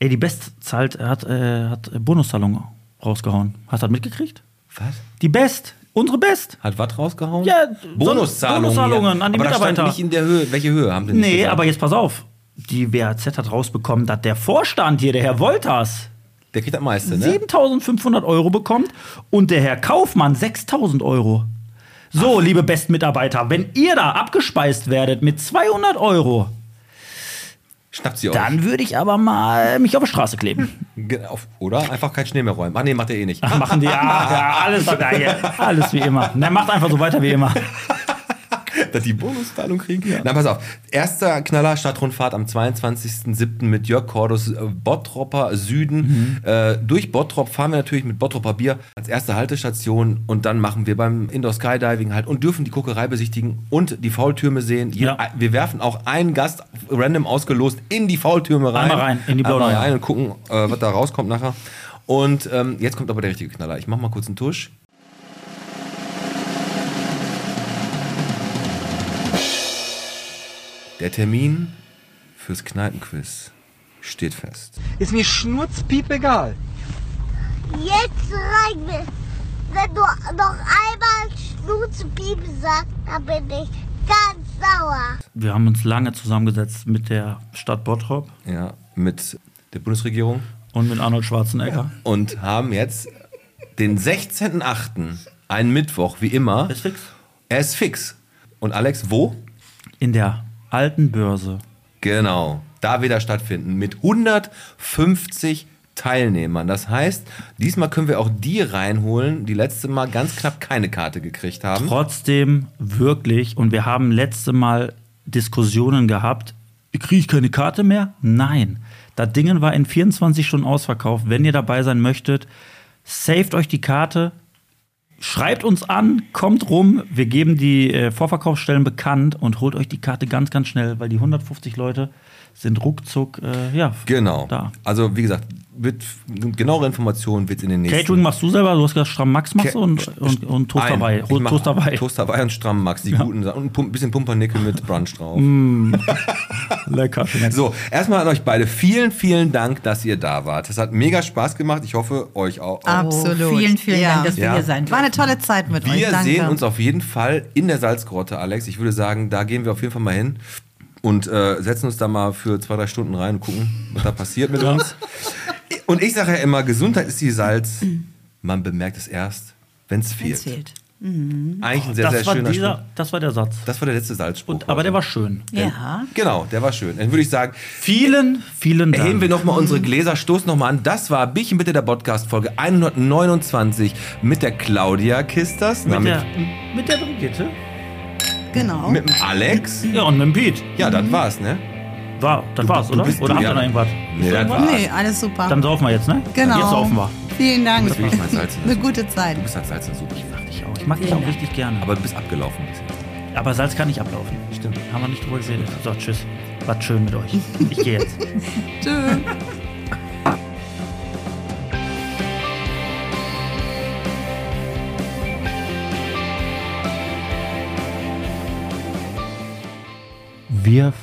Ey, die Best zahlt, hat, äh, hat Bonussalon rausgehauen. Hast du das mitgekriegt? Was? Die Best. Unsere Best. Hat was rausgehauen? Ja, Bonuszahlungen. Bonuszahlungen an die aber das Mitarbeiter. stand nicht in der Höhe. Welche Höhe haben die nicht Nee, gesagt? aber jetzt pass auf. Die WAZ hat rausbekommen, dass der Vorstand hier, der Herr Wolters, Der kriegt am meisten, ne? 7500 Euro bekommt und der Herr Kaufmann 6000 Euro. So, liebe Bestmitarbeiter, wenn ihr da abgespeist werdet mit 200 Euro, Schnappt sie euch. dann würde ich aber mal mich auf die Straße kleben. Ge- auf- Oder einfach keinen Schnee mehr räumen. Ah, nee, macht er eh nicht. Ach, [laughs] machen die, ja, ja alles, na, ja, alles wie immer. Na, macht einfach so weiter wie immer. Dass die Bonuszahlung kriegen. Na, pass auf. Erster Knaller Stadtrundfahrt am 22.07. mit Jörg Cordus, äh, Bottropper Mhm. Süden. Äh, durch Bottrop fahren wir natürlich mit Bottropper Bier als erste Haltestation und dann machen wir beim Indoor Skydiving halt und dürfen die Kokerei besichtigen und die Faultürme sehen. Je- Ja. Wir werfen auch einen Gast random ausgelost in die Faultürme rein. Einmal rein, in die blaue Einmal Reihe. rein und gucken, äh, was da rauskommt nachher. Und ähm, jetzt kommt aber der richtige Knaller. Ich mach mal kurz einen Tusch. Der Termin fürs Kneipenquiz steht fest. Ist mir schnurzpiep egal. Jetzt rein will. Wenn du noch einmal Schnuzenpiep sagst, dann bin ich ganz sauer. Wir haben uns lange zusammengesetzt mit der Stadt Bottrop. Ja, mit der Bundesregierung. Und mit Arnold Schwarzenegger. Und haben jetzt den 16.8., einen Mittwoch, wie immer. Er ist fix. Er ist fix. Und Alex, wo? In der alten Börse. Genau, da wird er stattfinden mit 150 Teilnehmern. Das heißt, diesmal können wir auch die reinholen, die letzte Mal ganz knapp keine Karte gekriegt haben. Trotzdem wirklich, und wir haben letzte Mal Diskussionen gehabt, kriege ich keine Karte mehr? Nein. Das Dingen war in 24 Stunden ausverkauft. Wenn ihr dabei sein möchtet, saved euch die Karte, schreibt uns an, kommt rum, wir geben die äh, Vorverkaufsstellen bekannt und holt euch die Karte ganz, ganz schnell, weil die 150 Leute sind ruckzuck äh, ja, Genau. da. Also, wie gesagt, wird, genauere Informationen wird es in den nächsten Catering machst du selber, du hast gesagt, Stramm Max machst du und, und, und Toast Ein. dabei. Ich Ro- mach Toast dabei. Toast dabei und stramm Max. Die guten Sachen. Und ein Pum- bisschen Pumpernickel mit Brunch drauf. Mm. [laughs] Lecker. So, erstmal an euch beide vielen, vielen Dank, dass ihr da wart. Es hat mega Spaß gemacht. Ich hoffe, euch auch. Ah, Absolut. Oh, vielen, vielen Dank, dass wir Ja. hier sein War eine tolle Zeit mit euch. Wir Danke. sehen uns auf jeden Fall in der Salzgrotte, Alex. Ich würde sagen, da gehen wir auf jeden Fall mal hin und äh, setzen uns da mal für zwei, drei Stunden rein und gucken, was da passiert mit uns. Und ich sage ja immer, Gesundheit ist wie Salz. Man bemerkt es erst, wenn es fehlt. fehlt. Eigentlich ein Oh, sehr, das sehr war schöner dieser- Spruch. Das war der Satz. Das war der letzte Salzspruch. Aber der war schön. Ja. Genau, der war schön. Dann würde ich sagen, vielen, vielen Dank. Erheben wir nochmal unsere Gläser, stoßen nochmal an. Das war Bierchen bitte der Podcast-Folge 129 mit der Claudia Kistas, na, Mit mit, der, mit der Brigitte. Genau. mit dem Alex. Ja, und mit dem Pete. Ja, das war's, ne? War, das war's, du oder? bist- Oder habt ja. ihr noch irgendwas? Nee, Ist das irgendwas? war's. Nee, alles super. Dann saufen wir jetzt, ne? Genau. Jetzt saufen wir. Vielen Dank. Das will ich mal Salz in der Eine gute Zeit. Du bist halt Salz in der Suppe. Ich mach dich auch. Ich mag dich auch richtig gerne. Aber du bist abgelaufen. ein bisschen. Aber Salz kann nicht ablaufen. Stimmt. Haben wir nicht drüber gesehen. So, tschüss. War schön mit euch. Ich gehe jetzt. Tschüss. Wirf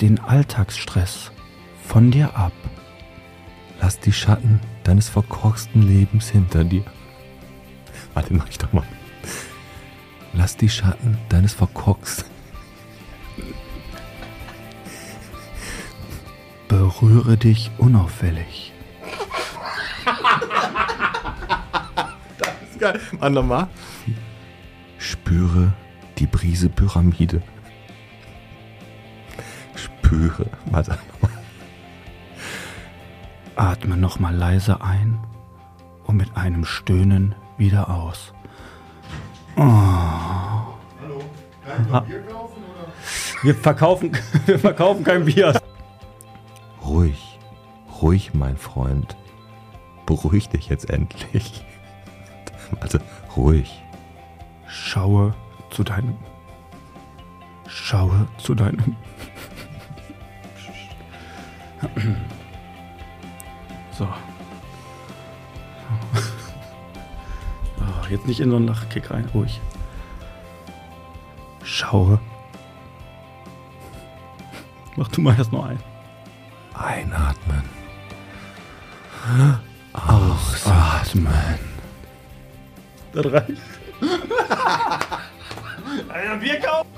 den Alltagsstress von dir ab. Lass die Schatten deines verkorksten Lebens hinter dir. Warte, mach ich doch mal. Lass die Schatten deines verkorksten. Berühre dich unauffällig. Das ist geil. Mann, nochmal. Spüre die Brise Pyramide. Spüre. Warte. Atme nochmal leise ein und mit einem Stöhnen wieder aus. Oh. Hallo, Ah. Wir [laughs] verkaufen, wir verkaufen kein Bier. Ruhig. Ruhig, mein Freund. Beruhig dich jetzt endlich. Warte, ruhig. Schaue zu deinem. Schaue zu deinem. So. Ah, jetzt nicht in so einen Lachkick rein. Ruhig. Schaue Mach du mal erst noch ein. Einatmen. Ausatmen. Das reicht. Alter, Bier kaufen.